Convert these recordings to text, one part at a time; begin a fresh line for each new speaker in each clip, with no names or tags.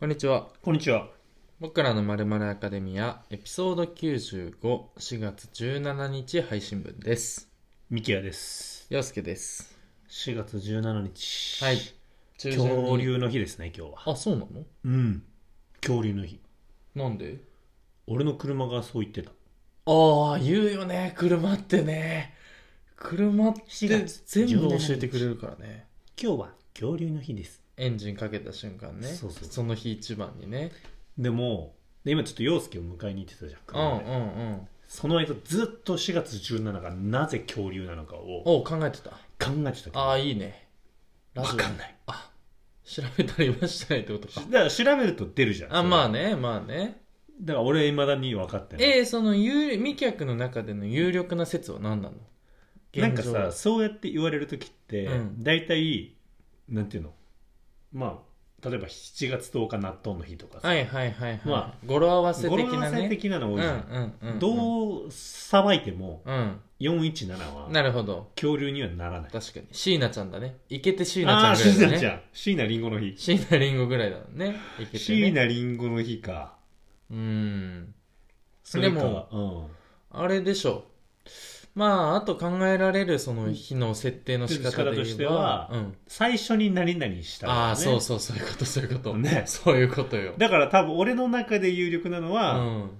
こんにちは。
こんにちは。
僕らのまるまるアカデミアエピソード95、4月17日配信分です。
ミキヤです。
洋介です。
4月17日。
はい。。中旬に
恐竜の日ですね、今日は。
あ、そうなの
うん。恐竜の日。
なんで
俺の車がそう言ってた。
ああ、言うよね。車ってね。車って全部教えてくれるからね。
今日は恐竜の日です。
エンジンかけた瞬間ね。
そうそう
の日一番にね。
でも、で今ちょっと陽介を迎えに行ってたじゃん。
うんうん
車で
うん。
その間ずっと4月17がなぜ恐竜なのかを考
お考えてた。
えてたけど。
ああ、いいね。ラ
わ
ジオ
かんない。
あ、調べたりはしてないってことか
だ。から調べると出るじゃん。
あ、
それ
まあ。ね、まあね。
だから俺未だに分かってない。
えー、その有未脚の中での有力な説は何なの
なんか
現状
さそうやって言われる時って、
うん
大体なんていうのまあ例えば7月10日納豆の日とかさ、
はいはいはいはい、
ま
語呂合わせ
語
的
呂合
な
わせ
ね
的なの多いじゃん、
うんうんうん、
どう騒いでも
うん、
417
う
は
ん、なるほど
恐竜にはならない
確かに椎名ちゃんだねイケて椎名ち
あ
ゃ
あ
ん
ー
ぐ
椎
らい
名
だ
ち
ね
ゃん椎名林檎の日
椎名林檎ぐらいだもんねイケて
椎
ね
名林檎の日か
うん
それか
で
も、
あれでしょまああと考えられるその日の設定の仕方で
仕方とし
言え
て
ば
は
うん、
うん、最初に何々したのね
ああそうそうそういうことそういうこと、
ね
そういうことよ
だから多分俺の中で有力なの
う
は、
ん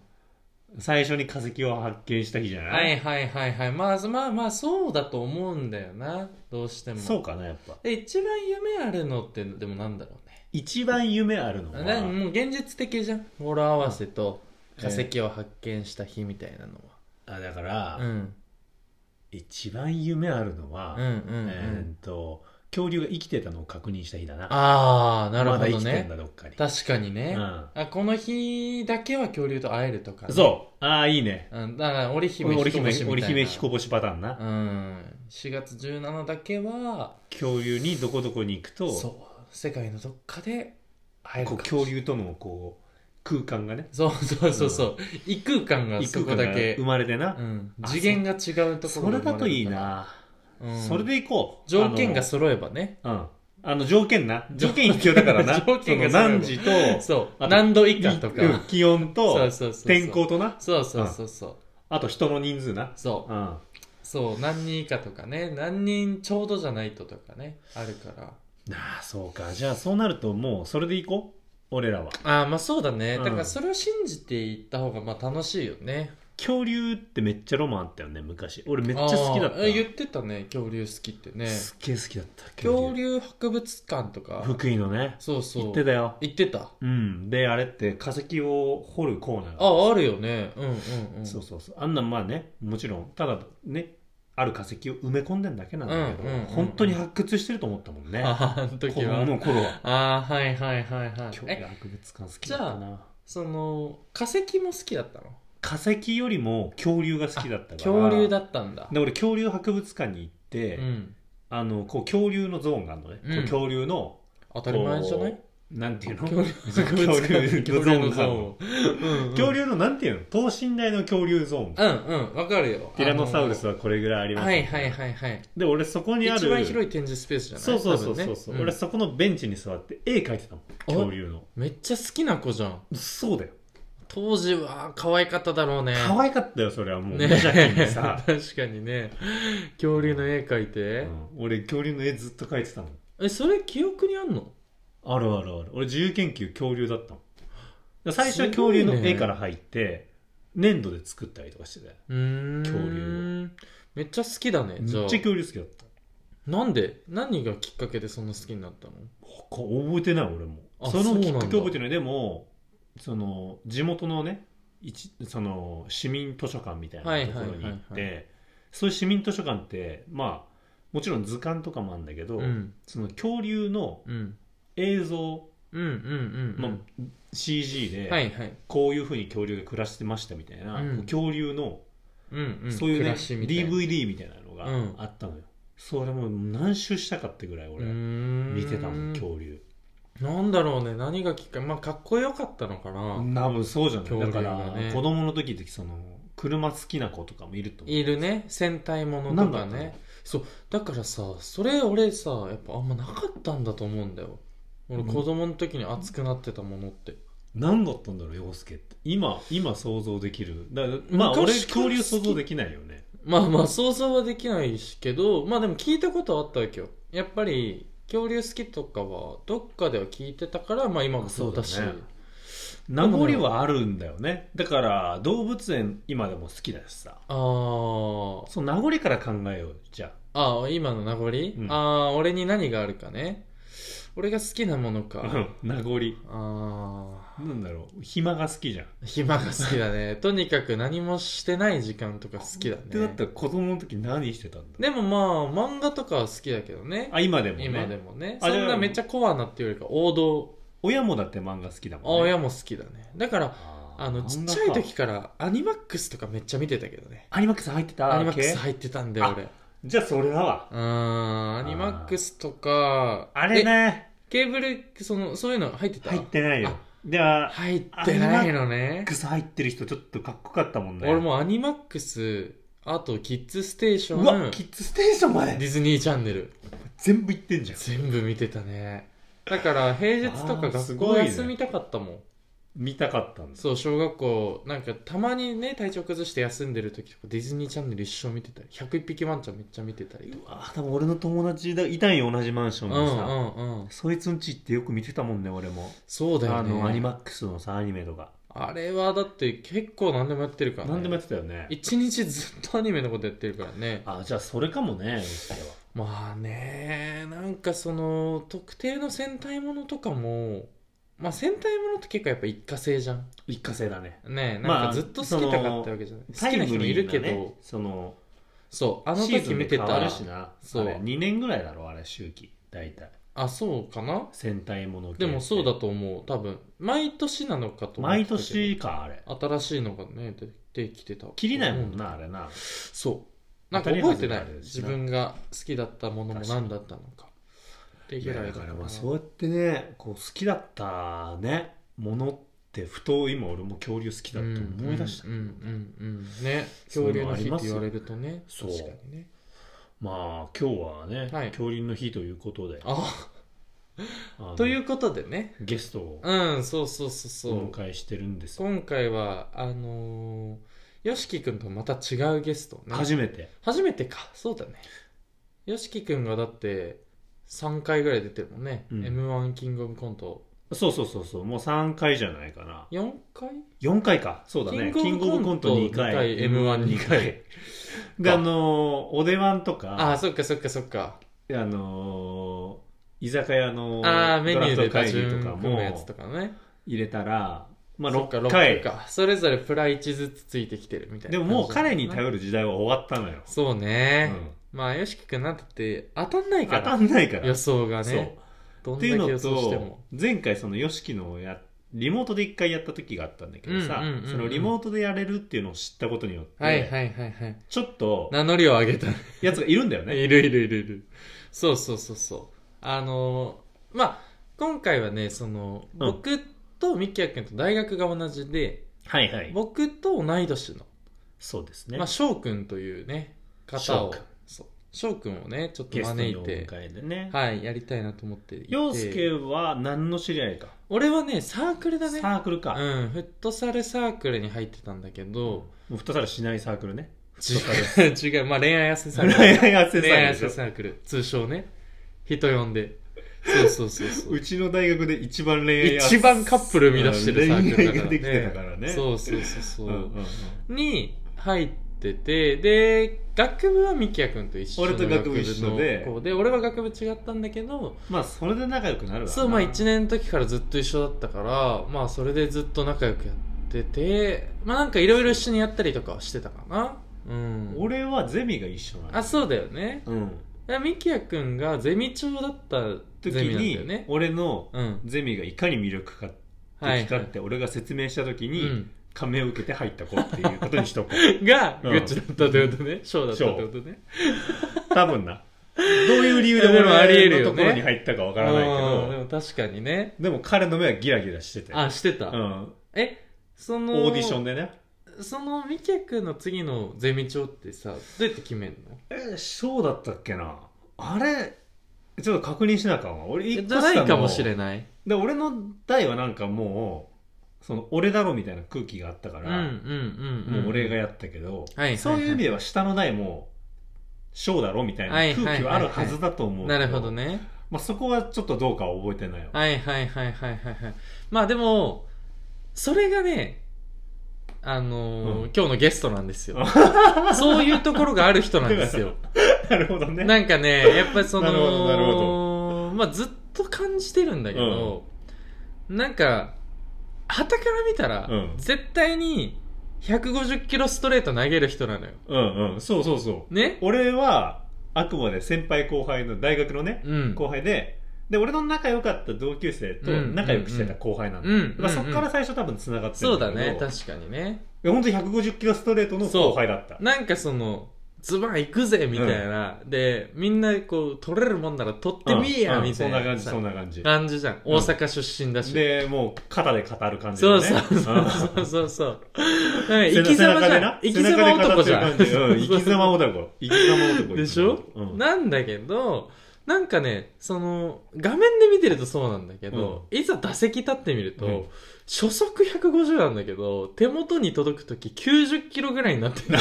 最初に化石を発見した日じゃない、
はいはいはいはい。まあまあまあ、そうだと思うんだよな。どうしても。
そうかなやっぱ
で一番夢あるのって、でもなんだろうね。
一番夢あるの
だから
は
もう現実的じゃん。語呂合わせと化石を発見した日みたいなの
あだから、
は。うん。
一番夢あるのは、
うんうんうん。
えーっと恐竜が生きてたのを確認した日だな
ああ、なるほ
まだ
ど
生きて
ね。
んだどっかに、
確かにね、
う
あ。この日だけは恐竜と会えるとか、
ん、そうああいいね
うん。だから織姫
織
彦
姫
星みたいな。
織姫彦星パターンな、
うん。4月17だけは、
恐竜にどこどこに行くと
そう。世界のどっかで会えるか
こう
もしれない
恐竜とのこう空間がね
そうそうそうそう、異空間がそこだ
異空間が
け
生、まれてな
う、ん、
あ
次元が違うとこ
そ
ろが
れ
生ま
だといい
るから、
な、
うん
それで行こう
条件が揃えばね
あのうんあの条件な条件必要だからな
条件が
そ
そうよ
の何 時と
そう
あと
何度以下とか、
うん気温
そ
と
うそうそうそう
天候とな
そうそうそうそう
あと人の人数な
そう
うん
そう何人以下とかね何人ちょうどじゃないととかねあるから
ああそうかじゃあそうなるともうそれでいこう俺らは
ああまあそうだね、
うん
だからそれを信じていった方がまあ楽しいよね
恐竜ってめっちゃロマンあったよね昔俺めっちゃ好きだった
ああえ言ってたね恐竜好きってね
すっげえ好きだった
恐竜博物館とか
福井のね
そうそう
行ってたよ
行ってた
うんであれって化石を掘るコーナーが
ああるよねうんうんうん
そうそうそうあんなんまあねもちろんただねある化石を埋め込んでんだけなんだけど、
うんうんうんうん
本当に発掘してると思ったもんね
ああの
子
時
供
は
の頃は
ああはいはいはいはい
恐竜
え
博物館好きだったな
その化石も好きだったの
化石よりも恐竜が好きだったから
恐竜だったんだ
で俺恐竜博物館に行って、
うん
あのこう恐竜のゾーンがあるのね、
うん
こう恐竜の
当たり前じゃない
こうなんていうの
恐竜
恐竜のゾーンがあるの恐
竜
竜のなんていうの等身大の恐竜ゾーン、
うんうんわかるよ
ティラノサウルスはこれぐらいあ
あ
り
の
ま
ー
す、
はいはいはいはい
で俺そこにある
一番広い展示スペースじゃない
そうそうそ
多
う
分
そ
ね
うそう、
ん
俺そこのベンチに座って絵描いてたもん
お
恐竜の
めっちゃ好きな子じゃん
そうだよ
当時は可愛かっただろうね
可愛かったよそれはもう無
ね
邪気にさ、
確かにね恐竜の絵描いて
うん俺恐竜の絵ずっと描いてたもん
えそれ記憶にあんの
あるあるある俺自由研究恐竜だったもん最初は恐竜の絵から入って、粘土で作ったりとかしてたよ
うーん
恐
竜めっちゃ好きだね
めっ
じ
ち
ゃ
ゃ
あ
恐竜好きだった
なんで何がきっかけでそんな好きになったの
他覚えてない俺も
あ
そのきっ
そ
か
うなん
け
だ
覚えてないでもその地元のね一その市民図書館みたい
はい
な
はい
とこ
はい
ろ
はい
に行って、そういう市民図書館ってまあもちろん図鑑とかもあるんだけど、
うん
その恐竜の
うん
映像、
うんうんうんうん
まあ、CG で、
はいはい
こういうふうに恐竜が暮らしてましたみたいな、
うん
恐竜の
うんうん
そういう
暮
ね、
らしみたいな
DVD みたいなの
うん
があったのよ、それも何周したかってぐらいう
ー
俺
ん
見てたもん恐竜
なんだろうね何がきっかけまあかっこよかったのかな
多分そうじゃない、
恐
だ
竜が
か
ね
ら子供の時ってその車好きな子とかもいると思う
いるね戦隊もの
な
と
んだ
か
ったの
ねそうだからさそれ俺さやっぱあんまなかったんだと思うんだよ俺
うん
子供の時に熱くなってたものって、
何だったんだろう洋介って今今想像できるだからまあ俺
昔から好き
恐竜想像できないよね
まあまあ想像はできないしけどまあでも聞いたことはあったわけよやっぱり恐竜好きとかはどっかでは聞いてたからまあ今もそうだし
そうだね名残はあるんだよねだから動物園今でも好きだしさ
あー
その名残から考えようじゃ
あー今の名残、
ん
ああ俺に何があるかね俺が好きなもの
あ
か、
名残
ああ
なんだろう暇が好きじゃん、
暇が好きだねとにかく何もしてない時間とか好きだ
ってなった
ね
ら子供の時何してたんだ
でもまあ漫画とかは好きだけどね
あ今でもね
今でもね
あ
そ
じゃあ
んなめっちゃコアなっていうよりか王道
親もだって漫画好きだもんね
親も好きだねだから
あー
あのちっちゃい時からアニマックスとかめっちゃ見てたけどね
アニマックス入ってた
アニマックス
系
入ってたんだよ俺
じゃあそれだわ
うーんアニマックスとか
あれね
えケーブルそのそういうの入ってた
入ってないよ
あ
では
入ってないのね
クス入ってる人ちょっとかっこよかったもんね
俺もうアニマックスあとキッズステーショ
うわ
ン
キッズステーションま
デ
で
ィズニーチャンネル
全部行ってんじゃん
全部見てたねだから平日とか
あーす
学
ご
校
いね
休みたかったもん、
見たかったんです
そう小学校なんかたまにね体調崩して休んでる時とかディズニーチャンネル一生見てたり101匹ワンちゃんめっちゃ見てたりとか
うわ多分俺の友達だいたんよ同じマンショ
う
ン
ん
で
う
さ、
んうん
そいつんち行ってよく見てたもんね俺も、
そうだよ
あ
ね
のアニマックスのさアニメとか
あれはだって結構何でもやってるから、ね、
何でもやってたよね
一日ずっとアニメのことやってるからね
あじゃあそれかもね洋介は
まあねなんかその特定の戦隊ものとかもまあ戦隊ものって結構やっぱ一過性じゃん
一過性だね
ねえ
まあ
なんかずっと好きたかったわけじゃない、好きな人もいるけど、
タイムリーなねその
そうあの
シーズ
時
ンで
見て
変わ
た
るしな
そう
あれ2年ぐらいだろあれ周期大体
あそうかな
戦隊もの
で
系
もそうだと思う多分毎年なのかと思って
毎
たけど
年かあれ
新しいのがね出てきてた
切りないもん
う
なあれな
そうなんか覚えてない
当たり外れあるし
自
な
分が好きだったものも
確かに
何だったのかって
い
ぐ
や
らい
だ
った
から
な
まあそうやってねこう好きだったねものってふと今俺も恐竜好きだって思い出した、
うんうんうん、うん、ね
そう
恐
いう
竜
のあ
の
り
日っ
ま
て
すよ
言われるとね
そ
確
う
かにね
まあ今日はね、
はい
恐竜の日ということで
あ
あの
ということでね
ゲストを
うんそうそうそう
お
そう、
迎えしてるんですよ
今回はあのー、よしきくんとまた違うゲストね
初めて
初めてかそうだねよしきくんがだって3回ぐらい出てるもんね、
うん
m 1キングオブコント
そうそうそうそうもう3回じゃないかな
4回
4回かそうだね
キングオブコント
キングオブコント2回
二回 M12
回であのーお出番と
ああ
か
ーそっかそっかそっか
あのー居酒屋の
ああメニューで
ドラ
打
フト
順
会議とか
組むやつと
も
かね
入れたらまあ
そっか
6
6回
回
かそれぞれプラ1ずつついてきてるみたい
で
な
も
感じ
もう彼に
る
頼る時代は終わったのよ、
そう
う
ね、
ん、
まあよしきくんなんてって当たんないか
当
ら
たんないから
予想が
そう
ねど
っ
ん
て
だ
い
け
うの
予想して
と
も
前回その YOSHIKI のやリモートで一回やった時があったんだけどさ、
うんうんうんうん
そのリモートでやれるっていうのを知ったことによって、
はいはいはいはい
ちょっと
名乗りを上げた
やつがいるんだよね
いるいるいるいる。そうそうそうそう。あのーまあ、今回はね、その、
ん
僕とミキヤ君と大学が同じで、
はいはい
僕と同い年の、
そうですね、
まあ、翔くんというね、方を
翔くん、
そう翔くんをね、ちょっと
ゲストに
招
お
い
迎
て、
えでね
はい、やりたいなと思っていて。
洋介は何の知り合いか、
俺はね、サークルだね
サ。ークルか、
うん、フットサルサークルに入ってたんだけど、
もう太さらしないサークルね
違う、 違う、まあ恋愛汗サークル。
恋愛アセサ
恋愛
ークル
汗
でしょ
サークル。通称ね。人呼んで。そうそうそうそう。
うちの大学で一番恋愛
一番カップル生み出してるサークルだから、ね、
恋愛ができてたからね
そうそうそうそう、
うんうんうん
に入っててで学部はみきやくんと一緒の
俺と学部一緒で
学部の子で俺は学部違ったんだけど
まあそれで仲良くなるわな
そうまあ1年の時からずっと一緒だったからまあそれでずっと仲良くやっててまあなんかいろいろ一緒にやったりとかはしてたかなうん
俺はゼミが一緒なの
あそうだよね
うん
だからみきやくんがゼミ長だった
時
ゼミなんだよ
に
ね
俺の
うん
ゼミがいかに魅力的
はい
かって俺が説明した時
う
に
ん
感銘を受けて入った子っていうことにしとこ
が、
うん
グッチだったということね。ショーだったということね。
う多分などういう理由で
いやでもありえ
俺
る
の
よね
ところに入ったかわからないけ
うんで
ど
も確かにね。
でも彼の目はギラギラしてて
あ、してた。
うん
え、そ
オ
の、
ーディションでね
その美脚の次のゼミ長ってさどうやって決めんの
えー、そうだったっけなあれちょっと確認しなあかんわ俺
じ
一個
ゃないかもし
ん
れない
で俺の代はなんかもうその俺だろみたいな空気があったか
うん
ら、
うんうんん
もう俺がやったけど、
はいはいはい
そういう意味では下の代も小だろみたいな
はいはいはいはい
空気はあるはずだと思うけ
なるほど、ね
まあ、そこはちょっとどうかは覚えてないわ、
はいはいはいはいはいはいまあでもそれがねあのー
うん
今日のゲストなんです よそういうところがある人なんですよ
なるほど ね
なんかね、やっぱりそ
なるほどなるほ
の、まあずっと感じてるんだけど、なんか、旗から見たら、
うん
絶対に150キロストレート投げる人なのよ。
うんうんそうそうそう
ね
俺はあくまで先輩後輩の大学のね、
うん。
後輩でで俺の仲良かった同級生と
うん
仲良くしてた後輩なんだ、
うん
まあ、
うん
そこから最初多分つながってる
そ
ん
う
だ
だ
けど
ね、確かにね。
いや本当に150キロストレートの後輩だった
なんかその、ズバン行くぜみたいな、で、みんなこう、取れるもんなら取ってみーや
うんうん
みたい
そんな感
な
じ
さ
そんな感じ
感じじゃん。
うん
大阪出身だし。
でもう肩で語る感じ
そ
だ
う
ね
そうそうそう そう。なんか生
背
き様
中
じ
で
ゃん
な。
生き様男じゃん。
背中で語ってる感じうん生き様男生き様男
でしょ、
うん
なんだけどなんかねその画面で見てるとそうなんだけど、いざ打席立ってみると、
うん
初速150なんだけど手元に届く時90キロぐらいになって る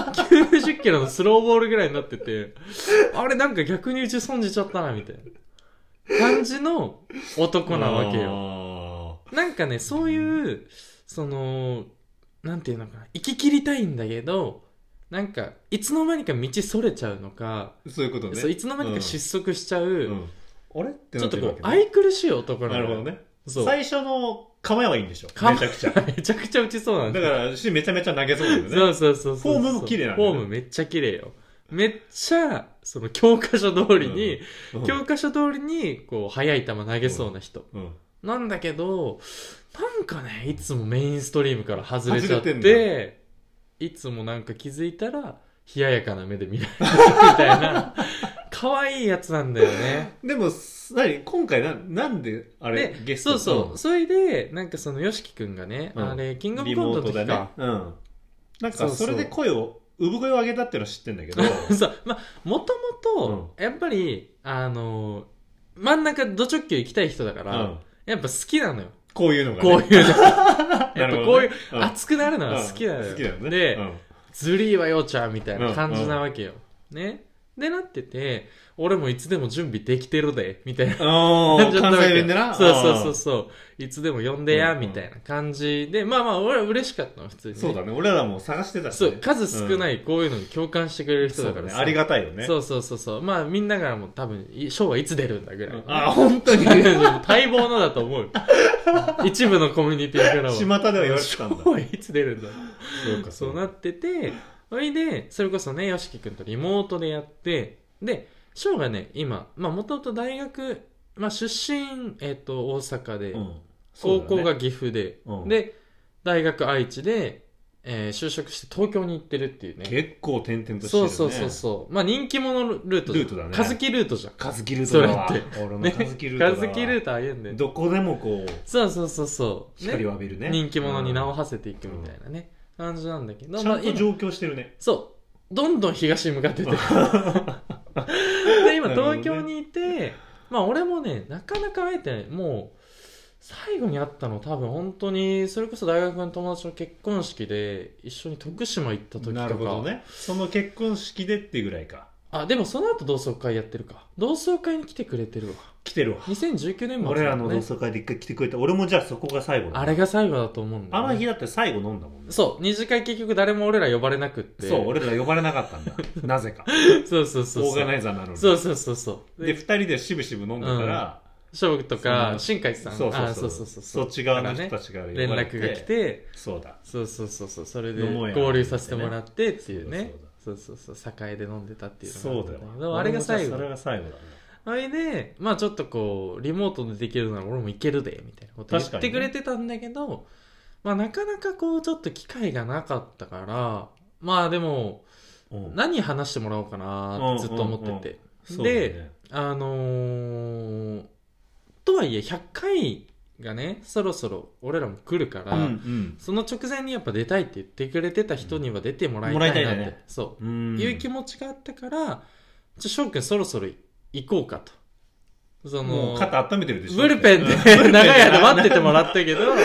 90キロのスローボールぐらいになっててあれなんか逆にうち損じちゃったなみたいな感じの男なわけよ
よ
なんかねそういうそのなんていうのかな生き切りたいんだけどなんかいつの間にか道それちゃうのか
そういうことね
そういつの間にか失速しちゃう、
うんあれって
ちょ
な
ってと
るわ
こう
けね
愛くるしい男な
な
の
るほどね
そう
最初の構えはいいんでしょ
構え
めちゃくちゃ
めちゃくちゃ打ちそうなん
だ
だ
からしめちゃめちゃ投げそうだよね
そうそうそうそう
フォームも綺麗なん
フ
だよね
ォームめっちゃ綺麗よめっちゃその教科書通りに、
うん
教科書通りにこう速い球投げそうな人、
うん
なんだけどなんかねいつもメインストリームから外れちゃっ
外れ
ていつもなんか気づいたら冷ややかな目で見られてるみたいな 可愛いやつなんだよね
でもす何今回ななんであれ
で
ゲス
そ
ト
うそう、それでなんかその YOSHIKI 君がね、
うん
あれキングオ
リ
ブコン
モ
ト
ー
の
ト
時
だ
か
ねうんなん
そう
か
そう
それで声を産声を上げたっていうのは知ってんだけど
そうまあもともとやっぱり、あの真ん中ド直球行きたい人だか
う
ら、
ん
やっぱ好きなのよ、
こういうのがね
こういうの
な
やっぱ
るほどね
こういう、
うん
熱くなるのは
うん
好きなのよ、
好きだよね。
で、
うん
ズリーはようちゃんみたいな感じなわけよ、ねでなってて俺もいつでも準備できてるでみたいな
あ
なっち
ー
ゃったわ
関
け
西弁でな。
そうそうそう
そ
そういつでも呼んでや
うんうん
みたいな感じで、まあまあ俺は嬉しかったの普通に
う。
ね、
そうだね。俺らも探してたし
そ
ね。。
う数少ないいこういうのに共感してくれる人
そ
だ
う
か
だ
ら
ね。
さ、
ありがたいよね。。
そううそうそうそうまあみんなからも多分いショーはいつ出るんだぐらい、
あ、本当 に。
でも待望のだと思うよ一部のコミュニティから は
巷では言われてたん だ。
ショーはいつ出るんだ
そうか、
そうな
っ
っててそれでそれこそね YOSHIKI 君とリモートでやってでショーがね今まあもともと大学、まあ、出身、えっと大阪で、
て
高校が岐阜で、
うん
で大学愛知で、えー就職して東京に行ってるっていうね
結構転々としてる
そう
ね。
そうそうそうまあ人気者ルートじゃん
ルートだね
カズキルートじゃん
カズキルートだわ。
それ
俺の
ね
カズキルートだわ。
カズキルート歩んで
どこでもこう、
そうそうそうそう、
光
ね
を浴びるね。
人気者に名を
は
馳せていくみたいなね、感じなんだけど
ちゃん
まあ
と
今
上京してるね。
そうどんどん東に向かっててで今
なるほど
東
ね
京にいて、まあ俺もねなかなか会えてないもう最後に会ったの多分本当にそれこそ大学の友達の結婚式で一緒に徳島行った時とか
なるほどね。その結婚式でってぐらいか。
あでもその後同窓会やってるか同窓会に来てくれてるわ
来てるわ。
2019年末だね
俺らの同窓会で一回来てくれた。俺もじゃあそこが最後だね
あれが最後だと思うんだ
あ
よね、
の日だって最後飲んだもんね。
そう二次会結局誰も俺ら呼ばれなくって
そう、俺ら呼ばれなかった んだ。なぜか。
そうそうそう
オー
そ
ガナ
う
イザーなのに。
そうそうそうそう
で、二人でしぶしぶ飲んだから、
翔吾と
そ
か
の
新海さん
そうそう
あ
そう。
そうそう
そ
そう
っち側の人たちから呼ば
連
れ
絡が来。て
そうだ。
そうそうそうそうそれで
飲もうや
合流させてもらってっていう
そうだ
ねそうそうそう栄で飲んでたっていうのがあ
そう
っ
だ
たん
よ
け。どあれが最後
それが最後だね。
あれでまあちょっとこうリモートでできるなら俺も行けるでみたいなこと言
確か
っ
にね
てくれてたんだけど、まあなかなかこうちょっと機会がなかったからまあでも
うん
何話してもらおうかなってずっと思ってて、
うんうんうん
で、あのーとはいえ100回がねそろそろ俺らも来るから、
うん
その直前にやっぱ出たいって言ってくれてた人には出てもらいたいなって、
もらいたいね
そうう、
ん
いう気持ちがあったからじゃあ翔くんそろそろ行こうかとそ
も
の
う肩温めてるでしょ
ブルペンで
うんブルペン で
長い間待っててもらったけど
い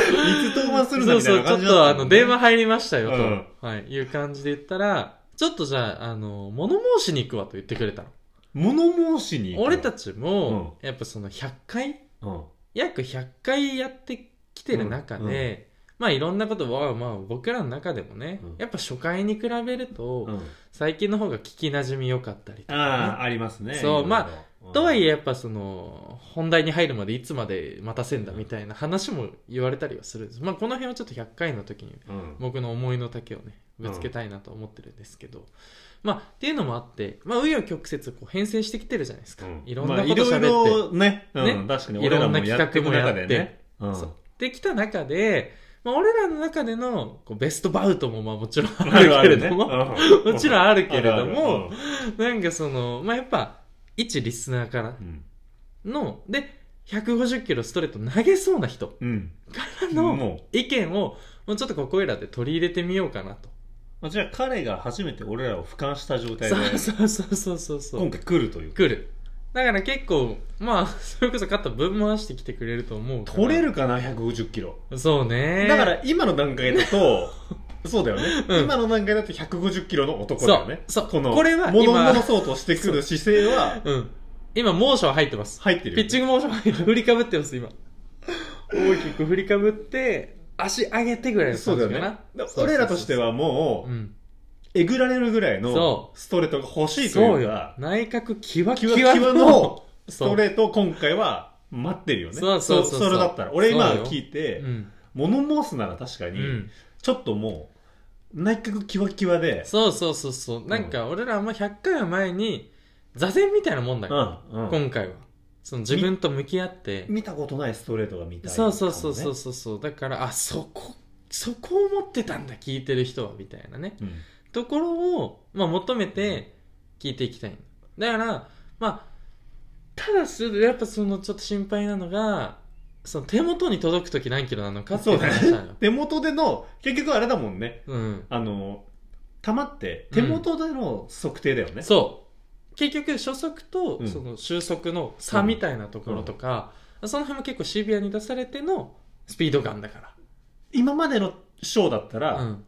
つ登 板するんだ
そう
みた
そ
いな
うちょ
感
っ
じ
と
だ
あ
ったも
の
んね
電話入りましたよと、
うん
はい、いう感じで言ったらちょっとじゃああの物申しに行くわと言ってくれたの
物申しに行く
俺たちも、やっぱその100回
うん
約100回やってきてる中で、
うんうん
まあいろんなことは、まあ僕らの中でもね、
うん
やっぱ初回に比べると、
うん
最近の方が聞きなじみ良かったりとか
あ
ね、
あありますね
そうまあ
あ
とはいえやっぱその、本題に入るまでいつまで待たせんだみたいな話も言われたりはするんです。まあこの辺はちょっと100回の時に
うん
僕の思いの丈をね、ぶつけたいなと思ってるんですけど、まあっていうのもあって、まあ紆余曲折こう変遷してきてるじゃないですか。いろんなこと喋って。
まあいろいろねう
ね
ん確かに
いろんな
俺らく中でねうん
そうできた中で、まあ、俺らの中でのこうベストバウトもまあもちろんあ
ある
る
あ
け
る
れ
ね
ども、
う
もちろんあるけれども
あるある
なんかその、まあ、やっぱ、一リスナーから
うん
の、で、150キロストレート投げそうな人
うん
からの
も
意見を、もうちょっとここいらで取り入れてみようかなと。
うまあじゃあ彼が初めて俺らを俯瞰した状態で
そうそうそうそうそうそ
今
う。
回来るという
来る。だから結構、まあ、それこそ肩ぶん回してきてくれると思うから。
取れるかな150キロ
そうね。
だから今の段階だ とそうだよね、
うん
今の段階だと150キロの男だよね
そうそう
この
これは
物
今
戻そうとしてくる姿勢は
うん。今、モーション入ってます。
入ってるよ
ピ
ね
ッチングモーション入って振りかぶってます、今。大きく振りかぶって、足上げてぐらいの
そ
感
う
じ
だ
か
よね
な。
だから俺らとしてはも
そううそうそう、うん。
えぐられるぐらいの
そ
ストレートが欲しいと
そう
いう
よ
か。
内角キワ
キ
キ
ワ
ワ
キワのス
そう
トレートを今回は待ってるよね
そうそうそうそう
れだったら俺今
そうよ
聞いて、
うん。
物申すなら確か
う
に、
ん。
ちょっともう内角キワキワで
そうそうそうそう。なんか、俺らも100回は前に、座禅みたいなもんだよ。
うんうん
今回は。その自分と向き合って。
見たことないストレートが見たいかも
そう
ね、
そうそうそうそうそう。だから、あ、そこ、そこを持ってたんだ、聞いてる人は、みたいなね。
うん
ところを、まあ、求めて聞いていきたいだからまあただすやっぱそのちょっと心配なのがその手元に届く時何キロなのかっていう話なのよ、
手元での結局あれだもんね
うん、
あの玉って手元での測定だよね、
そう結局初速と
うん
その終速の差みたいなところとか、その辺も結構シビアに出されてのスピードガンだか
今までの章だった
ら
ら、
うん、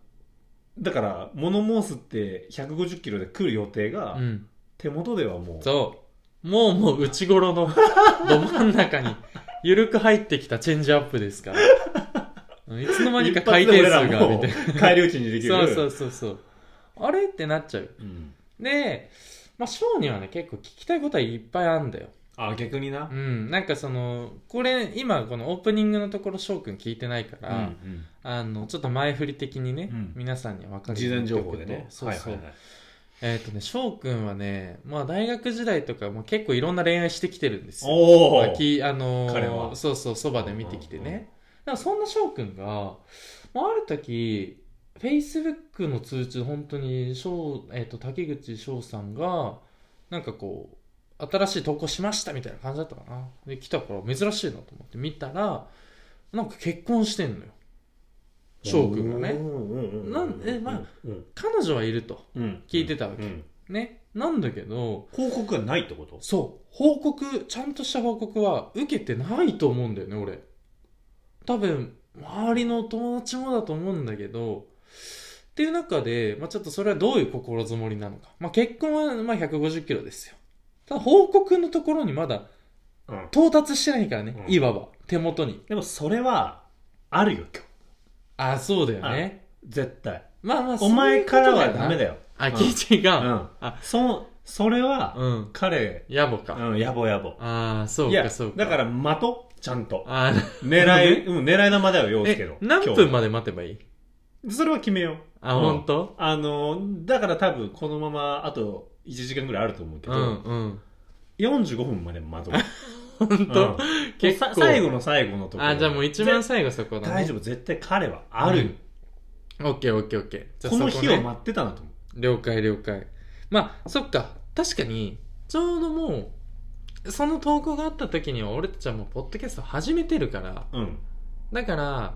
だから物申すって150キロで来る予定が、
うん、
手元ではもう
そうもうもう内頃 のど真ん中に緩く入ってきたチェンジアップですから いつの間にか回転数がみ
一
た
発で俺らも
いな
返り討ちにできる
そうそうそうそうあれってなっちゃう
うん
でまあショーにはね結構聞きたいことはいっぱいあるんだよ
あ逆にな
う、んなんかそのこれ今このオープニングのところ翔くん聞いてないか
う
ら、
ん
あのちょっと前振り的にね、
うん
皆さんには分か
うん
る
事前情報でね
そうそう、
はいはいはい
えっ、とね翔くんはねまあ大学時代とかも結構いろんな恋愛してきてるんですよ
おお、
まあきあのー
彼は
そうそうそばで見てきてね、
うんうんうん
だからそんな翔くんが、まあ、ある時フェイスブックの通知本当に翔、えっと滝口翔さんがなんかこう新しい投稿しましたみたいな感じだったかなで来たから珍しいなと思って見たらなんか結婚してんのよ翔くんがね
ね
なんえまあ
うん
彼女はいると
うん、
聞いてたわけ
うん
ねなんだけど
報告がないってこと
そう報告ちゃんとした報告は受けてないと思うんだよね俺多分周りのお友達もだと思うんだけどっていう中で、まあ、ちょっとそれはどういう心づもりなのか、まあ、結婚はまあ150キロですよただ報告のところにまだ
うん
到達してないからね、
うん
いわば手元に
でもそれはあるよ今日
ああそうだよね
絶対
まあまあ
お前からは
そういうことよな
ダメだよ
あキイチ
う
が
ん
あ
そそれは
うん、
彼
野暮か、
うんやぼやぼ
ああそう
いや
かそうか
だから的ちゃんと
あー
狙いうん狙い玉だよ陽介
え
の
何分まで待てばいい
今日それは決めよう
あ、
うん
本当
あのだから多分このままあと1時間ぐらいあると思うけ
う
ど、
んうん。
45分まで窓
本当、結
さ
構。
最後の最後のところ
あ、じゃあもう一番
ぜ
最後そこだね。
大丈夫絶対彼はあるよ、
夫。オッケーオッケーオッケー。じゃあ
この
そ
日
ね
を待ってたなと思う
了解了解。まあ、そっか。確かに、ちょうどもう、その投稿があった時には俺たちはもうポッドキャスト始めてるから
うん
だから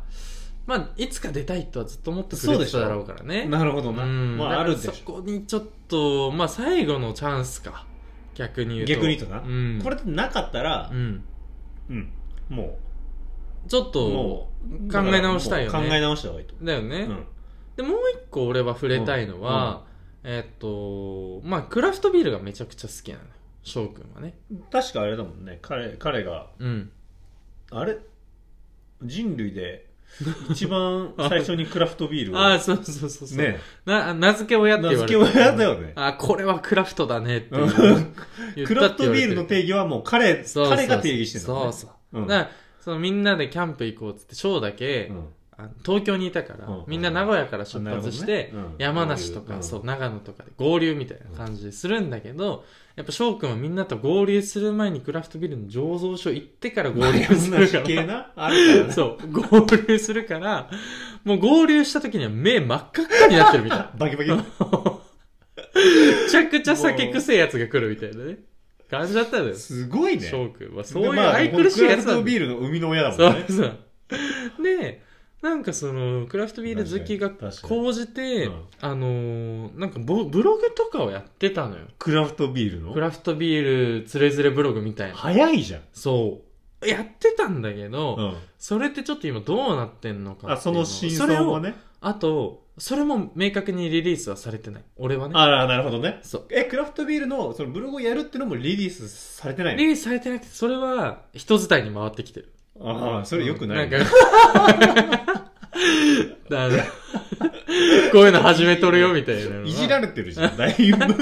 まあいつか出たいとはずっと思ってくれてただろうからね
なるほど
う
な、
ん
ま
だ
あ
か
あ
ら
るでし
そこ
ょ
にちょっとまあ最後のチャンスか逆に言うと
逆に言うとな
うん、
これってなかったら
う、ん
うん、も
ちょっ
う
と
もう
考え直したいよね
だからもう考え直した方がいいと、
だよね、
うん、
でもう一個俺は触れたいのは、えっとまあクラフトビールがめちゃくちゃ好きなのよ翔くんはね
確かあれだもんね彼彼が
うん
あれ人類で一番最初にクラフトビール を
ああそうそうそうそう、
ね
な名付け親って
名
言わ
付
れ
け
て
親 だよね
あこれはクラフトだねって言う
う
言ったって言われてる
クラフトビールの定義はもう彼
そうそうそう
彼が定義してるの、ね、
そうそう
うん
だからそのみんなでキャンプ行こうっつって翔だけ、
うん
あの東京にいたから、
うん
みんな名古屋から出発して、
なるほどねうん
山梨と
合
か、
流
そう長野とかで合流みたいな感じでするんだけど、やっぱ翔くんはみんなと合流する前にクラフトビールの醸造所行ってから合流す
山
る
梨
から
系なあるからね
そう合流するからもう合流した時には目真っ赤っかになってるみたいな
バキ バキな
めちゃくちゃ酒臭いやつが来るみたいなね感じだったのよ
すごいね
翔くんはそういう
まあ
愛くるしいやつな
クラフ
ん
ト
だ
ビールの生みの親だもん
そ
ね
うそう。で、なんかその、クラフトビール好きが
確かに確かに
高じて、
うん
あのーなんかボブログとかをやってたのよ。
クラフトビール
ク
の
ラフトビールつれづれブログみたいな。
早いじゃん、
そう。やってたんだけど、
うん、
それってちょっと今どうなってんのか
あ
ってい
そうの真相も
それを、
ね
あと、それも明確にリリースはされてない。俺はね。
ああなるほどね
そう。
えクラフトビールのそのブログをやるってのもリリースされてない
リ
の
リースされてなくて、それは人伝いに回ってきてる。
ああそれよくない、
んか だからこういうの始めとるよみたいなのはい
じられてるじゃんだ いぶ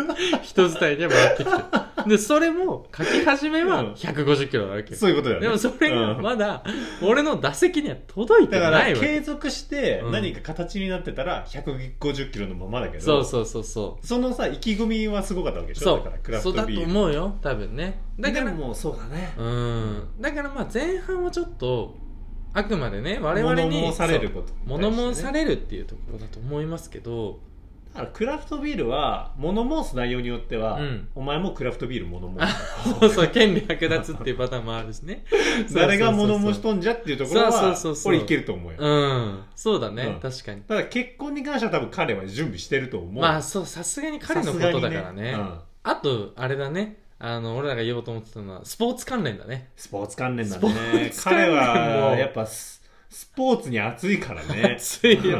人伝いで回ってきてでそれも書き始め
うん
は150キロなわけよ
そういうことだよね
でもそれが
うん
まだ俺の打席には届いて
だか
な
ら
いわけ
継続して
うん
何か形になってたら150キロのままだけど、
そうそうそうそう
そのさ意気込みはすごかったわけでし
そ
ょだからク
う
ラフ
そう
ト
だ
ビ
と
ール
思うよ多分ねだから
でもそうだね
うんだからまあ前半はちょっとあくまでね我々に
物申されること
そう物申さ
れ
れるっていうところだと思いますけど
だからクラフトビールは物申す内容によっては、
うん
お前もクラフトビール物申 す。
そうそう、権利剥奪っていうパターンもあるしね
誰が物申し
と
とんじゃっていうところは
そうそうそうそう
俺いけると思うよ、
うん。そうだね、
うん
確かに。
ただ結婚に関しては多分彼は準備してると思う、
まあそう、さすがに彼のことだからね。
さすがにうん
あと、あれだね。あの、俺らが言おうと思ってたのは、スポーツ関連だね。
スポーツ関連だ
スポー
ね
ツ関連
彼
も
はやっぱススポーツに熱いから ね
熱いよ。
うん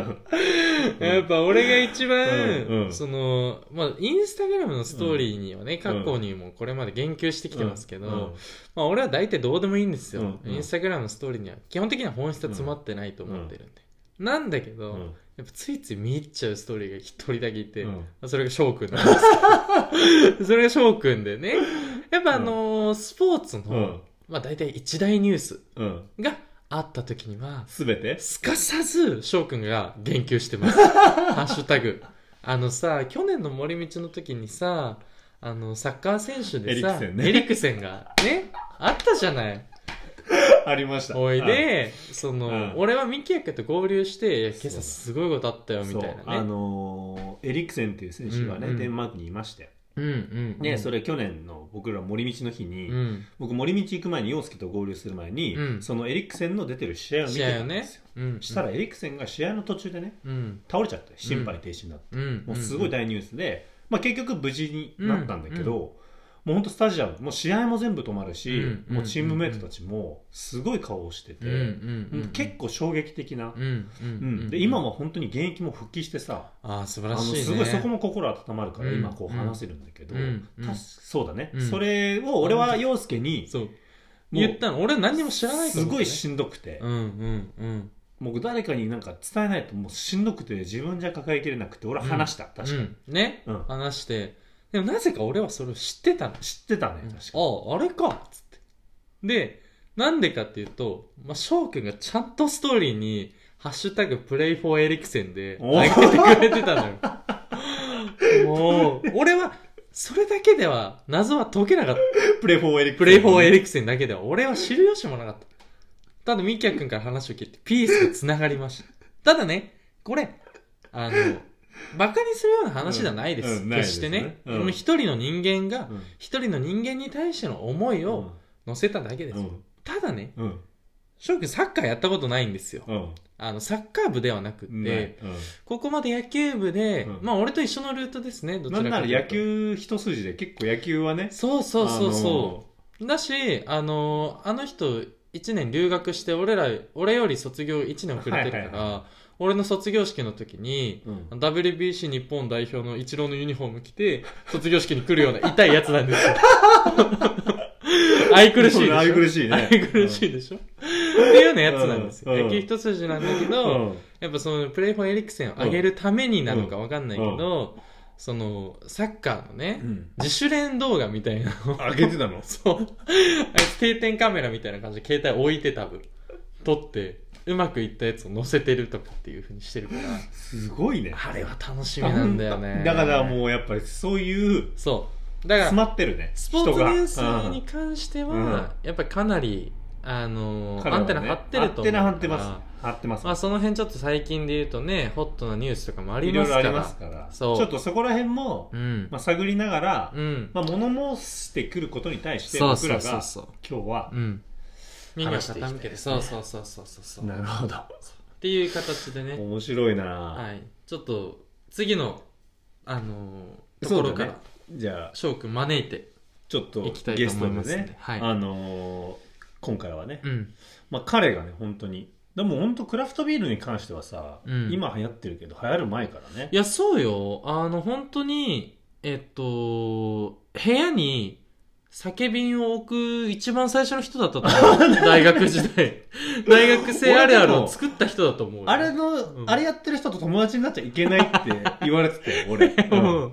やっぱ俺が一番、
うんうん
その、まあ、インスタグラムのストーリーにはね、過去にもこれまで言及してきてますけど、まあ、俺は大体どうでもいいんですよ、
うんうん
インスタグラムのストーリーには基本的には本質は詰まってないと思ってるんで、なんだけど、
うんうん
やっぱついつい見入っちゃうストーリーが一人だけいて、
うん
まあそれが翔くんなんですけ どそれが翔くんでねやっぱあのースポーツの、
うん
まあ、大体一大ニュース
うん
があった時には
全て
すかさず翔くんが言及して ますハッシュタグあのさ去年の森道の時にさあのサッカー選手でさ
エリクセンね
エリクセンがねあったじゃない
ありました
おいで、その、
うん
俺はミキヤ君と合流して、いや今
そう
朝すごいことあったよ、
うん
み
そ
た
う
いなね。
あのーエリクセンっていう選手が
う
ね、
んうん
デンマークにいまして
うんうん、
ね、そ
れ、
れ去年の僕ら森道の日に、
うん、
僕森道行く前に陽介と合流する前に、
うん
そのエリクセンの出てる試合を見て
試合
た
を
んで
ね
すよ、、
うん、
したら、エリクセンが試合の途中でね
うん、
倒れちゃって心肺停止になって、
うん、
もうすごい
事、
大ニュースで、まあ、結局無事になったんだけど、もう本当スタジアムもう試合も全部止まるし、
うんうん
もうチームメイトたちもすごい顔をしてて、
うん、うん、うん、
結構衝撃的な、
うん、うん、
う
うんん、
で今、は本当に現役も復帰してさ、
ああ、素晴
あ
ら
の
しい、ね。
すごいそこも心温まるから
うん
今こう話せるんだけど、
うん
た
うん
そうだね、
うん
それを俺は陽介に
そう、
もう
言ったの、俺は何にも知らないと
す
思って
ご
ね
いしんどくて、
うん、うん、うん。
もう誰かになんか伝えないともうしんどくて自分じゃ抱えきれなくて俺は話した、確かに、
うん、ね、
うん
話して、でもなぜか俺はそれを知ってたの。
知ってたね
うん
確かに
ああ、あれかっつって。で、なんでかっていうと、まあ、翔くんがちゃんとストーリーに、ハッシュタグプレイフォーエリクセンで
おー
上げてくれてたのよ。もう、俺は、それだけでは、謎は解けなかった。
プレイフォーエリクセン
プレイフォーエリクセンだけでは、俺は知る由もなかった。ただ、ミキヤくんから話を聞いて、ピースが繋がりました。ただね、これ、あの、バカにするような話じゃないです。
うんうんないで
決
す
してね。
うん
もう一人の人間が、
うん
一人の人間に対しての思いを乗せただけです。
うん
ただね、
うん
翔くんサッカーやったことないんですよ。
うん
あの、サッカー部ではなく
うん
て、ここまで野球部で、
うん
まあ俺と一緒のルートですね、どち
な
ら
ん
か
な
と
ら
いうと
野球一筋で結構野球はね
そうそうそうそう。だし、あの、あの人、1年留学して、俺ら、俺より卒業1年遅れてるか
はいはい
ら、俺の卒業式の時に、
あのうん
WBC 日本代表のイチローのユニフォーム着て、卒業式に来るような痛いやつなんです よ。愛くるしいでしょ。
愛くるしいね
愛くるしいでしょ。っていうようなやつなんですよ。
うん
野球一筋なんだけ
う
ど、
ん
やっぱそのプレイフォンエリクセンを上げるためになのかわかんないけど、その、サッカーのね、
うん
自主練動画みたいなのを
あげてたの
そう。あいつ定点カメラみたいな感じで携帯置いて多分。撮って、うまくいったやつを載せてるとかっていう風にしてるから。
すごいね
あれは楽しみなんだよね。
だから
う。
もうやっぱりそういう
そう。だから
詰、まってるね
スポーツニュースに
人
関して
うん
は、やっぱりかなり、あの
が
ー
うん
アンテナ張ってると思う。
アンテナ張ってます張ってます
まあその辺ちょっと最近で言うとね、ホットなニュースとかもあり
いろ
ま
い
す
ろ
か
あ
ら。
りますからち
そう
ょっとそこら辺も
うん。
まあ探りながら
うん。
まあ物申してくることに対して
そう
僕
そ
ら
うそう
が
そう。
今日は
うん。耳を
話していきたい
傾けて、そうそうそうそうそうそう。
なるほど
っていう形でね、
面白いな
はい、ちょっと次の、あのーと
そ
こ
うだね
ろから
じゃあ
翔くん招いて、
ちょっと
行きたいと
ゲス
思
ト
い
で
ますんで
ね、
はい
あのー今回はね、
うん、
まあ、彼がね本当にでも本当クラフトビールに関してはさ、
うん
今流行ってるけど流行る前からね
いやそうよあの本当にえっと部屋に酒瓶を置く一番最初の人だったと 思う大学時代大学生あるあるを作った人だと思うよ
あれの、
うん
あれやってる人と友達になっちゃいけないって言われてた よ俺、
もう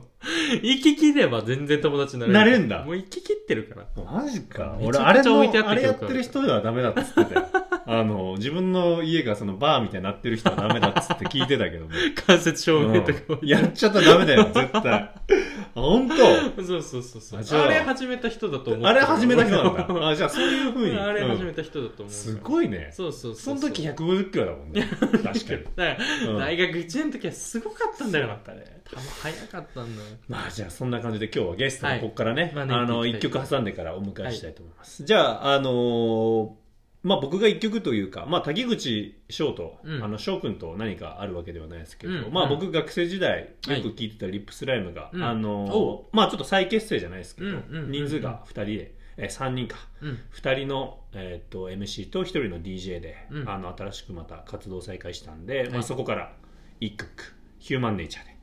行き切れば全然友達になれる
なれるんだ
もう行き切ってるから
マジか
めちゃくち
俺
ゃ
あれの
置いてあ
あ
って
れ
く
や
る
っ
から
てる人ではダメだっつってた よあの自分の家がそのバーみたいになってる人はダメだっつって聞いてたけども、
間接照明とか置いて
うんやっちゃったらダメだよ絶対あ本当
そうそうそうそう
あじゃあ
あれ始めた人だと思う
あれ始めた人 なんだあじゃあそういうふうに、
あれ始
うん
めた人だと思う、
すごいね
そうそうう
そうの時150キロだも んね。確かに。
だから、
うん
大学1年の時はすごかったんだよ
たね。
多分早かったんだよ
まあじゃあそんな感じで今日はゲスト
は
の
い
ここからね、
まあね
あの
行
一
きたい
曲挟んでからお迎えしたいと思います。じゃああのーまあ僕が一曲というか、まあ滝口翔と、
うん
あの翔くんと何かあるわけではないですけど、
うん
まあ
うん
僕学生時代よ
はい
く聞いてたリップスライムが、
うん
あのー
お
まあちょっと再結成じゃないですけど、
うんうんうん
人数が2人で、えー、3人か。
うん
2人の、えー、と MC と1人の DJ で、
うん
あの新しくまた活動再開したんで、ま
は
あ、
い
そこから一曲「ヒューマンネイチャーで。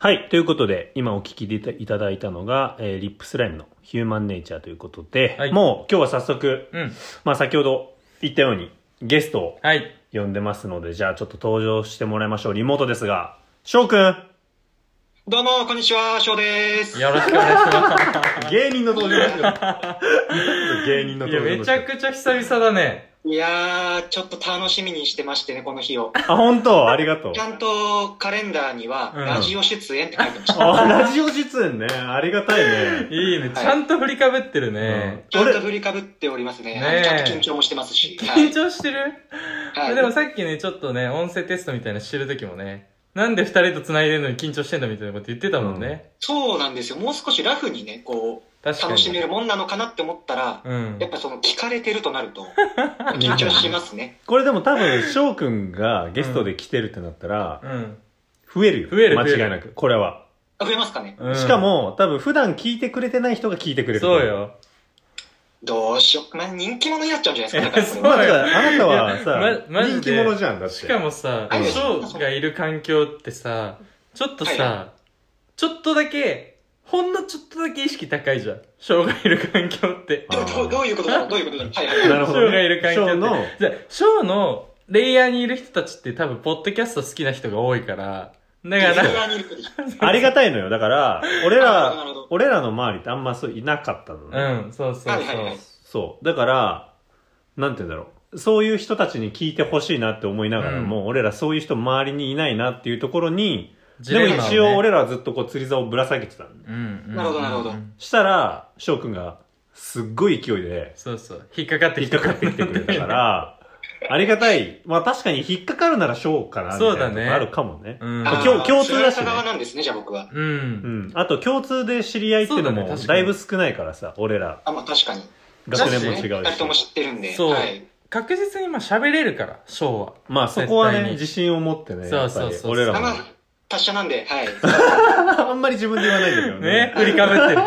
はいということで今お聴きいただいたのが、えーリップスライムの「ヒューマンネイチャーということで、
はい
もう今日は早速、
うん
まあ、先ほど言ったようにゲストを
はい
呼んでますのでじゃあちょっと登場してもらいましょうリモートですが翔くん
どうも、こんにちは、翔です。
よろしくお願いしま
芸人の登場で すよ芸人の
すい
登
や
場ですよ
めちゃくちゃ久々だね
いやー、ちょっと楽しみにしてましてね、この日を。
あ本当ありがとう
ちゃんとカレンダーには、
うん
ラジオ出演って書いてました。
あ、ラジオ出演ね。ありがたいね。
いいね
い
ちゃんと振りかぶってるね、
ちゃんと振りかぶっておりますね。
ね
はいちゃんと緊張もしてますし。
緊張してる、
はい。
で
は
も
い、
さっきねちょっとね音声テストみたいなのしてる時もねなんで2人と繋いでるのに緊張してんだみたいなこと言ってたもんね、
そうなんですよ。もう少しラフにね、こ
確
う、
かに
楽しめるもんなのかなって思ったら、
うん
やっぱその、聞かれてるとなると、緊張しますね。
これでも多分、翔くんがゲストで来てるってなったら、
うん
増えるよ。
増える増える
間違いなく。これは。
あ増えますかね
うん
しかも、多分普段聞いてくれてない人が聞いてくれる。
そう。よ
どうしよう。まあ、人気者になっちゃうんじゃないですか。だからこれ
ま
そ
は
あ、だ からあなたはい
や
さ、
まマジ
人気
で
者じゃん。だって。
しかもさ
はい、
ショーがいる環境ってさ、ちょっとさ、ちょっとだけ、ほんのちょっとだけ意識高いじゃん。ショーがいる環境って。
どうどうどういうことだろうどういうことだろうはいはい。
なるほど、
ショ
ね。
ーがいる環境って
ショーの、
じゃあショーのレイヤーにいる人たちって多分、ポッドキャスト好きな人が多いから、だか
リス
ら、
ナーにいることです
ありがたいのよ。だから、俺
なるほどなる
ら
ほど、
俺らの周りってあんまそういなかったのね。
うん、そうそう
はいはいは
そ。
いう
そう。だから、なんて言うんだろう。そういう人たちに聞いてほしいなって思いながらも、俺らそういう人周りにいないなっていうところに、
ジ
で
レン
も
マをね
一応、俺らはずっとこう釣り竿をぶら下げてたんで。
うんうん
なるほどなるほど
うん
したら、翔くんがすっごい勢いで
そうそう。引っかかって
引っ
き
か
た
かってきてくれたか。ら、ありがたい。まあ確かに引っかかるならショーかな、みたい
そうだ
な
ね
とこあるかもね。
うん
まあ今日共通だしね
それは佐川なんですね、じゃあ僕は。
う。
うんん。あと共通で知り合いっていうの
そうだね
も
確か
だ
に
いぶ少ないからさ、俺ら。
あ、まあ確かに。
学年も
そうです
違う
ね二人とも
し。
知ってるんで。
そう
はい。
確実にまあ喋れるから、ショーは。
まあそこは
絶
ね
対、に
自信を持ってね。
そうそうそう
やっぱり俺
あま
ら
あ
も。、
達者なんで、はい。
あんまり自分で言わないんだけど
ね
ね。
振りかぶってる。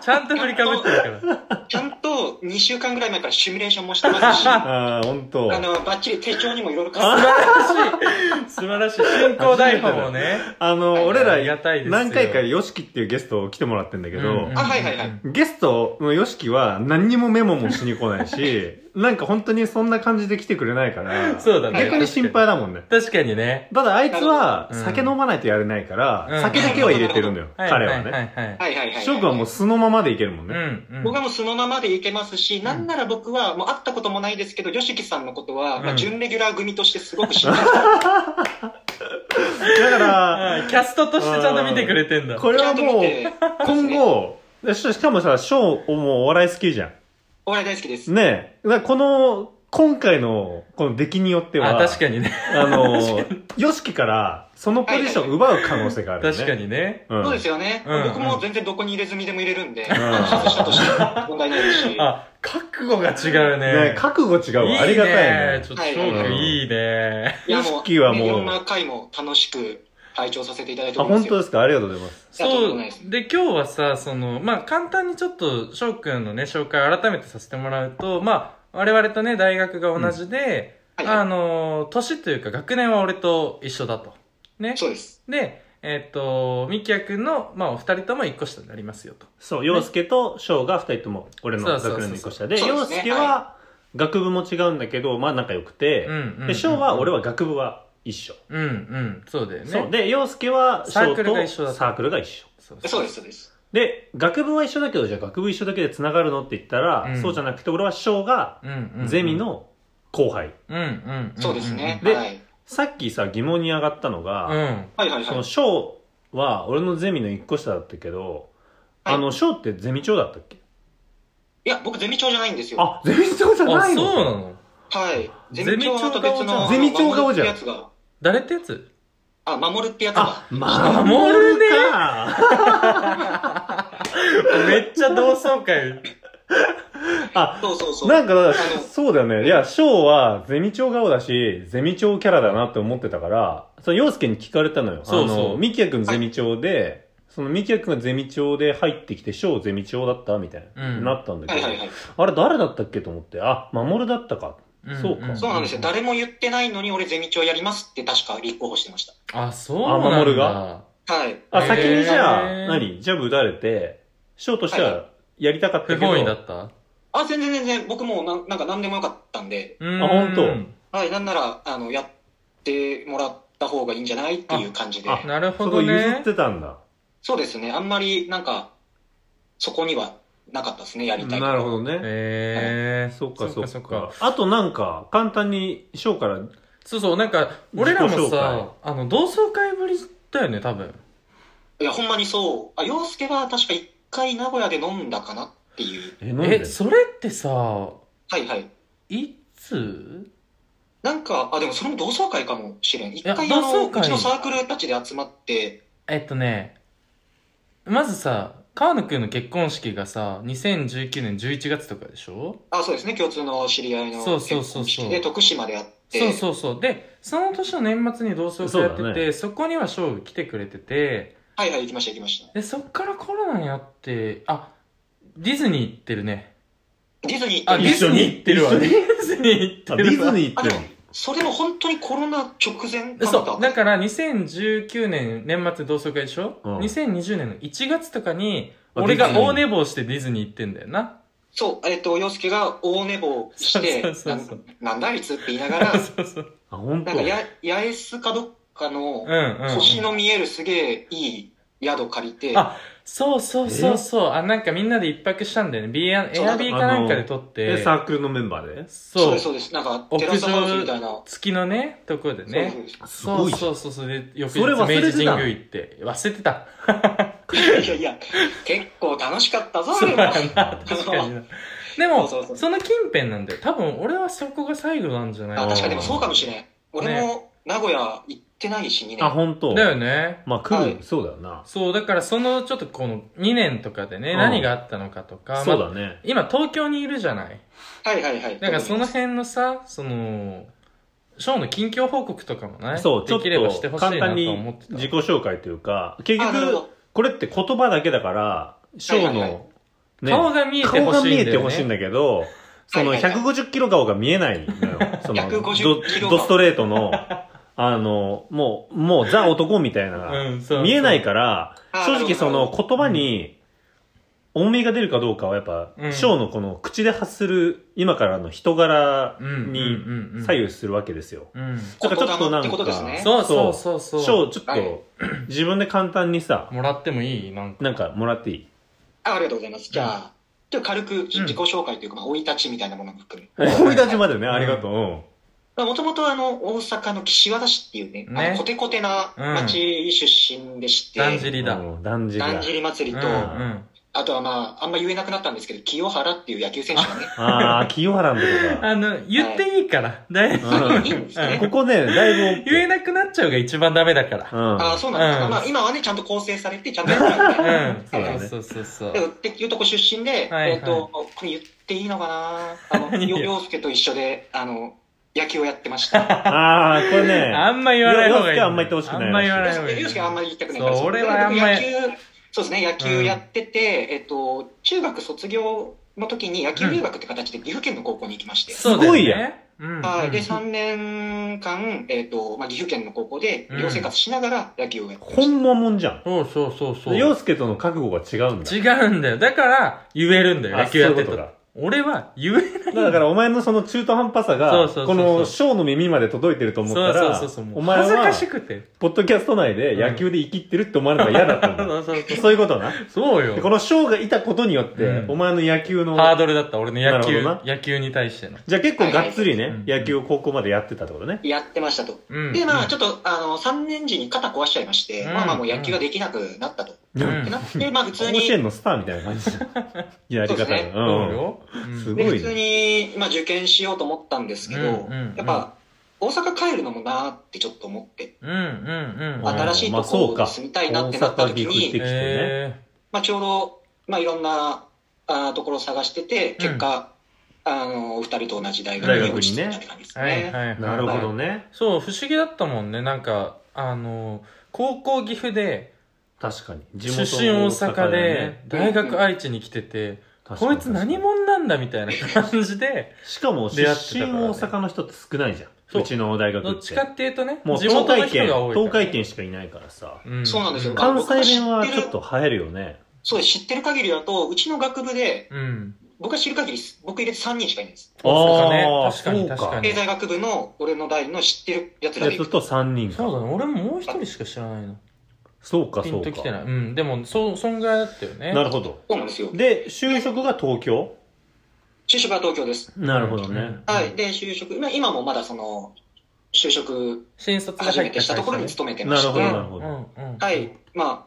ちゃんと振りかぶってるから。
ちゃんと2週間ぐらい前からシミュレーションもしてますし、あ
ああ、ほんと。
の、バッチリ手帳にもいろいろ書いて
素晴らしい。素晴らしい。進行台本をね。
あの、俺
ありが
ら
たいですよ
何回かヨシキっていうゲスト来てもらってんだけど、
うん
あはいはいはい。
ゲストのヨシキは何にもメモもしに来ないし、 なんか本当にそんな感じで来てくれないから、
そうだね。
逆に心配だもんね。
確かにね。
ただあいつは
うん
酒飲まないとやれないから、
うん
酒だけは入れてるんだよ、
はい
彼は
は
ね。
いはいはい。
はいはいはい。
ショー君はもう素のままでいけるもん
う
ね。
んうん。
僕はもうそのままでいけますし、なんなら僕はもう会ったこともないですけど、ヨシキさんのことは、ま
う
あ、
ん
準レギュラー組としてすごく知ってる。
だから、
あキャストとしてちゃんと見てくれてんだ。
これ
ちゃ
は
んと見
もう、
て、
今後、ししかもさ、ショーもうお笑い好きじゃん。
お笑い大好きです。
ねえ。だからこの、今回の、この出来によっては、
あ、確かにね。
あ の、ヨシキから、そのポジションを奪う可能性があるよね。
確かにね。
うん。
そうですよね、
うん
僕も全然どこに入れ墨でも入れるんで、
ん
外したとしても問題ないですし。
あ、覚悟が違うね
ね。覚悟違うわ。ありがたいね
ちょ。っと、翔くんいいね。
いや
ヨシキはもう
いろんな回も楽しく拝聴させていただいて
あ、
おりま
本
すよ。
当ですかありがとうございます。
いやとんで
そ
も
う
ないです。
で、今日はさ、その、まあ、簡単にちょっと、翔くんのね、紹介を改めてさせてもらうと、まあ、我々とね、大学が同じで、
はい
あの、年というか学年は俺と一緒だと。ね。
そうです。
で、えっ、と、みきやくんの、まあ、お二人とも一個下になりますよと。
そう、洋介と翔が二人とも俺の学年の一個下で、
そう
洋
そうそうそう
介は学部も違うんだけど、まあ仲良くて
う、ん、うん。
で、翔は俺
は。
は学部は一緒。
うん、うん、そうだよね。
そう。で、洋介は
サー
翔
クル
と
が一緒だった
サークルが一緒。
そう
そうです、そうです。
で、学部は一緒だけど、じゃあ学部一緒だけで繋がるのって言ったら、
うん
そうじゃなくて俺は翔が
うんうんうん
ゼミ、の後輩。
うんうんん
そうですね。
で
はい、
さっきさ、疑問に上がったの
う
が、
ん。
はいはい
そ
は
の
い。
翔は俺のゼミの一個下だったけど、
はい
あの、翔ってゼミ長だったっけ
いや、僕、ゼミ長じゃないんですよ。
あ、ゼミ長じゃ
あ、
ないの
そうなの
はい。ゼミ長と別の。
ゼミ長顔じゃん
あの守るってやつが。
誰ってやつ
あ、守るってやつが
あ。、 守るか。
めっちゃ同窓会。
あ、
そうそうそう。
なんか
あ、の
そうだよね。いや、翔はゼミ長顔だし、ゼミ長キャラだなって思ってたから、その、洋介に聞かれたのよ。
そうそう
あの、ミキヤ君ゼミ長で、その、ミキヤ君がゼミ長で入ってきて、翔ゼミ長だったみたいな、
うん
なったんだけ
は
ど、
いはいはい。
あれ誰だったっけと思って、あ、守るだったか。そうか
そうなんですよ。誰も言ってないのに、俺ゼミ長やりますって確か立候補してまし
あ、そうなんだ。
あ守が
た。はい。
あ、
へー
先にじゃあ、何ジャブ打たれて、翔としてはやりたかったけ
不
ど、
本意だったあ、
あ、全然全然、僕もうなんなんか何でもよかったんで、
ほ
本当
はい、なんなら、あの、やってもらった方がいいんじゃないっていう感じで。
あ
なるほ
そこ
ど
譲
ね
っ。てたんだ。
そうですね。あんまり、なんか、そこにはなかったですね、やりたい。
なるほどね。
えー。
そっかそっか。
そっか。
あとなんか、簡単に、ショーから、
そうそう、なんか、俺らも
自己紹
さ、あの、同窓会ぶりだよね、多分。
いや、ほんまにそう。あ、洋介は確か一回名古屋で飲んだかなっていう。
え、飲んで
え、それってさ、
はいはい。
いつ
なんか、あ、でもそれも同窓会かもしれん。一
や
回あ
同
の、
窓
う
会
ちのサークルたちで集まって、
えっとね、まずさ、川野くんの結婚式がさ、2019年11月とかでしょ
あ、そうですね、共通の知り合いの
そうそうそうそう
結婚式で徳島でやって、
そうそうそう。で、その年の年末に同窓会やって
そうだ
て、
ね
そこには翔が来てくれてて、
はいはい、行きました行きまし
で、そっからコロナになって、あ、ディズニー行ってるね。
た。ディズニー行
あ、
って
ディ
る
ズニー行ってるわ。
一緒
デ
に
ィズニー行って
あ
る
デ
わ。
ィズニー行ってるの
それも本当にコロナ直前だった
そう。だから2019年年末同窓会でしょ、
うん
?2020 年の1月とかに、
あ
俺
ディ
が
ズニー
大寝坊してディズニー行ってんだよな。
そう、えっと、洋介が大寝坊し て、
そうそうそうそう
ななんだあいつって言いながら、
そうそう。
あ、本当
なんかや、八重洲かどっかの
うんうん、うん。
星の見えるすげえいい宿借りて、
あそうそうそうそう。あ、なんかみんなで一泊したんだよね。ビエア
そう
エアビーかなんかで撮って。
え、サークルのメンバーで
そう
そ
で
う
す、。そうです。なんか、
屋
テラスハウスみたい
上
な。
付きのね、ところで
そ
ね。
うそ
す
そ
ご
う
いじゃ
そう
ん。
そうそう。で、翌日
それ忘れてた
明治神宮行って。忘れてた。
うそういやいや、結構楽しかったぞ、あ
そ
れ
うだ
は。
な。確かにな。でも、
そうそうそう
その近辺なんだよ。多分、俺はそこが最後なんじゃない
あ、確かにでもそうかもしれん。俺も名古屋行ってないし、2
あ、
年。
本当。
だよね。
まあ、来る、
はい
そうだよな。
そう、だからそのちょっとこの2年とかでね、
うん
何があったのかとか、
そう
まあ
だね。
今東京にいるじゃない。
はいはいはい。
だからその辺のさ、その、ショーの近況報告とかもね、
そう、ちょ
できればし
ってと
ほしい
簡
な
単
と
に
思ってた。
自己紹介というか、結
あ、なる
局、
ほど。
これって言葉だけだから、ショー
はいはいは
の、
顔が見えて
顔
ほしい
が
んだよ、ね。
見えてほしいんだけど、その
はいはいはい
150キロ顔が見えないの よ。その
150キロ
ド
顔
ドストレートの、あの、もう、もうザ男みたいな、
うん、そうそう
見えないから、
あ
正直そ
なる
の言葉に、音名が出るかどうかはやっぱ、
うん
ショーのこの口で発する今からの人柄
うん
に
うんうんうん
左右するわけですよ。
うん。
だからちょっとなん
言霊ってことです
か、
ね
そうそうそうそう。
ショーちょっと、
はい
自分で簡単にさ、
もらってもいいなんか。
なんかもらっていい
あありがとうございます。じゃあ、ちょっと軽く自己紹介というか、まあ、生い立ちみたいなものも含め。
思い立ちまでね、ありがとう。うん
もともとあの、大阪の岸和田市っていうね、
ね
あのコテコテな町出身でして、
だんじりだ。うん
うんだんじり
だ
だ
んじ。り祭りと、
うんうん
あとはまあ、あんま言えなくなったんですけど、清原っていう野球選手がね、
ああ、清原のとこだ。
あの、言っていいから。だいぶ
うん
いいんですね。
ここね、だいぶ、
言えなくなっちゃうが一番ダメだから。
うん。
ああ、そうなんですか。
うん
まあ、今はね、ちゃんと構成されて、ちゃんとやってるん
う
で。
ん。
そうだね
そうそうそう
で
そう。
もっていうとこ出身で、
はいはい
えっ、と、これ言っていいのかなあの、
いいよ
よ、ようすけと一緒で、あの、野球をやってました。
あ あ、これね、
あんま言わない方がいい。
洋介はあんま言ってほしくない
あんま言わ
よ
な
う
い方
す
がい
け
い。
ようすけあんまり言いたくないから。
そう俺はあんまり
野球、そうですね、野球やってて、えっ、と、中学卒業の時に野球留学って形で岐阜県の高校に行きまして。
そうだよ
すごいや
ね。うん。
はい。で、3年間、えっ、と、まあ、岐阜県の高校で、寮生活しながら野球をやってました。
本物もんじゃ
そうそうそうそ
ん。
う。
洋介との覚悟が違うんだ。
違うんだよ。だから、言えるんだよ。
あ
野球やって
そ
た
ういうこ
ら。
と
俺は言えない。
かだから、お前のその中途半端さ
そう
が、
そうそう
このショーの耳まで届いてると思った
そうそう
ら
そうそう。も、う
お前
恥ず
は
か、しくて。
ポッドキャスト内で野球で生きってるって思われたら嫌だったん
そ
だ。
うそうそう。
そういうことな。
そう
でこ
よ。
のショーがいたことによって、
うん
お前の野球の、
ハードルだった。俺の野球、
なるほ
野球に対しての。
じゃあ結構がっつりね、
はいはい
野球を高校までやってたってことね。
やってましたと。
うん。
で、まあ、
うん
ちょっと、あの、3年時に肩壊しちゃいまして、
うん
まあまあもう野球ができなくなったと。
うん
ってなって、まあ普
甲
通に、
子園のスターみたいな感じじゃん やり
そうで
方
す
が。
ね
う
そ
ん
うよ。うん
すごい
で、
ね
普通に、まあ受験しようと思ったんですけど、
うんうん
やっぱ、大阪帰るのもなーってちょっと思って、
うんうんうん。
あ
新しい
ま
と
あそう
こ
か
ろに住みたいなってなった時
大阪に行くってき
に、
てね
え
まあちょうど、まあいろんな、あーところを探してて、結果、あの、お二人と同じ大学に落ちてたって感じです
ーはい
ね。
はいはい。
なるほどね。
そう、不思議だったもんね。なんか、あの、高校岐阜で、
確かに。地
出身大阪
だよ
で
ね、
大学愛知に来てて、
確か
こ
に
いつ何者なんだみたいな感じ で、
しかも、出
出会ってた
身
からね
大阪の人って少ないじゃん。
そう
うちの大学
ど
っ
っち
て
か。っていうとね、
もう
地
東
元の
海
人
圏、
が多いから。
東海圏しかいないからさ。
うん
そうなんですよ
関西弁はちょっと流行るよね。
そうです。知ってる限りだと、うちの学部で、
うん。
僕が知る限り、僕入れて3人しかいないです。
大阪ね。
あー
確かに
そう
確
か
かに
経。済学部の俺の代の知ってるやつら
や
で
つと3人
そう
か。
だね。俺ももう一人しか知らないの。
そうか、
ピ
そ
ン
う
ときてな
か。
い。うん。でも、そ、そんぐらいだったよね。
なるほど。
そうなんですよ。
で、就職が東京
就職は東京です。
なるほどね。
はい。で、就職、今今もまだその、就職
新卒で
初
入
め
ってた
したところに
会社
勤めてま
なる
し
ほど、
て、
な
は
るほ
ね
ど。
うんうん。
い。ま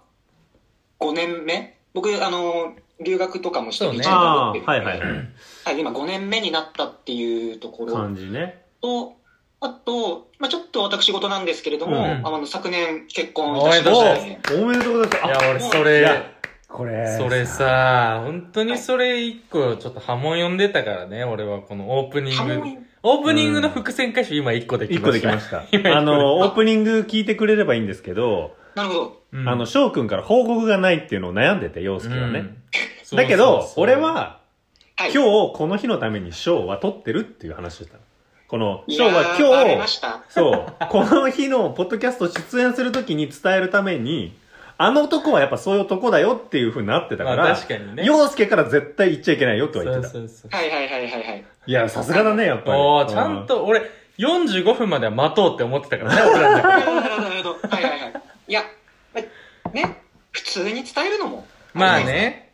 あ、5年目僕、あの、留学とかもして
そうね
1年
ああ、
間
はいはい。
はい。今5年目になったっていうところ
感じね。
と、あと、まあちょっと私事なんですけれど
うん
も、あの、昨年結婚いたしましたね。
おめでとうござい
い
ま
や、俺、
す。
そ
あい
れ
や、これ
それさ、本当にそれ一個ちょっと波紋読んでたからね、俺はこのオープニ
ハ
ン
モ
グ。
ン
オープニングの伏線回収今一個できま
一
した。
個でき ました
今一個で。
あの、オープニング聞いてくれればいいんですけど、
なるほど。
うん
あの、、翔くんから報告がないっていうのを悩んでて、洋介は
う
ね。
ん。
だ
そ
け
う
ど
そう、そう
俺、は、
はい。
今日この日のために翔は撮ってるっていう話をしたの。この、
い
翔
やー
は
バレ
今
ま
日、
した。
そう、この日のポッドキャスト出演するときに伝えるために、あの男はやっぱそういう男だよっていう風になってた
ま
か
あ
ら
確、かにね。
洋介から絶対言っちゃいけないよとは言ってた。
そうそうそう。
はいはいはいはいはい。
いや、さすがだね、やっぱり。
おー、ちゃんと、俺、45分までは待とうって思ってた からね、俺らの中で
なるほど、なるほど、なるほど。はいはいはい。いや、まね、普通に伝えるのも。
まあ。ね。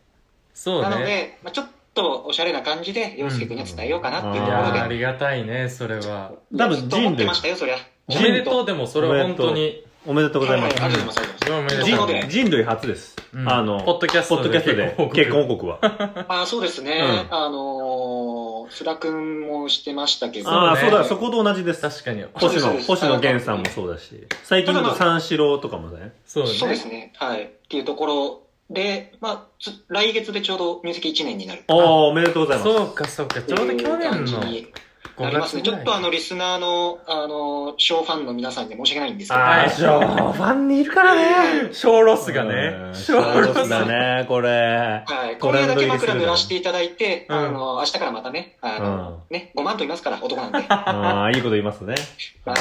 そう
なの
ね。
で、まあ、ちょっとおしゃれな感感じで、洋介君には伝えようかなって
い
い
や
うところ
ーあ
で。
りがたいね、それは。
多
ず
分
っと思
人
って
類
ま、したよ、そりゃ。
おめでとうでもそれは本当に
おめでとうございま
は
す
いありがとうございます。
どうもおめでとう
とこ
ご
ろ
ざい
で
人、人類初です、
うん
あの
ポッドキャストで
ポッドキャストで結
結婚
婚報告は
あそうですね。あのー、須田くんもしてましたけど。
ああ
ね
そうだそこと同じです
ます。確かに。
星
そう
野
です
星野源さんもそうだし最近だと三四郎とかもね
そう
そう
だ
で
ね
す。ね。はい。っていうところで、まあ、つ来月でちょうど入籍1年になる。
ああおめでとうございます
そうか、そうか。ちょうど去年の
いう感じにな
5
りま
月
すね。
ぐ
ちょ
ら
っ
い
とあの、リスナーの、あの、小ファンの皆さんに申し訳ないんですけど。
あ
は
あ
い
しょファンにいるからね
小ロスがね。
小ロスだ
ね。
ねこれ
はい、
ト
こ
レ
れ
ンド入
だけ
りする
枕
ね
濡らしていただいて、
うん
あの、明日からまたね、あの、ね、5万といますから、男なんで、はい、
ああいいこと言います
い
ね
いた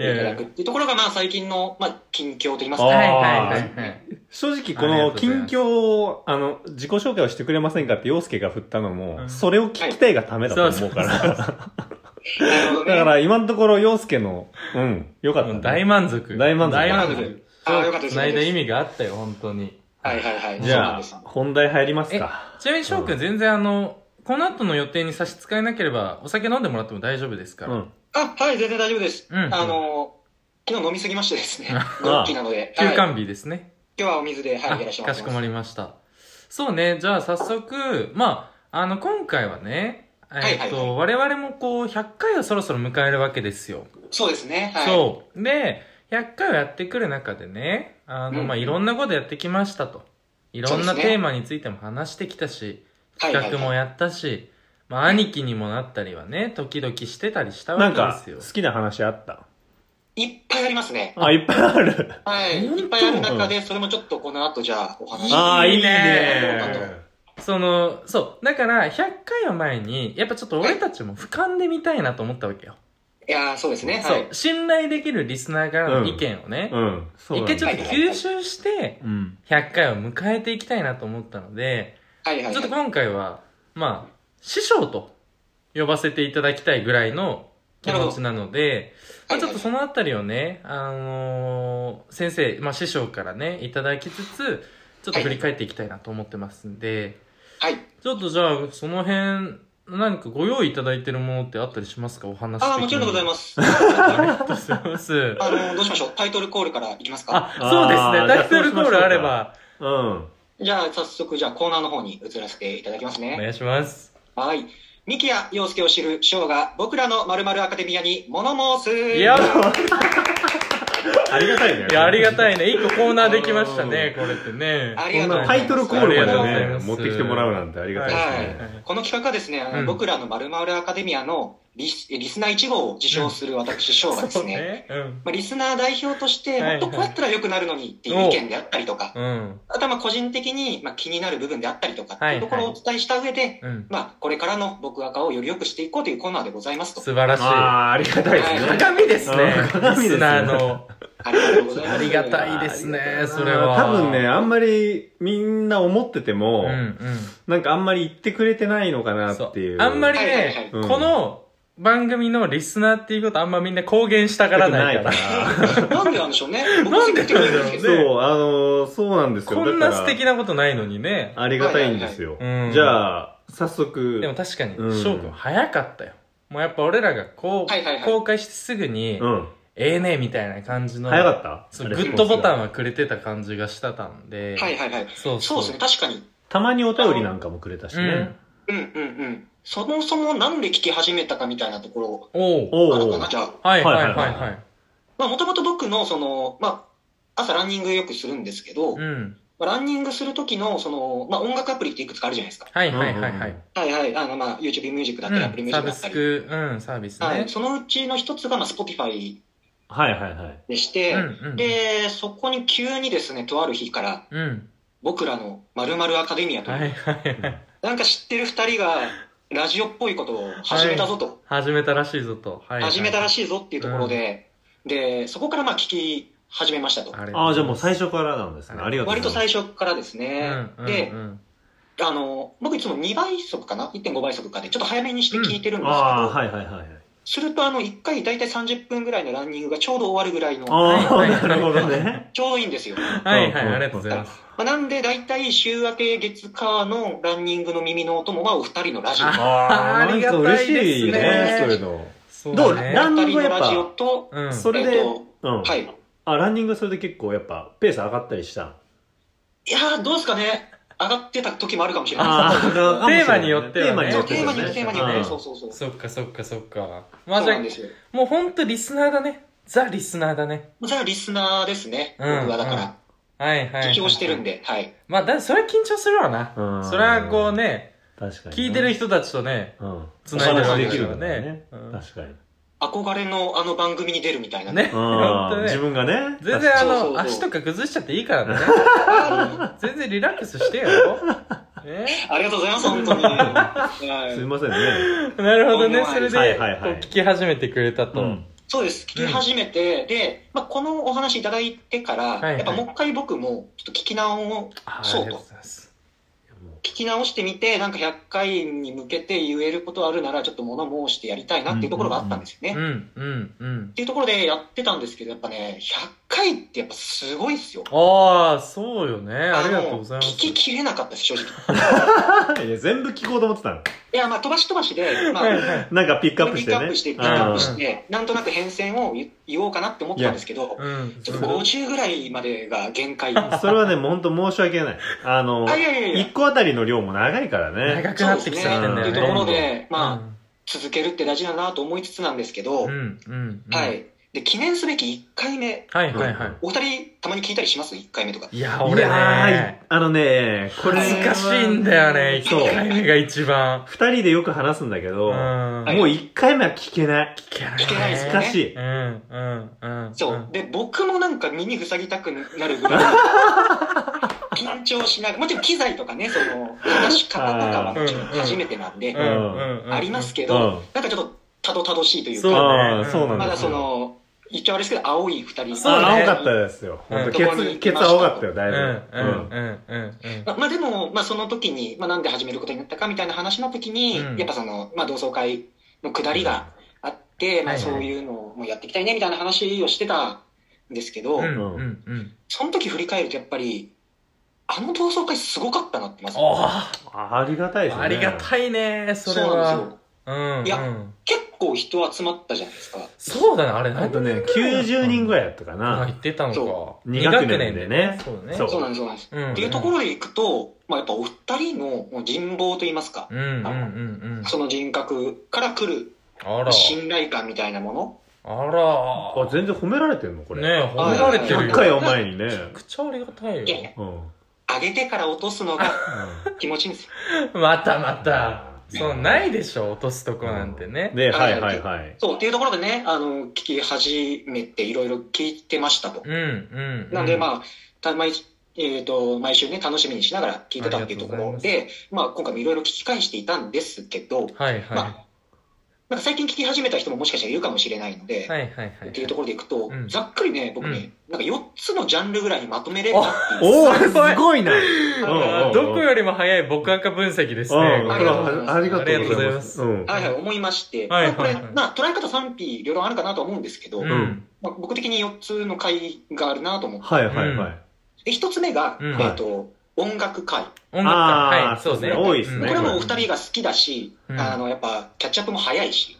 や
だ
い
くっ
や
ていうところが、まあ、最近の、まあ、近況といいます
あ
は
か、
い
はい、
はいはいはい。
正直こ
ありがとう
の
ござい
近
ます
況をあの自己紹介をしてくれませんかって陽介が振ったのも、
うん
それを聞きたいがためだと思うから、
はい
なるほど
だか
ね。
ら今のところ陽介のうんよかった、
も
ね、
う大満足。
大満足
大満足。
ああ、よかったです。
繋いだ意
味。
味があったよ、本当に。
はいはいはい。
じゃあ
そうなんで
本題入りますか
ちなみに翔くん、全然あの、この後の予定に差し支えなければ、お酒飲んでもらっても大丈夫ですか
う
ら。
ん
す。あ、はい、全然大丈夫です。
うん
あの、昨日飲みすぎましてですね、ゴッキーなので、はい
休
今
館日ですね。
日はお水で、はい、
あ
やらせても
か
らっ
してこ
ます
ま。りました。そうね、じゃあ早速、まあ、あの、今回はね、
い
えっ
はい
と、我々もこう、100回をそろそろ迎えるわけですよ。
そうですね、はい。
そう。で、100回をやってくる中でね、あの、
うん
まあ、いろんなことやってきましたと。いろん
そ
な
うですね
テーマについても話してきたし、
はいはいはい
企画もやったし、まあ、兄貴にもなったりはね、時々してたりした
な
わ
ん
け
か
ですよ
好。きな話あった
いっぱいありますね。
あいっぱいある
はい。
本当
いっぱいある中で、それもちょっとこの後、じゃあ、お話し
ああいい
いいね
ね
その、そう。だから、100回を前に、やっぱちょっと俺たちも俯瞰で見たいなと思ったわけよ。
いやーそうですね。
そ。。
はいう
信頼できるリスナーからの意見をね、
うんそう
一
だ
回
ね
ちょっと吸収して、
うん
100回を迎えていきたいなと思ったので、
はいはい
ちょっと
はい。
今回は、まあ、師匠と呼ばせていただきたいぐらいの気持ちなので、まあ、ちょっとそのあたりをね、あのー先生、まあ師匠からね、いただきつつ、ちょっと振り返っていきたいなと思ってますんで、
はい。
ちょっとじゃあ、その辺、何かご用意いただいてるものってあったりしますかお話的に。
ああ、もちろんでございますす。
あり
あ
がとうございます。
の、どうしましょう。タイトルコールからいきますか。
あ、そうです
あー
ね。タイトルコールあれば、
うん
じゃあ、早速、じゃあコーナーの方に移らせていただきます
お
ね。
願いします。
はい。三木屋洋介を知る翔が、僕らの〇〇アカデミアに物申す。
いや、
ありがたいね
いや、ありがたいね。一個コーナーできましたね、これってね。
あり
こ
が
ん
と
な
う
タ
ござい
イ
ます
トルコール
ありがと
ま
うござい
でね
ます
持ってきてもらうなんてありがたいですね、
はい
この企画はですね、あの
うん
僕らの〇〇アカデミアのリスリスナー1号を受賞する私、翔がで
そ
す
う
ね、
ね。うん。
まあ、リスナー代表として、
はいは
もっ
い
とこうやったら良くなるのにっていう意見であったりとか、
うん。
あとはまあ個人的にまあ気になる部分であったりとかって
はいいう
ところをお伝えした上で、
うん。
まあ、これからの僕赤をより良くしていこうというコーナーでございますと。
素晴らしい。
ああーありがたいですね
鏡ですね
あ。鏡
リ
ですね
スナーの。
ありがとうございます。
ありがたいですね、それは。
多分ね、あんまりみんな思ってて
う
も、
んうん。
なんかあんまり言ってくれてないのかな
そ
っていう。
あんまり
はいはいは
ね
い、
うん
この番組のリスナーっていうことあんまみんな公言したがらないから。
なんでなんでしょうね。
なんでなんだろうね
僕
そう、あのーそうなんですよ。
こんな
だか
素
ら
敵なことないのにね。
ありがたいんですよ。
はいはいはいうん
じゃあ、早
でも
速、
確かに
うん、
翔くん早かったよ。もうやっぱ俺らがこ
はいはいは
う、
い
公開してすぐに
う、ん。
ええねみたいな感じの、
早かった
そうグッドボタン
ン。
はくれてた感じがしてたんで、
はいはいはい。
そう
そうですね、確かに。
たまにお便りなんかもくれたしね。
うんうんうん。そもそもなんで聞き始めたかみたいなとこ
おう
お
ろから
お
かな、じゃあ。
はいはいはい
はいはい
は。
はい
まあ、もともと僕の、その、まあ、朝ランニングよくするんですけど、ま
うん。
あランニングする時の、その、まあ、音楽アプリっていくつかあるじゃないですか。
はいはいはいはい。
はいはい。あの、まあ、YouTube ミュージックだ
サ
ったり、Apple ミュージ
ービ
ックだっ
ス
たり。
ク、うん、サービス
は
ね
い。。そのうちの一つが、まあ、Spotify
はいはいはい。
でし
う
て、
ん
で、そこに急にですね、とある日から、
うん。うん。
僕らの〇〇アカデミアという、
はいはい はい。
なんか知ってる二人が、ラジオっぽいことを始めたぞと、
始めたらしいぞと。はい。
始めたら
い。
しいぞっていうところで、で、そこからまあ聞き始めましたと。
あれ
ああ、じゃあもう最初からなんですね。ありがとう
割
ご
と
ざい
最初からですね。
うん
で
う、ん
あの、僕いつも2倍速かな ?1.5 倍速かで、ちょっと早めにして聞いてるん
うん。
ですけど、
ああ、はいはいはいはい。
するとあの、1回大体30分ぐらいのランニングがちょうど終わるぐらいの、
あ
はい
あ、なるほど ね。
ちょうどいいんですよ。ま
うん。は
う
い
ん
はい、
うん
ありがとうございます。
あ、なんで大体週明け月火のランニングの耳のお供はお二人のラジオ。
あ
あ
あ
あ、
り
なん
が
か
た
嬉
いです
しい
ね
ね、そういうの。
そう
どう
だね
ラン
お二人のラジオと、
うん。
それ
えっ
で、
と
うん。
はい。
あ、ランニングそれで結構やっぱペース上がったりしたん
いやー、どうですかね。上がってた時もあるかもしれない
あー上が
テーマによってはね
テーマ
で
によっては
す。そうテーマに、テーマには
うん
ね、そうそうそう。
そっかそっかそっか。ま
そ
あ
う
じゃ
な
あ
んで、すよ。
もうほんとリスナーだね。ザ・リスナーだね。
ザ・リスナーですね。
う
僕
ん
はだから、
はいはい、はい。
緊張してるん。で、はい。
まあ、だそれは緊張するわな。
うん
それはこうね、
確かにね。
聞いてる人たちとね、
うん。
つないでるわけ
お話
だか
できる
ら
んだよ
ね
ね。。確かに。
憧れのあの番組に出るみたいな。
うん、ね、ほん
う
と
ん。
ね
自。分がね。
全然あの
そうそうそう
足とか崩しちゃっていいからね。
あ
全然リラックス してよ。ね、
ーありがとうござ います、本当に。は
すい
い
ませんね。
なるほどね。それで、
はいはいはい
こう聞き始めてくれたと。
うん。
そうです。聞き始めて、で、まあ、このお話いただいてから、
いはい
やっぱもう一回僕も、ちょっと聞き直、
あー
そう
ありがとうございます。
聞き直してみて、なんか100回に向けて言えることあるなら、ちょっと物申してやりたいなっていうところがあったんですよね。
うん、うん、うん
っ。ていうところでやってたんですけど、やっぱね、100回ってやっぱすごいですよ。
ああ、そうよね。ありがとうございま
あ
す
の。聞ききれなかったです、正直。
いや、全部聞こうと思ってたの。
いや、まあ、飛ばし飛ばしで、まあ、
は
ピ
いはい。
なんかピックアップして
ックアッ
ね。
プして、ピックアップ
う
して、なんとなく変遷を言言おうかなって思ってたんですけど、
うん。
ちょっと50ぐらいまでが限界。
ん。それはね、もう本当申し訳ない。あの、
あ、いやいやいや
一。個あたりの量も長いからね。
長くなってきちゃってんだよ
という
ね。
ところで、まあ、
あ、
続けるって大事だなと思いつつなんですけど、
うん、うん。うん
は。い。で、記念すべき1回目、
はいはいはい。
お二人、たまに聞いたりします ?1 回目とか。
いや、
い
俺
や
ね
ー、、あのね、これは
恥ずかしいんだよね。
そう
1。回目が一番。
二人でよく話すんだけ
うん。
ど、
はい
もう一回目は聞けない。
聞けない。
聞けないです
恥
ね
ずかしい。
うん、うん、うん。
そう。で、僕もなんか耳塞ぎたくなるぐらい、緊張しながら、もちろん機材とかね、その、話し方とかはもちろん初めてなんで
う、ん、うん、うん。
ありますけ
う
ど、
ん。
なんかちょっと、たどたどしいという
そう
か、
あ
だ
あ
ね。
そうなん
まだ
です
そ
よ
の、言っちゃ悪いですけど、青い二人。
そうね
あ、青かったですよ。
うん
本当ケツ、ケツ青かったよ、だ
う
い
ん、う
ぶ。
ん、うん、うん。うん
まあ、まあでも、まあ、その時に、まあ、なんで始めることになったかみたいな話の時に、
うん
やっぱその、まあ、同窓会のくだりがあって、ま
は
あ、
いはい
そういうのをもうやっていきたいねみたいな話をしてたんですけど、
うん、うん、うん。
その時振り返るとやっぱりあの同窓会すごかったなってます
あ
ありがたいです
あ、
ね。
ありがたいね、それ
うなん
は。
ですよ
うん、
いや
うん。
結構人集まったじゃないですか
そうだね、あれ、
あ
何
とね、90人ぐらいやったか
あ、
な
言っ。てたのか
そ。
二学年でね
そうだね。
そう
そうなんですそうなんです、
うん。
っていうところでいくと、まあ、やっぱお二人のもう人望といいますか、
うん、うん、うん、うん。
その人格から来る
あら、
信頼感みたいなもの
あ
あ、
ら。
全然褒められてんのこれ。
ねえ、褒められてる
100
よ。
回を前にね。
めちゃくちゃありがたい
いやい
よ
や。
うんうん。
上げてから落とすの が気持ちいいんですよ
またまた。そう、ないいでしょ、落とすとこなんてね。
ねはいはいはい。
そうっていうところでねあの聞き始めていろいろ聞いてましたと
うん、うん。
なんで、
あ、
まあ、た毎えー、と毎週ね、楽しみにしながら聞いてたっていうところ
あり
で、まあ、今回もいろいろ聞き返していたんですけど、
はいはい。
まなんか最近聞き始めた人ももしかしたらいるかもしれないので、
はいはいはい。
っていうところでいくと、
うん
ざっくりね、僕ね、なんか4つのジャンルぐらいにまとめれ
お
ばっていう。
おお
すごい
すごいな
あ
うんうんう
ー
ん
どこよりも早い僕赤分析です
うん
ね。
こ
こ
れ
れは
はありがとうございます。
あ
うん
はいはい、思いまして、
はいはい
まあこれ、
はい
まあ、捉え方賛否、両論あるかなとは思うんですけど、
うん。う
まあ、
ん。
僕的に4つの会があるなと思って、
はいはいはい。
で1つ目が、
うん
えっ、と、音楽会。
音楽
あ
家
ー
はい、そうね。
多いです
う
ね
ん
これはもうお二人が好きだし、
うん
あのやっぱキャッチアップも早いし、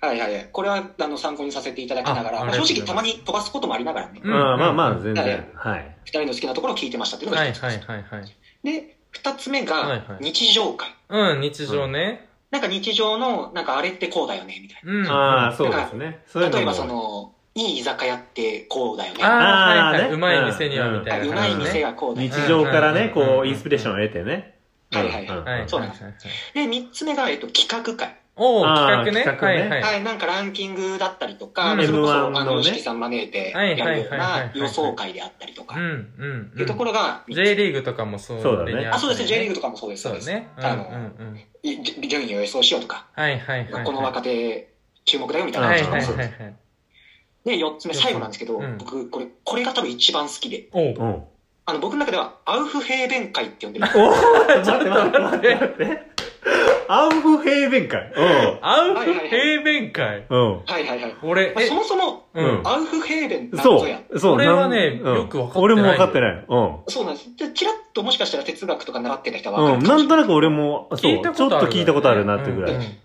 はいはいはい、これはあの参考にさせていただきながら、
あ
まあ
ありがとうござい
正直
ます
たまに飛ばすこともありながらね、
う
うんん、まあまあ、全然。はい。
二人の好きなところを聞いてましたっていうのが
はい
一つです。
はいはいはい。
で、二つ目
はい
が
はい
日常会。
うん、日常ね。
なんか日常の、なんかあれってこうだよね、みたい
うん。
ああ、
あ
そうですね。そうい
な。
うの
例えば
も
その、いい居酒屋ってこうだよね。
あー、はい
あー
は
ね
い。うまい店には
うん
みたいな。
うまい店。がこうだよ
日
ね。
常からね、
うんうんうん
こ
う
う、
ん
インスピレーションを得てね。
はいはいはい
うん
はい。
そうなんです
はいはいはい
で、三つ目が、えっと、企画会。
おお企
あー
画ね。
企画ね
はいはい。
はい、なんかランキングだったりとか、
うん
まあそれこ
M1
そ、
の
あの、
ね
しきさん招いてやるよう
はいはいはいはいは
ない予想会であったりとか、
う
っ
ん、うん。
ていうとこ
ろ。
ろが三つ
J リーグとかもそう
そうだね
あ、そうですね、J リー
グ。
グとかもそうです。
そうだね。うん、う
あ
ん
の、
うん。
いじ順位を予想しようとか、
はいはいはい。
この若手注目だよみたいな
は
感
い
じの
はいはい
そう
は
で
い。
で、4つ目、最後なんですけど、
うん
僕、これ、これが多分一番好きで、
おお
うん。お
あの、僕の中では、アウフヘーベン会って呼んでる。
待 って待って待って待って。アウフヘーベン会。
アウフヘーベン会
うん。うん。
はいはいはい。ま
俺、
あ、
え
そ、もそも、
う
うん
ん。
アウフヘーベンなん
そ
ぞや。
う。そう。
俺はね
なん
よくわかってない
俺もわかってない。う
そうなんです。で、ちらっともしかしたら哲学とか習ってた人は
ん。う
分
ん。
か
な
る
んとなく俺も、そう、
聞いた
ち
こ
ょっ
とあ
と
る。
聞いたことあるなってぐら
うん
い。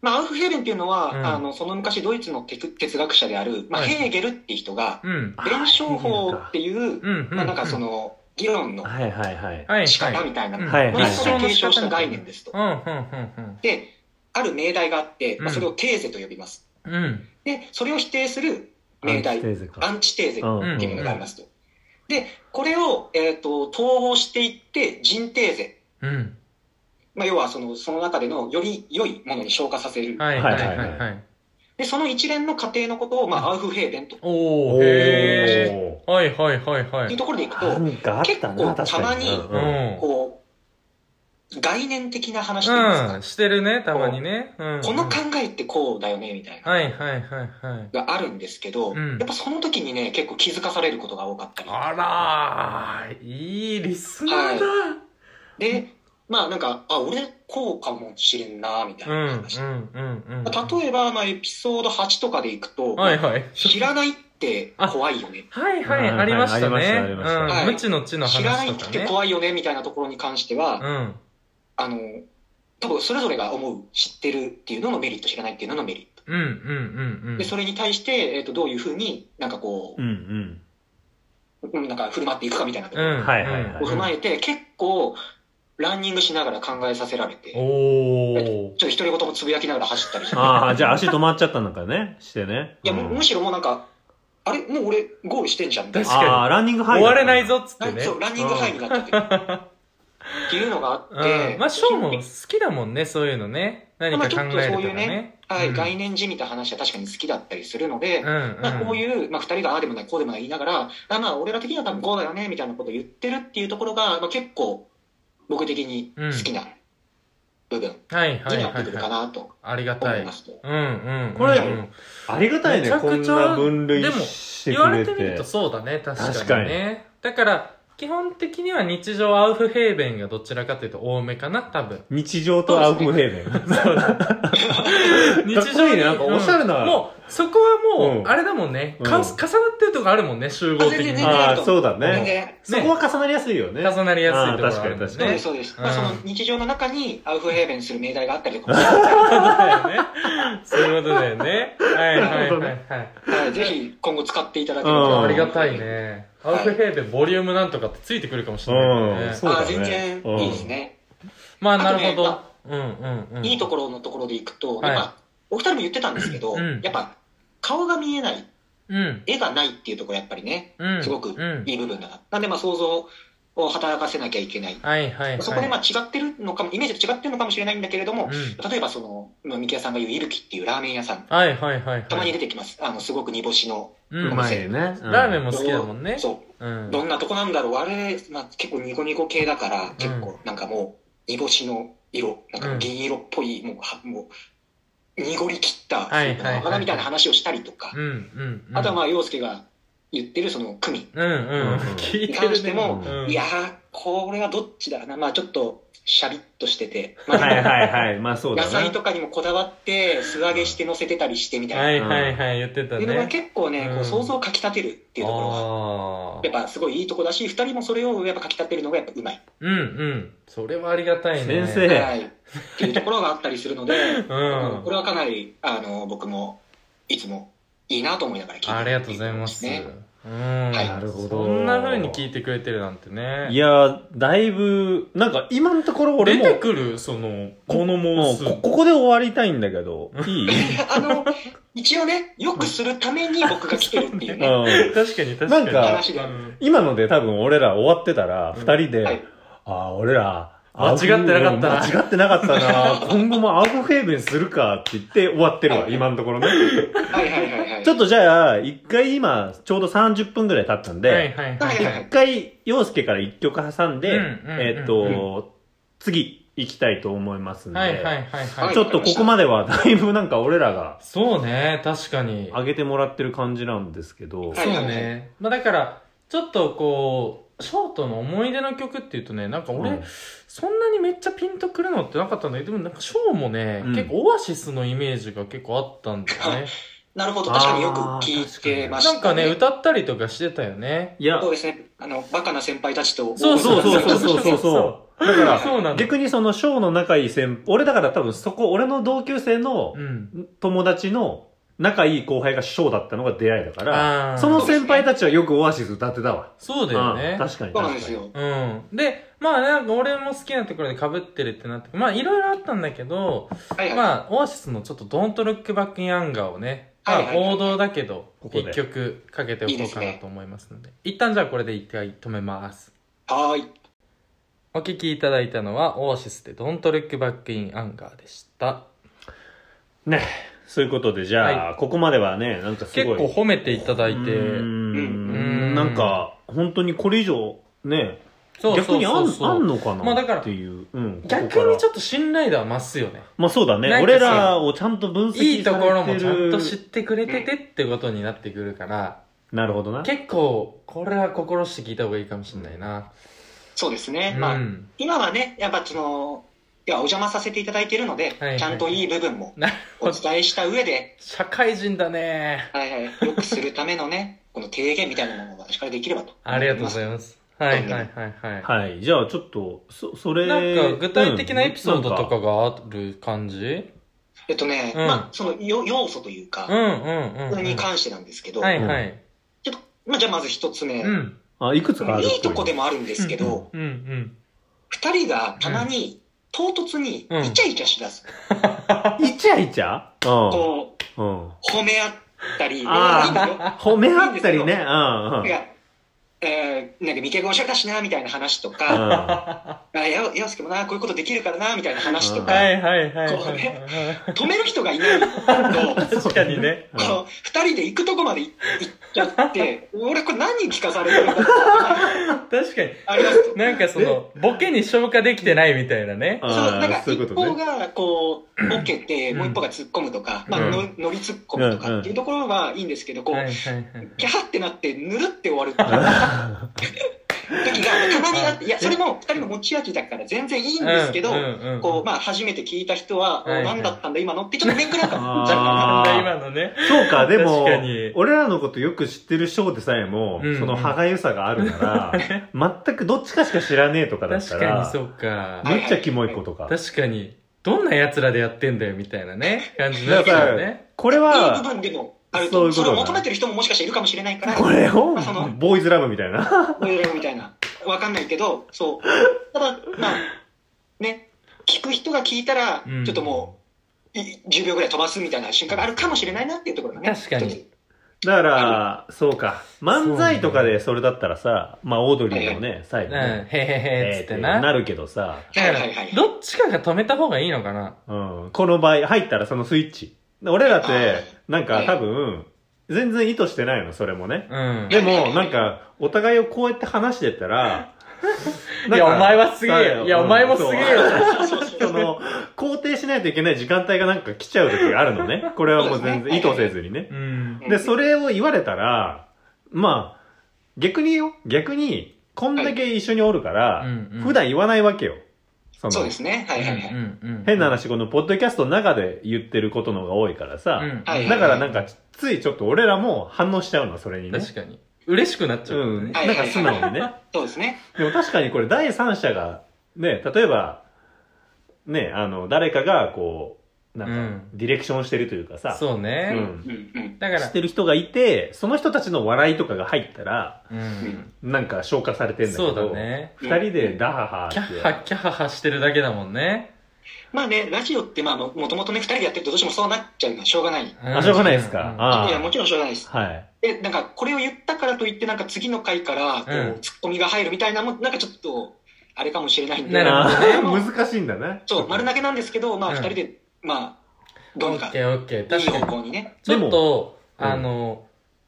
まあ、アウフヘーレンっていうのは、
うん
あのその昔ドイツの哲哲学者である、まあ、
はい
ヘーゲルっていう人が
うん。
弁証法っていう、
うん。うん。
まあ、なんかそ、の議論の
はいはいはい。
はい、
仕方
はい。
みたいな
うん
のを
はいはい
一層継承した概念ですと
う。ん、うん、
である命題があって、ま
う
あ、
ん
それをテーゼと呼びます。
うん、うん。うん。
でそれを否定する命題
テーゼ
ア
か。
ンチテーゼ
うん
っていうものがありますと。で、これを、えっ、と、統合していって、人定税。
うん。
まあ、要はその、その中でのより良いものに昇華させる。
はい、はい、はい、はい。
で、その一連の過程のことを、まあ、アウフヘーレンと
お
お
ー、
ー
へー。はい、はい、はい、は
いう
い。
ところでいくと、
なんかあったな、
結
確
構
かに。
たまに
う
うん
うん
ん。
こう、概念的な話といいますか、
うん、してるね、たまにね。うん。
この考えってこうだよね、みたいな。
はい、はい、はい、はい。
があるんですけど、
うん
やっぱその時にね、結構気づかされることが多かったり。
あらー、いいリスナーだ。
で、まあなんか、あ、俺こうかもしれんな、みたい
うん、う
なん話。、
うん、うん。
例えば、まあ、エピソード8とかでいくと、
はい、はい。
知らないって怖いよね。
はいは
う
い、
ん
ありました
はい
ね
ありましたありま
した。
うん無知の知の
知らな
話
いっ
とか
て
ね。
怖いよねみたいなところに関しては、
うん。
あの、多分それぞれが思う知ってるっていうののメリット、知らないっていうののメリッ
うんうんうんう
ト。
ん。
で、それに対して、えっ、と、どういうふうになんかこ
うんうん。
う、なんか振る舞っていくかみたいなとこ
う
ろ
ん。
はいはいはい
を踏まえて、結構、ランニングしながら考えさせられて、ちょっ
おー。
と独り言もつぶやきながら走ったりして。
ああ、じゃあ足止まっちゃったのかね、してね。
いや、
うん
むむしろもうなんか、あれもう俺ゴールしてんじゃんみたいな
確。かに
ああ、ランニング入
終
る
われない。ぞっつって
ラン
ね。
そう、ランニングハイになっちゃってる。っていうのがあって
う、ん。まあ、ショーも好きだもんね、そういうのね。何か考えるとかね。
はい、
うん
概念じみた話は確かに好きだったりするので、
うんうん。
まあ、こういう、まあ、2人がああでもないこうでもない言いながらあまあ俺ら的には多分こうだよねみたいなことを言ってるっていうところが、まあ、結構僕的に好きな部分
はいはい
になっ
は
て
い
くる
は
か
い。
なと
ありが
思
た
い
い
ま。すと、
うんうんうん。
これ
うん
ありがたい
め
ね、
ちゃ
こ
く
ん
ちゃ
な分類
でも
して
言わ
く
れ
れ
てみる
て
と。そうだね、確
確
か
か
に
に
ね。だから、基本的には日常アウフヘーベンがどちらかというと多めかな、多分。
日常とアウフヘーベン。
日
かっこ
常
いい
に
ねなんかおしゃれな
うんもうそこはもう、
うん
あれだもんね、
うん
か重なってるとこあるもんね集合的に、
あ全然全然
ああ、そうだ
全
ね。
然
そこは重なりやすいよね。
重なりやすいところ
あー確かに確か
そう
に
ね
ですそうです、
うん
まあ、その日常の中にアウフヘーベンする命題があったりとか
そういうことだよねそういうことだよねはいはいはいはい
はい、ぜひ今後使っていただけれ
うん
ば
ありがたいねアウフヘーベンボリュームなんとかってついてくるかもしれない、ね
うんそう
あ
だ
あ
ね
全然いいですね、
まあ
あ
な
と
る
ね
ほど、うんうんうん
いいところのところでいくと、
はい
やっぱお二人も言ってたんですけど、
うん
やっぱ顔が見えない
うん
絵がないっていうところやっぱりね
うん
すごく
うん
いい部分だな、なんでまあ想像を働かせなきゃいけない
はいはいはい
そこでまあ違ってるのかも、イメージと違ってるのかもしれないんだけれども、
う
例えばその、今三木屋さんが言ういぶきっていうラーメン屋さん、
ん、はいはいはいはい
たまに出てきます。あの、すごく煮干しの。
う
うんんうまいよね。うん
ラーメンも好きだもんね
そうう。
ん
どんなとこなんだろう。あれ、まあ結構ニコニコ系だから、結構なんかもう、煮干しの色、なん
う
か
ん
銀色っぽい、もうは、もう、濁り切ったス
はいはいはい
ープなのかなみたいな話をしたりとか
う、んうんうん
あとはまあ、洋介が言ってるその、組。
うんうん、
うん
聞いて
に
る
関
ね
しても、
うん
いやー、これはどっちだろうな。まあちょっと、シャリッとしてて、まあ
はいはいはい。まあそうだ
野
ね。
菜とかにもこだわって素揚げして乗せてたりしてみたいな、、
はいいはいはい、言ってた
っていうのが
ね。
結構ね、
う
こ
ん
う想像をかきたてるっていうところは
あ
や
ー
っぱすごいいいとこだし二人もそれをやっぱかきたてるのがやっぱうまい、
うんうん。それはありがたいね。
先生ええ
はい、っていうところがあったりするので、
うん
これはかなりあの僕もいつもいいなと思いながら聞いて
ありがとうございます。
ね
うん。
はい
なるほど
そんな風に聞いてくれてるなんてね。
いやー、だいぶ、なんか今のところ俺
出
も、
てくる、その、この
も
モ
う
ス。
こ、ここで終わりたいんだけど、いい
あの一応ねよくするために僕が来てるっていう
う
ね
ん。
確かに確
な
か
ん
に。
か
話で
今ので多分俺ら終わってたら、
うん
二人で、
はい
ああ、俺ら、
間違ってなかったな
アウフ間違ってなか ったな。今後もアウフヘーベンするかって言って終わってるわ、
はい
今のところね。
はいはいはいはい
ちょっとじゃあ、一回今、ちょうど30分ぐらい経ったん
うんはい
で、
はい
は
はい
一、
い。
回、洋介から一曲挟ん
う
で、
んうんうん
えっ、と、次、行きたいと思いますんで、
はいはいはいは
はいい。
ちょっとここまではだいぶなんか俺らが
そうね、確かに。
上げてもらってる感じなんですけど、
はい
そうね。まあだから、ちょっとこう、ショートの思い出の曲っていうとね、なんか俺、
うん
そんなにめっちゃピンとくるのってなかったんだけど、でもなんかショーもね、
うん
結構オアシスのイメージが結構あったんだよね。
なるほど確かによく聞いてました
なんかね、歌ったりとかしてたよね。
いや
そ、うですねあのバカな先輩たちと
そう
そうそうそうそうそう
そ
そううだから
そうなんだ
逆にそのショーの仲いい先俺だから多分そこ俺の同級生の
うん
友達の仲いい後輩がショーだったのが出会いだから
あー
その先輩たちはよくオアシス歌ってたわ
そうだよね
うん確かに確
そう
か
なん
に
ですよ。
うん。で、まあなんか俺も好きなところで被ってるってなって、まあいろいろあったんだけど、
はいはい。
まあオアシスのちょっと Don't Look Back in Anger をね、
は
ま
い
あ
はいはい
王道だけど、
ここで
一曲かけておこうかなと思いますので、一旦じゃあこれで一回止めます。
はーい。
お聴きいただいたのはオアシスで Don't Look Back in Anger でした。
ねそういうことでじゃあ、ここまではねなんかす
結
ごい
構褒めていただいて、
うーん
うん
なんか本当にこれ以上ね
そう
逆
そう
にあ
そうん
あ
そ
ん
う。
のかな、
まあだから
っていう、うん、
逆
ここから
にちょっと信頼度は増すよね。
まあそうだね
なんかさ
俺らをちゃんと分析されてる
いいところもちゃんと知ってくれててってことになってくるから、
なるほどな
結構これは心して聞いた方がいいかもしれないな、
そうです
う
ね。
ん
まあ、今はね、やっぱその、いや、お邪魔させていただいているので、
はいはい
ちゃんといい部分も
なる
お伝えした上で、
社会人だね
はいはい、よくするためのね、この提言みたいなものがしっかりできればと。
ありがとうござ
い
いますはいはいはいはい、
はいじゃあちょっとそそれ
なんか具体的なエピソードと
う
か
ん
がある感じ
ます。えっとね、
うん
まあ、そのよ要素という
うん
か、
うんうん、
それ
うん、
に関してなんですけど、
はいはい
まあ、じゃあまず一つ目、
うん
あいくつかあるっぽ
いいとこでもあるんで
です
けど、
うんうん
二、人がたまに、唐突に
うん
イチャイチャしだす。
イチャイチャう、
こうん
うん、
褒め合ったり、
あー
いいんだよ
褒め合ったりね
いいんです
う
よ
んうん
いや、えー、なんか、三毛がおしゃれだしな、みたいな話と
う
か、
ん
あや、やすけもな、こういうことできるからな、みたいな話と
うん
は
か、
いはいはい
こ
は
う
い
ね
は
止める人がいないと、
確かにね
うん
この二人で行くとこまで行っちゃって、俺これ何人聞かされてるのか
い確かに
ありますと。
なんかそのボケに消化できてないみたいなね
そのなん
あ
か
ーそうい
一
うこと
方
ね
がこうボケて、
うん
もう一方が突っ込むとか、まあ
うん
の乗り突っ込むとかっていうところはいいんですけど、こ、
はいうはいはい
キャハってなって、ぬるって終わるっていう時がたまにあって、いや、それも二人の持ち味だから全然いいんですけど
うん、うんうん、
こう、まあ、初めて聞いた人は、
はいはい
何だったんだ、今のって、ちょっと面食らった。
あー
若干
なんだ今のね
そうか、で
確
も
かに、
俺らのことよく知ってるショーでさえも、
うん
その歯がゆさがある から、全くどっちかしか知らねえとかだっ
確
た、
からにそうか
めっちゃキモい子とか。
確かにどんな奴らでやってんだよみたいなね感じになっちゃうよね
これ
いい部
は、
分でもある
そうい
と、
うこと
そ
だ
れを求めてる人ももしかしているかもしれないから、
これを
まあその、
ボーイズラブみたいな。
どうやろうみたいな。わかんないけど、そう。ただ、まあ、ね、聞く人が聞いたら
うん、
ちょっともう、い10秒ぐらい飛ばすみたいな瞬間があるかもしれないなっていうところがね。
確かに
ちょっ
だから、そうか、漫才とかでそれだったらさ、まあ、オードリーのね、最
う
後
ん
ね、
へへへっつっ
えー
て
って
な
なるけどさ、
とはいはいはい。
どっちかが止めた方がいいのかな
うんこの場合、入ったらそのスイッチ。俺らっ
はい
て、なんか多分、全然意図してないの、それもね。
うん
でも、なんか、お互いをこうやって話してっ たら、
いやお前はすげえよいやお前もすげえよ
そうそう
その、肯定しないといけない時間帯がなんか来ちゃう時があるの ね。これはもう全然意図せずにね。
うん
で、それを言われたら、まあ、逆によ、逆に、こんだけ一緒におるから、
うんうん
普段言わないわけよ。そ
そう
の
で、すね。はいはいはい。
変
な
な話、このポッドキャストの中で言ってることの方が多いからさ、
うん
はいはい
だからなんか、ついちょっと俺らも反応しちゃうの、それにね。
確かに嬉しくなっちゃう
うん、
ね
なんか素直にね。
そうですね。
でも確かにこれ第三者が、ね、例えば、ね、あの、誰かがこう、なんか、
うん
ディレクションしてるというかさ、
そう
う
ね
ん
うんうん。
だか
し
ら
てる人がいて、その人たちの笑いとかが入ったら、
うん
なんか消化されてんだけ
そ
ど、
うだね
二人でダハハっ
キャッハ
て。
キャッハハしてるだけだもんね
まあね、ラジオって、まあ、ももともとね、二人でやってるとどうしてもそうなっちゃうのはしょうがない。い
あ、しょうがないですか。
うん
あ
や、もちろんしょうがないです。
あ。はい。
で、なんか、これを言ったからといって、なんか次の回から、こう、
うん
ツッコミが入るみたいなもん、なんかちょっと、あれかもしれないん
な
で。
るほど
あ
でも
ー難しいんだね。
そう、丸投げなんですけど、ま
う
あ、
ん
二人で、まあ、どう
オ
に
ッ
か、
ケーオッケー
いい
確か
方
に
向にね。
ちょっ
で
と、
うん
あの、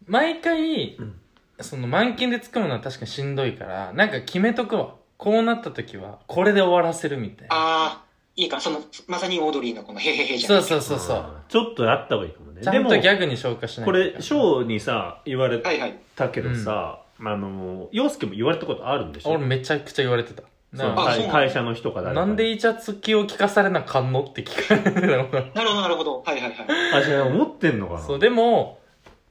毎回
うん、
その満勤で作るのは確かにしんどいから、なんか決めとくわ。こうなった時は、これで終わらせるみたいな。
ああ、いいか、その、まさにオードリーのこの、へへへじゃ
そ
ん。
うそうそうそう。
んちょっとあった方がいいかもね。
ちゃ
で
んとギ
も、
ャグに消化しない
こと
い
れ
け、ない
ショーにさ、言われ
はいはい。
たけどさ、あの、洋介も言われたことあるんでしょ
俺めちゃくちゃ言われてた。
そう
な
あ
会
そう
会社の人から。
なんでイチャつきを聞かされなかんのって聞かれてたも
なるほど、なるほど。はいはいは
あ、
い。
じゃあ思ってんのかな
んそう、でも、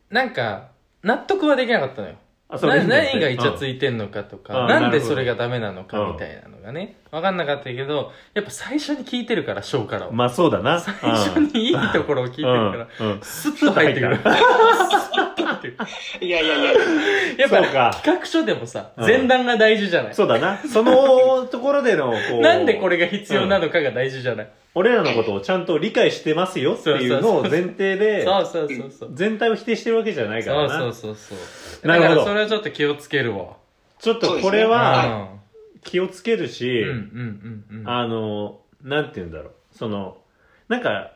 なんか、納得はできなかったのよ。
あ
な何がイチャ
い
ついてんのかとか、
うん
なん
なる
で
ほど
それがダメなのか
うん
みたいなのがね、わかんなかったけど、やっぱ最初に聞いてるから、ショーからは。
まあそうだな。
最初にいいところを聞いてるから、
うんうん
スッと入ってくる。
ス
スッと入ってく
いやいやいや。
る。やっぱ
そうか
企画書でもさ、
うん
前段が大事じゃない。
そうだな。そのところでの、こう。
なんでこれが必要なのかが大事じゃない。
俺らのことをちゃんと理解してますよっていうのを前提で、
そうそうそうそう。
全体を否定してるわけじゃない
そ
から
うそ
な
う。そうそう。
な
だか
るほど
らそれはちょっと気をつけるわ。
ちょっとこれは
うん
気をつけるし、
うんうんうんうん。
あの、なんて言うんだろう。その、なんか、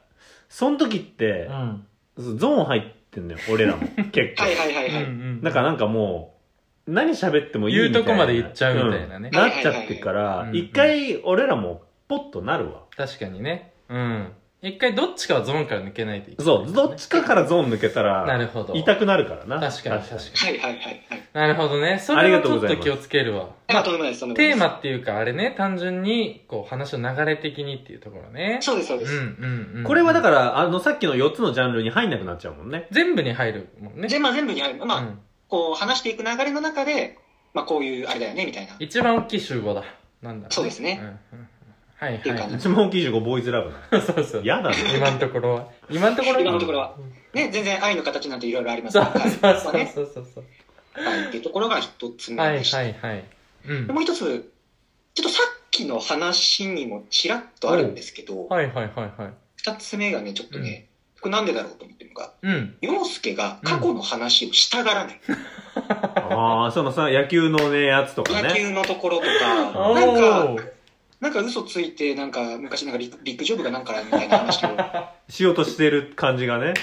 その時って、
うん
ゾーン入ってんのよ、俺らも。結構
は。いはいは
う
い
ん
はい。
うん。
だからなんかもう、何喋ってもいいみたいな。
言うとこまで言っちゃうみたいなね
んなっちゃってか
うん
ら
う、ん
一回俺らもポッとなるわ。
確かにね。うん。一回どっちかはゾーンから抜けないといけない、
そう、どっちかからゾーン抜けた
なる
ら、
ほど。
痛くなるからな。
確かに確かに。
はいはいはいはい。
なるほどね。そ
あり
れ
が
は
と
ち
う
ょ
ご
っ
ざ
と
います
気をつけるわ。
まあ、とんでもないです、とんでもな
テー
いです。
マっていうか、あれね、単純に、こう、話の流れ的にっていうところね。
そうです、そう
う
で
ん
す。
うんうん。
これは
ら、
だから、あの、さっきの4つのジャンルに入んなくなっちゃうもんね。
全部に入るもんね。
全まあ全部に入る。まあ、
うん
こう話していく流れの中で、まあこういうあれだよね、みたいな。
一番大きい集合だ。なんだろ
そうですね。
うんうんはい
っていう
は
感
い。
一番大きい15ボーイズラブな。
そうそう。
嫌だな。
今のところは。今のところ
今のところは
うん。
ね、全然愛の形なんていろいろあります
そう
から。
そう
まあ
そう
ね、
そうそうそう。
愛っていうところが一つ目
はい
でした。
はいはい。うん
で。もう一つ、ちょっとさっきの話にもちらっとあるんですけど、
はいはいはいはい。
二つ目がね、ちょっとね、これなんでだろうと思ってるのが、
うん。
洋介が過去の話をしたがらない。
ああ、そのさ、野球のね、やつとか
野
ね。
球のところとか、
お
なんか、
ー。
なんか嘘ついて、なんか昔なんかリリック・ジョブがなんかみたいな話を。
しようとしてる感じがね。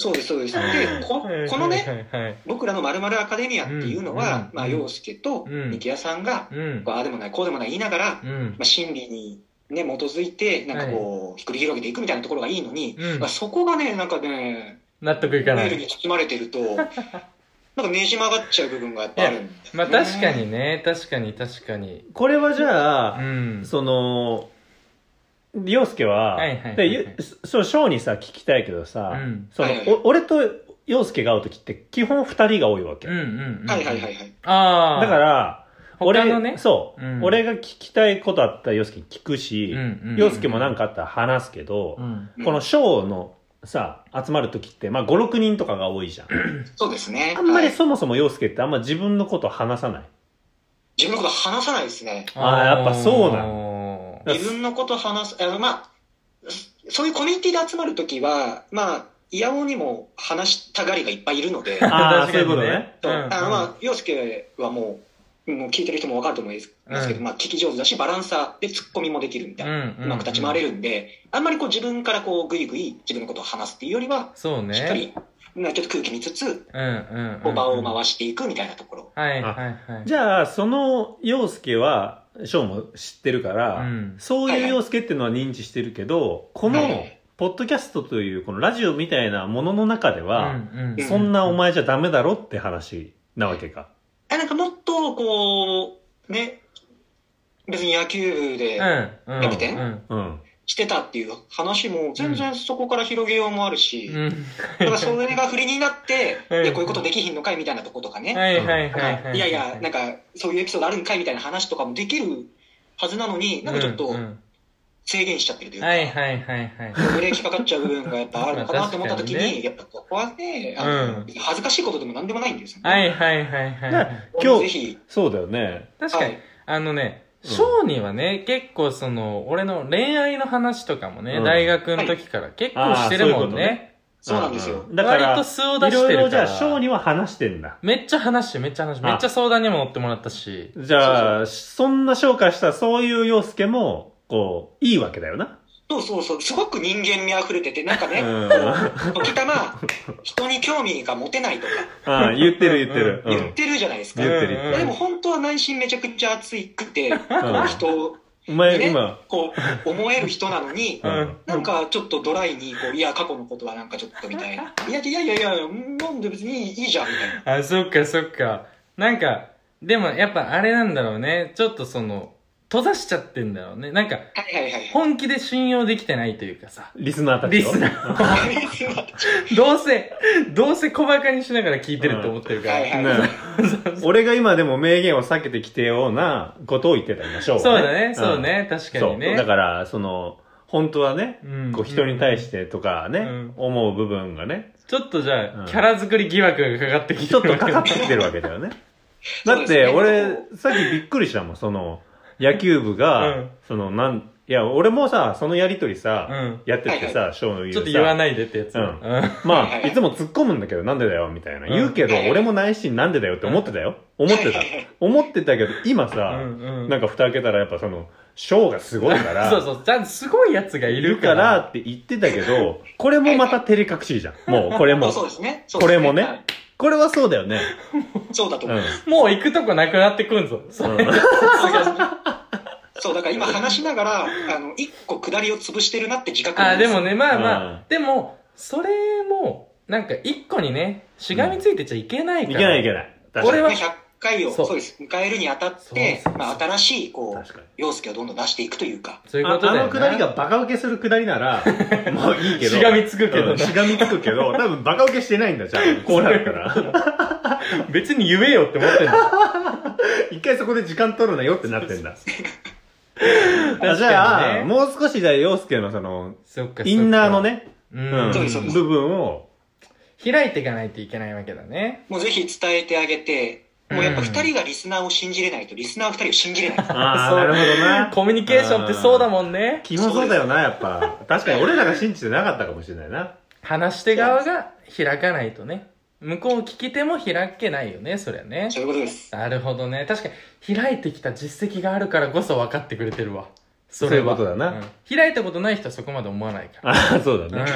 そうです、そうです。で、ここのね、
ね、はいはいはい
僕らの〇〇アカデミアっていうのは、
うん
まあ、
うん
洋介と
うん
三木屋さんが、
うん
こうああでもない、こうでもない言いながら、ま
うん
あ、心理に、ね、基づいて、なんかこう、ひっくり広げていくみたいなところがいいのに、
うん
まあ、そこがね、なんかね、
納得い
メ
かな
ール
い
に包まれて ると、なんかねじ曲がっちゃう部分がやっぱあるんです
まあ確か。にね確かに確かに
これはじゃ
う
あ、
ん
その、洋介は、
はいはいはい
でゆそう、ショーにさ、聞きたいけどさ、
うん
その、
はいはい
お俺と洋介が会う時って、基本二人が多いわけ。
うんうんうん
はいはいはいはい。
ああ
だから、
他のね
そう、
うん
俺が聞きたいことあったら洋介に聞くし、洋介もなん
か
かあったら話すけど、
うん
うん
このショーのさ、集まる時って、まあ5、6人とかが多いじゃん。
そうですね。
あんまり
はい
そもそも洋介ってあんま自分のこと話さない。
自分のこと話さないですね。
あーやっぱそうな
の
だ
自分のこと話す、あの、まあ、そういうコミュニティで集まるときは、まあ、イヤオにも話したがりがいっぱいいるので、
ああ、
確
そう
か
い
にね
うことね。
そう
うん
あ
う
の
ん
まあ洋介はもうもう聞いてる人も分かると思うんですけど、
うん
まあ、聞き上手だしバランサーでツッコミもできるみたいな、うまく立ち回
る
れるんであんまりこう自分からこうグイグイ自分のことを話すっていうよりは
そうね
しっかり、まあちょっと空気見つつ
うんうんうん
こう場を回していくみたいなところ、
はいはいはい
じゃあ、その洋介は、ショーも知ってるから、
うん
そういう洋介っていうのは認知してるけど、こ
は
の
い、
ポッドキャストという、このラジオみたいなものの中では、
うんうん
そんなお前じゃダメだろって話なわけか。
あなんかもっとこうね別に野球部で
うんうん
やめて
うん
うん。
してたっていう話も全然そこから広げようもあるし、
うん
だからそれが振りになって、
うん
いやこういうことできひんのかいみたいなとことかね、
はいはいは
なん
い
か
はい
いやいや、なんか、そういうエピソードあるんかいみたいな話とかもできるはずなのに、なんかちょっと
うんうん
制限しちゃってるというか、
はいはいはいはい
ブレーキかかっちゃう部分がやっぱあるのかなと思った時
まあ確か
に、
に
やっぱここはね、あの
うん
恥ずかしいことでもなんでもないんですよ、ね。
はいはいはいはいはい。
今日
ぜひ、
そうだよね。
確かに、
はい
あのね、
うん
ショーにはね、結構その、俺の恋愛の話とかもね、
うん
大学の時から結構してるもんね。
そうなんですよ。
だか
割
ら
と、素を出
い
し
ろ
て
いろ
る
じ
か
ゃあ、
ら。
ショーには話してんだ。
めっちゃ話して、めっちゃ話して、めっちゃ相談にも乗ってもらったし。
じゃあ、そんな紹介したらそういう洋介も、こう、いいわけだよな。
そうそうそう、すごく人間味あふれてて、なんか
う
ね、
ん。
時たま、人に興味が持てないとか
あ言ってる言ってる。う
言っ
ん。
てるじゃないですか。
言っ
う
てる
ん
言
う
っ
ん
いや
て
で
る
も。本当は内心めちゃくちゃ熱いくて、この人
お
ね
前今、
こう思える人なのに、
うん
なんかちょっとドライにこう、いや、過去のことはなんかちょっとみたいな。いやいやいやいや、なんで別にいいいいじゃんみたいな。
あ、そっかそっか。なんか、でもやっぱあれなんだろうね。ちょっとその、閉ざしちゃってんだろうね。なんか、
はいはいはい
本気で信用できてないというかさ、
リスナーたちを
リスナー
はい。リスナーたち
どうせ、どうせ小馬鹿にしながら聞いてると思ってるから。
はいはい
ね 俺が今でも名言を避けてきてようなことを言ってたりましょう。
そうだね、そうね、確か
そ
に
う。
ね。
だから、その、本当はね、
うん
こう人に対してとかね、
うん
思う部分がね、
ちょっとじゃ
う
あ、
ん
キャラ作り疑惑がかかってきて
ちょっと
るわ
か
け
か
だ
ってきてるわけだよ ね。
そう
だっ
ですね
て、俺、さっきびっくりしたもん、その、野球部が、
うん
その、なん、いや、俺もさ、そのやりとりさ、
うん
やってて
は
さ、ショーの言う
ちょっと言わ
い。
ないでってやつ。
うん
う
ま
は
あ、
いはい
いつも突っ込むんだけど、なんでだよ、みたいな。
うん
言うけど、
はいはい
俺も内心なんでだよって思ってたよ。思ってた
はいはいはい。
思ってたけど、今さ、
んうん。
なんか蓋開けたらやっぱその、ショーがすごいか ら、
そうそう、ちゃんとすごいやつがい
いる
る
か
からら。
って言ってたけど、これもまた照れ隠しじゃん。もう、これ
そ
も
う。そうですね。そう
こ
です
れもね
はい
これはそうだよね。
そうだと
う
思
ん。
い
うん
ます。
もう行くとこなくなってくんぞ。
そう、だから今話しながら、あの、一個下りを潰してるなって自覚
あ、
なん
ですも。ね、まあま
うん
あ、でも、それも、なんか一個にね、しがみついてちゃいけない
いけ
から。
ないいけない。確か
俺
に。
は
ね100回を、
そ
そううです。迎えるにあたって
そうそうそ、う
まあ、新しい、こ
確
う、
かに。
様子をどんどん出していくというか。
そういう
あ
こと
あ
だよね。
のくだりがバカ受けするくだりなら、もういいけど。
しがみつくけどな
うんしがみつくけど、多分バカ受けしてないんだ、じゃあ。こうなったら。
別に言えよって思ってんだ。
一回そこで時間取るなよってなってんだ。
確かにね
あじゃあ、もう少しじゃあ、洋介のその、
そっか。
インナーの。ね、
う
うんん。
そうですそうです
部分を、
開いていかないといけないわけだね。
もうぜひ伝えてあげて、もうやっぱ二人がリスナーを信じれないと、リスナー二人を信じれない。
ああ、
そう
なるほどな。
コミュニケーションってそうだもんね。
基本そうだよな、やっぱ。確かに俺らが信じてなかったかもしれないな。
話し手側が開かないとね。向こう聞き手も開けないよね、そりゃね。
そういうことです。
なるほどね。確かに、開いてきた実績があるからこそ分かってくれてるわ。そ
そう
れ
いうこ
は。
とだな
うん開いたことない人はそこまで思わないから。
ああ、そう
うん。
だね。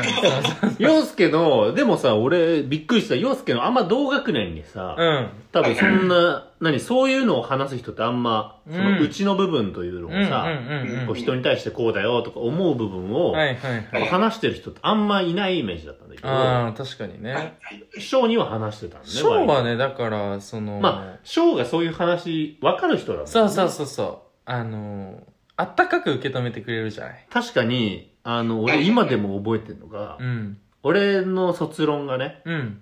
そうそう
洋介の、でもさ、俺、びっくりした。洋介のあんま同学年にさ、
うん。
多分そんな、何、そういうのを話す人ってあんま、その
うん
うちの部分というの
うん。うん
をさ、
うんう
こう人に対してこうだよとか思う部分を、
ん。はいはいはい。
話してる人ってあんまいないイメージだったんだけど、
ああ、確かに
はい
ね。
はい
翔には話してたんね。
ショーは
割
ね、だから、その、
とまあ、翔がそういう話、わかる人だもんね。
そうそうそうそう。あのー、あったかく受け止めてくれるじゃない。
確かに、あの、俺今でも覚えてるのが
う、ん。
俺の卒論がね、
うん。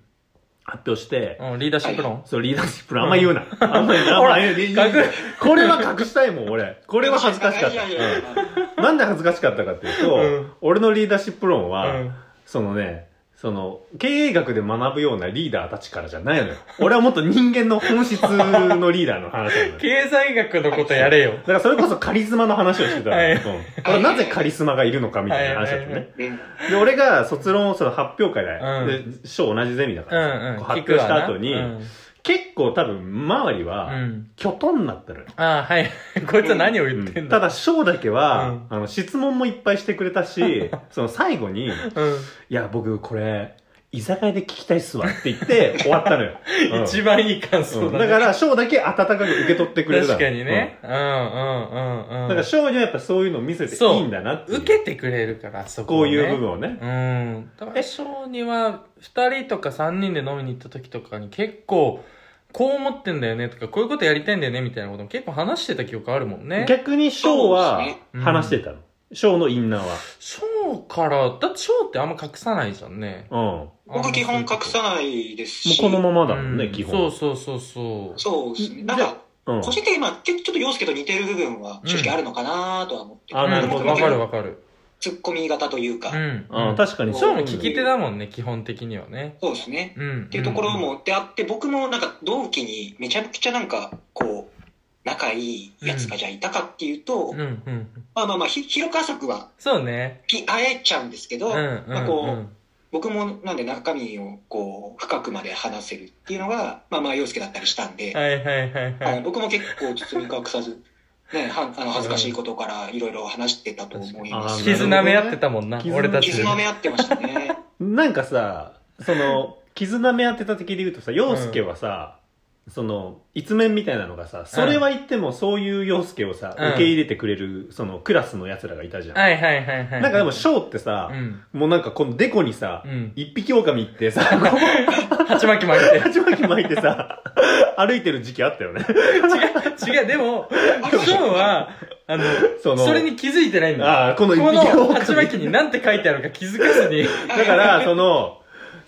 発表して、
うんリーダーシップ論
そう、リーダーシップのあんま言うな。あんま言うな。
ほら
あんま言うな
隠
これは隠したいもん、俺。これは恥ずかしかっ
いやいやいやい
た。
や
うんなんで恥ずかしかったかっていうと、
うん
俺のリーダーシップ論
う
は、
ん。
そのね、その、経営学で学ぶようなリーダーたちからじゃないのよ。俺はもっと人間の本質のリーダーの話なのよ。 だ
経済学のことやれよ。
からそれこそカリスマの話をしてたの
はい
よ。うん俺はなぜカリスマがいるのかみたいな話だった
は
の
いはい
ね。
うん
で、俺が卒論をその発表会で、
う
で、賞同じゼミだか
うん
らさ、
うん。
こう発
聞
表
く
し
わ
た
な
後に、
うん
結構多分周りは、
うん。
キョトンになってる。
ああ、はい。 こいつは何を言ってん
た
だ。
だ、翔だけは、
うん
あの、質問もいっぱいしてくれ たし、その最後に、い
うん。
や、僕、これ、居酒屋で聞きたいっすわって言って、終わったのよ。うん
一番いい感想
うん
だ。
だから、翔だけ温かく受け取ってくれるだろ
確かにね。。うんうんうんう
う
んん。
だから、翔にはやっぱそういうのを見せていいんだなっていう。
受けてくれるから、そこ
こ
を
う
ね
いう部分をね。
うん。だから、小には、二人とか三人で飲みに行った時とかに結構、こう思ってんだよねとか、こういうことやりたいんだよねみたいなことも結構話してた記憶あるもんね。
逆に翔は
そうです
ね
話してたの。翔のインナー
小から、だって小ってあんま隠さないじゃんね。
は。うん。
僕基本隠さないです
もう
し。
このまま
な
だもんね、基
そ
本
う。そうそうそう。
そうです
じ
ね。
ゃ
な
あ
んか、
うん。
個人的にまあ、ちょっと陽介と似てる部分は正直あるのかなとは思って。
あなるほど
うんわかるわかる。
ツッコミ型というか、
うん。
うん、確かに。
ショーも聞き手だもんね、基本的にはね。
そうですね。
うん。っ
っていうところ。もであって、僕もなんか同期にめちゃくちゃなんか、こう、仲いいやつがじゃあいたかっていうと、
うんうん。
まあまあまあ、ひ広く浅くは
そうね。
ひ会えちゃうんですけ
う
ど、
ん
まあ
う。
こうん僕もなんで中身をこう、深くまで話せるっていうのが、まあまあ、洋介だったりしたん
うん。
で、
はいはいはい
あ
は
の
い。
僕も結構包み隠さず、ね、はあの恥ずかしいことからいろいろ話してたと思いま
あ
す。
確かに
絆舐め合ってたもんな、
絆
俺たちで
傷。舐め合ってましたね。
なんかさ、その、絆目当てた的で言うとさ、洋介はさ、その一面みたいなのがさそれは言ってもそういう洋介をさ、
うん
受け入れてくれるそのクラスのやつらがいたじゃん、
はいはいはいはい。
なんかでも
う
翔ってさ、
ん。
もうなんかこのデコにさ、
うん。
一匹狼ってさこう
鉢巻き巻いて。
鉢巻き巻いてさ 歩いてる時期あった よね
違う、違う、でも、ショーは、あの、
その
それに気づいてないんだよ。
ああこの
こ
一匹
の
狼
鉢巻きに何て書いてあるか気づかず に。
だから、その、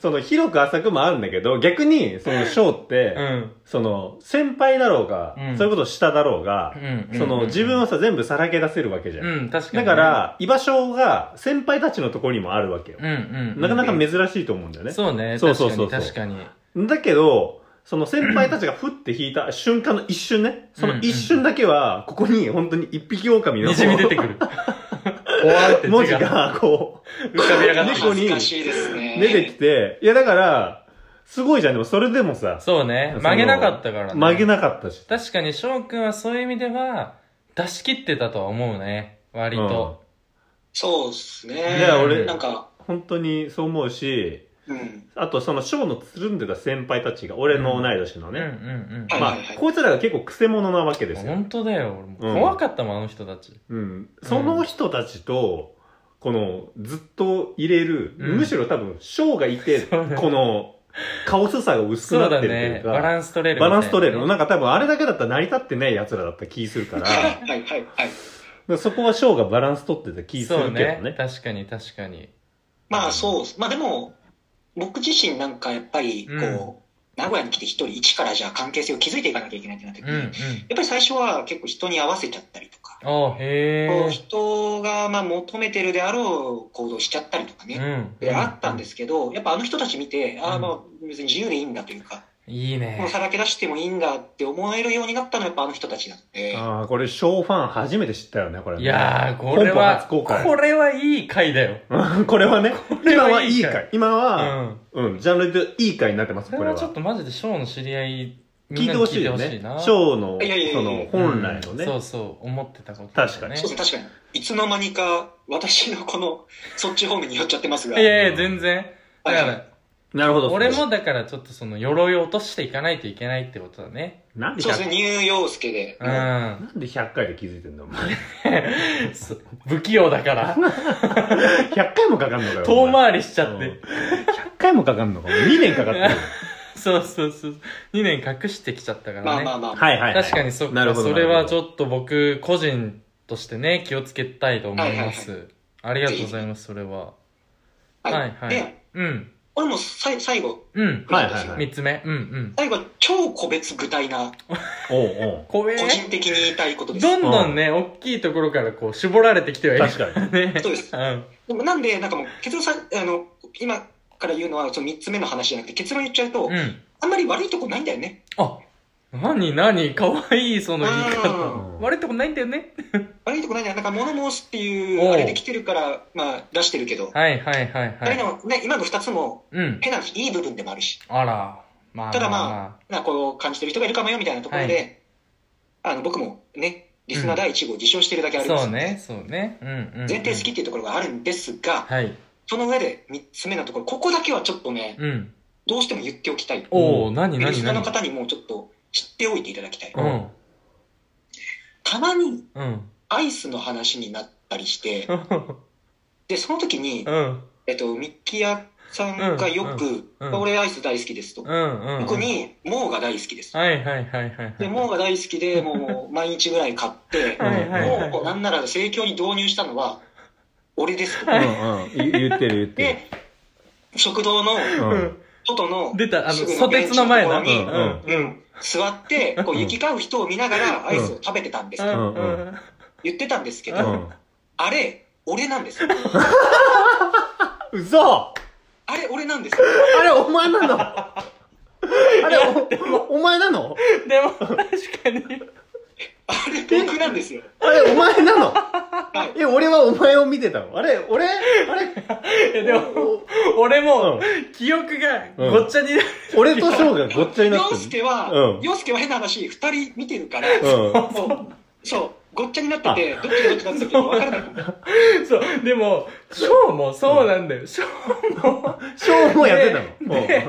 その広く浅くもあるんだけど、逆に、その翔って、
うん。
その、先輩だろうが、
うん
そういうことしただろう
う
が、
ん。
その、自分をさ、全部さらけ出せるわけじゃん。
うん、確か
だ
に。
から、居場所が先輩たちのところにもあるわけよ
う。ん、うん。
なかなか珍しいと思うんだよね。
そうね。
そうそうそうそう
確かに。確か
だけど、その先輩たちがふって引いた瞬間の一瞬ね、その一瞬だけは、ここに本当に一匹狼
に。
の
にじみ出てくる。終わるって
文字が、こう、
浮かび上がってく
猫
る。
に
恥ずかしいですね。
出てきて、いやだから、すごいじゃん、でもそれでもさ、
そうね。曲げなかったからね。
曲げなかったし。
確かに翔くんはそういう意味では、出し切ってたとは思うね。割と。
そうですね。
いや俺
なんか、
本当にそう思うし、
うん。
あとそのショーのつるんでた先輩たちが、俺の同い年の
うんうんう
ね、
ん。
うん
まあ
はいはいは、い
こいつらが結構クセ者なわけですよ。
本当だよ。俺も
うん
怖かったもん、あの人たち。
うん。その人たちと、この、ずっと入れる、
うん
むしろ多分、ショーがいて、
そうだ
この、カオスさが薄く
そう
なって
だ
るとい
ね
う。か、
バランス取れるみた
バ
いな
ラ
ね。
ンス取れる。なんか多分、あれだけだったら成り立ってない奴らだった気するから、だか
はいはいはい。
らそこはショーがバランス取ってた気す
そう
るけど
ね
ね。。
確かに確かに。
まあそうっす。まあでも、僕自身なんかやっぱり、こう、
うん
名古屋に来て一人一からじゃあ関係性を築いていかなきゃいけないってなって
う
く
ん
る、
う
やっ
ん。
ぱり最初は結構人に合わせちゃったりとか、
あへ
こう
え。
人がまあ求めてるであろう行動しちゃったりとかね、
うん。
であったんですけど、やっぱあの人たち見て、
う
ああ
ん
まあ別に自由でいいんだというか、
いい
もう
ね。
さらけ出してもいいんだって思えるようになったのはやっぱあの人たちなので、
ああ、これ、ショーファン初めて知ったよね、これね。
いやー、これは、
本邦初公開
これはいい回だよ。
うん これはね、
れ
今
は
はいい
い
い
回
回。今
う
は、
ん。
うん、ジャンルでいい回になってます、
こ
こ
れ
れ
はちょ
は
っ。とマジでショーの知り合い、み
聞
ん
い
な
て
に
ほし
聞い
い
て
よ
ほ
ね
しいな。。
ショーの、
いやいやいや
その、本来のね
うん。そうそう、思ってたこと
確かに
そうですね、確かに。いつの間にか私のこの、 そっち方面に寄っちゃってますが。
いやいや、全然。だ
はい
か
はい
ら、
なるほど。
俺。もだからちょっとその、鎧を落としていかないといけないってことだね。
なんで
そうですね、
100、
ニューヨースケで。
う。
もうん
なんで100回で気づいてんだ、お前。
そ不器用だから、
100回もかかんのかよ。
遠
っ
回りしちゃって。。
100回もかかんのか。2年かかってる。
そうそうそう。2年隠してきちゃったからね。
まあまあまあ。
はいはいは い。
確かにそっ
なる
か、
ほど
それはち
っ
ょっと僕、個人としてね、気をつけたいと思います。ありがとうございます、それは。はいはい
で、
うん。
俺もさい最後、
うん。
はいはいはい
三つ目。うんうん。
最後、超個別具体な、
と。おうおう。
怖え
個人的に言いたいことです。
どんどんね、大きいところからこう、絞られてきてはいる。
確かに。
ね。
そうです
うん。
でもなんで、なんかもう、結論さ、あの、今から言うのは、その3つ目の話じゃなくて、結論言っちゃうと、
うん。
あんまり悪いとこないんだよね。
あ、なになに、かわいい、その言い方。
うん
悪いとこないんだよね。
悪いとこないんだよ。なんか、物申すってい
おう
う、あれで来てるから、まあ、出してるけど、
はいはいはいは
あれ
い。
のね、今の2つも、
うん。
変な話、いい部分でもあるし。
あら。まあ。
ただまあ
ま
なんかこう感じてる人がいるかもよみたいなところで、
は
あの僕もね、リスナー第1号を自称してるだけありま
そ
す
う
ので、
ね、そうね。うんうんうん。
前提好きっていうところがあるんですが、
はい。
その上で3つ目のところ、ここだけはちょっとね、
うん。
どうしても言っておきたい。
おお、なにな
リ
に
ス
な
ナー
に
の方にもちょっと知っておいていただきたい。
うん。
たまに
うん。
アイスの話になったりして、
う
で、その時に、
ん。
えっと、ミッキー屋さんがよく、
うんうん
俺アイス大好きですと。
うんうん。
僕に、モーが大好きです。
はいはいはいはいはい。
で、モーが大好きで、もう毎日ぐらい買って、
はいはいはい
もうなんなら盛況に導入したのは俺ですと、
うんうん。言言ってる言っ
で食堂の
てる。うん。
外の
出た、あの、
すぐ
ソテツの前な。
ベン
の
チ
ところ
うんうん
座ってこう
うん
行き交う人を見ながらアイスを食べてたんです、
ん
うん
うん
うん
言ってたんですけど、
うん。
あれ俺なんですよ
嘘
あれ俺なんです
あれ、お前なのあれ、お、お前なの
でも、確かに。
あれ僕なんですよ
あれ、お前なの
はい
え、俺はお前を見てたのあれ、俺あれ
いやでも、
お
俺も
うん、
記憶がごっちゃになる。
俺と翔がごっちゃになって
洋介は、
うん
洋介は変な話2人見てるから、
る。うん。
もうそうごっちゃになっててどっちがどっちだって分からない
そう、でも、翔もそうなんだよ。翔も、
翔もやってたの。
で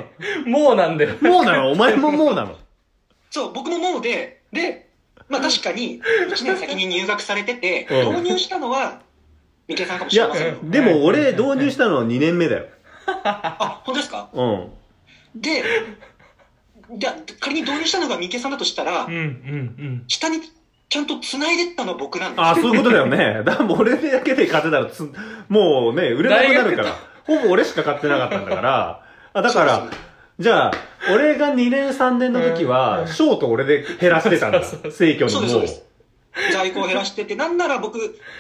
もうなんだよ。
うんもうなのお前ももうなの
そう、僕ももうで、で、まあ確かに、1年先に入学されてて、
うん
導入したのは、三毛さんかも
い
しれ
や
ませんよ。
でも俺導入したのは2年目だよ
あ、本当ですか
うん
で、じゃあ仮に導入したのが三毛さんだとしたら
うん、うん
下にちゃんと繋いでったのは僕なんです
ああそういうことだよね だからもう俺だけで勝てたらつもうね売れなくなるからほぼ俺しか買ってなかったんだからあだか
そう
ら
です
じゃあ俺が2年3年の時
う
は
ん
ショート俺で減らしてたんだ
そうそう
生協に
そう
も
ですそうです在庫を減らしてて、なんなら僕、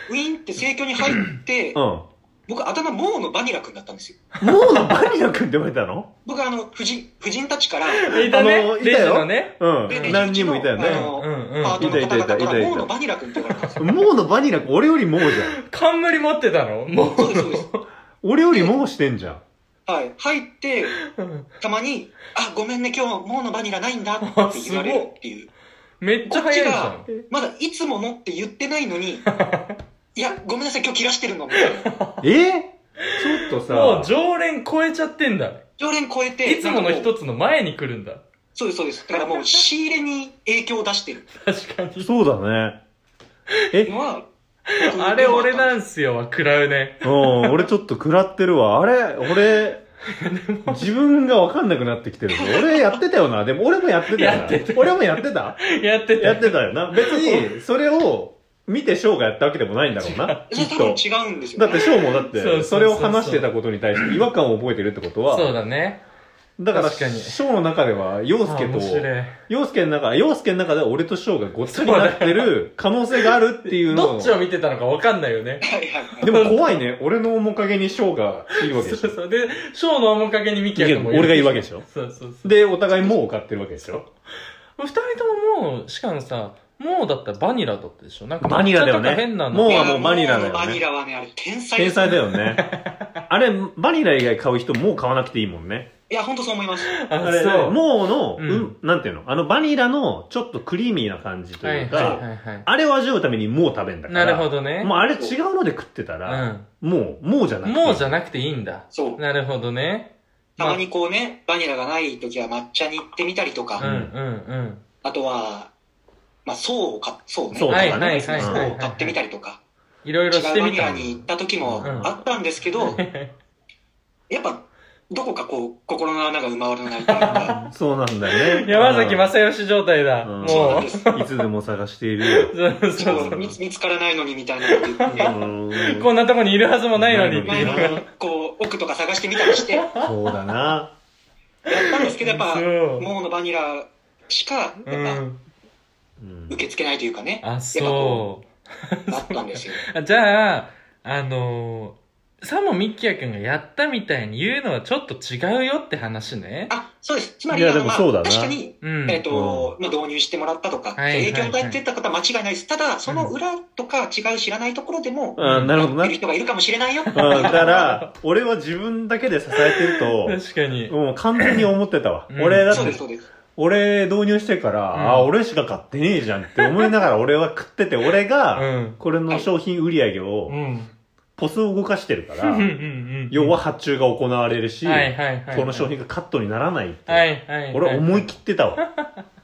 ウィーンって生協に入って、
う
僕、頭、モーのバニラ君だったんですよ。
んもうのバニラ君って呼ばれたの
僕、あの、夫人、夫人たちから、
うん。いた
あの
ね、
いた
レ
よ
ジのね。
う
で
ん何人もいたよ
う
あ
ん
ね
の
うんうん
パートの方々から、
いたいたいたいたいた
モーのバニラ君って言われたんですよ。
もうのバニラ君俺よりもうじゃん
冠持ってたの もう。
そうです、そうです。
俺よりもうしてんじゃん
はい。入って、
うん
たまに、あ、ごめんね、今日、モーのバニラないんだって言われるっていう。
めっちゃ早いじゃん。
まだ、いつものって言ってないのに、いや、ごめんなさい、今日切らしてるのみたいな。
えーちょっと
もう
さ
常連超えちゃってんだ。
常連超えて、
いつもの
なんかもう
一つの前に来るんだ。
そうです、そうです。だからもう、仕入れに影響を出してる
確かに。
そうだねえ
のは、僕
あれ俺なんすよは食らうね。
うん、俺ちょっと食らってるわ。あれ、俺、自分がわかんなくなってきてるぞ。俺やってたよな。でも俺もやってたよ
や
な
って。た
俺もやってた
やって
や
て。
ってたよな。別に、それを見て翔がやったわけでもないんだろうな。き
それ
っと
多分。違うんですよ、
だって翔もだっ
そうそうそうそ
て、
う
それを話してたことに対して違和感を覚えてるってこと
そう
は、
だね。
だから
確かに
翔の中では、陽介
あ
と
面、白い
陽介の中、陽介の中では俺と翔がごっつになって る可能性があるっていうの
ど
を
っちを見てたのかわかんないよね。
はいはいはい。
でも怖いね。俺の面影に翔がいるわけ
そう
でしょ。
そう。で、ショーの面影にミキヤ君も
俺がいるわけでしょ。
そうそうそう。
で、お互いもう買ってるわけでしょ。
二人とももう、しかもさ、もうだったらバニラだったでしょなんか
バニラだよ
抹茶
ね
とか変なの。
もう
いや
はバニラだよね
もうバニラはね、あれ、天才で
天
す
才だよ ね。あれ、バニラ以外買う人もう買わなくていいもんね。
いや、本当そう思います。
あ
あれ、
そう。
もうの、
うん
うん、なんていうのあのバニラのちょっとクリーミーな感じと
はいいうはい
か、
はいはい。
あれを味わうためにもう食べんだから。
なるほどね。
もうあれ違うので食ってたら、
う
もう、もうじゃなく
ん。
て。
もうじゃなくていいんだ。
そう。
なるほどね。
たまにこうね、バニラがない時は抹茶に行ってみたりとか、
うんうん
あとは、まあ、層を買っ、層ね。
そ
うん。
う
はい
だね
はいはい
そう
は
層
い
を買ってみ
は
たりとか、
い。いろいろし
違
て
うバ
み
ニ
た
ラ
の。
に行った時も
うん
あったんですけど、やっぱ、どこかこう、心の穴が埋まらないとい うか、
そうなんだよね。
山崎正義状態だ。
うん
そうな
もう
ん で。す。
うんいつでも探しているよ。
そうそう
そ
そう
う見つ見つからないのにみたいなこと言って、
うん
こんなとこにいるはずもないのにってい
前
う。
のこう、奥とか探してみたりして、やっ
そうだな。
たんですけど、やっぱ、
そう
もうのバニラしか、
う
やっ
ん。
うん
ぱ、受け付けないというかね、
あ、そう。
あったんですよ。
あじゃあ、あのー、さもみきやくんがやったみたいに言うのはちょっと違うよって話ね。
あ、そうです。つまり、
いやでも
まあ
そうだな
確かに、
うん。
えっ、と、まあ、導入してもらったとか、
はい
影響を与えてた方は間違いないです。ただ、その裏とか違う知らないところでも、
あなるほどな。
いる人がいるかもしれないよ。
うん、だから、俺は自分だけで支えてると、
確かに。
もう完全に思ってたわ。
うん
俺だっ
そうです、
て、
そうです。
俺導入してから、
うん
ああ、俺しか買ってねえじゃんって思いながら俺は食ってて、俺
う
が、
ん。
これの商品売り上げを
う、ん。
ポスを動かしてるか
うんうんう
ら、
ん。
要は発注が行われるし、
はいはいはいはい。
この商品がカットにならないっ
は
て、
いはいはい。
俺は思い切ってたわ。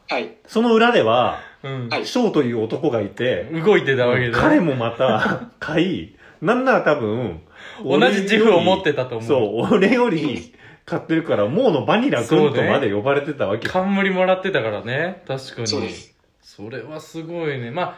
はい。
その裏では、
うん。
はい
ショーという男がいて、
動いてたわけだ。
彼もまた買い、なんなら多分、
同じ自負を持ってたと思う。
そう、俺より買ってるから、もうのバニラ君とまで呼ばれてたわけ。
冠もらってたからね。確かに。
そうです。
それはすごいね。まあ、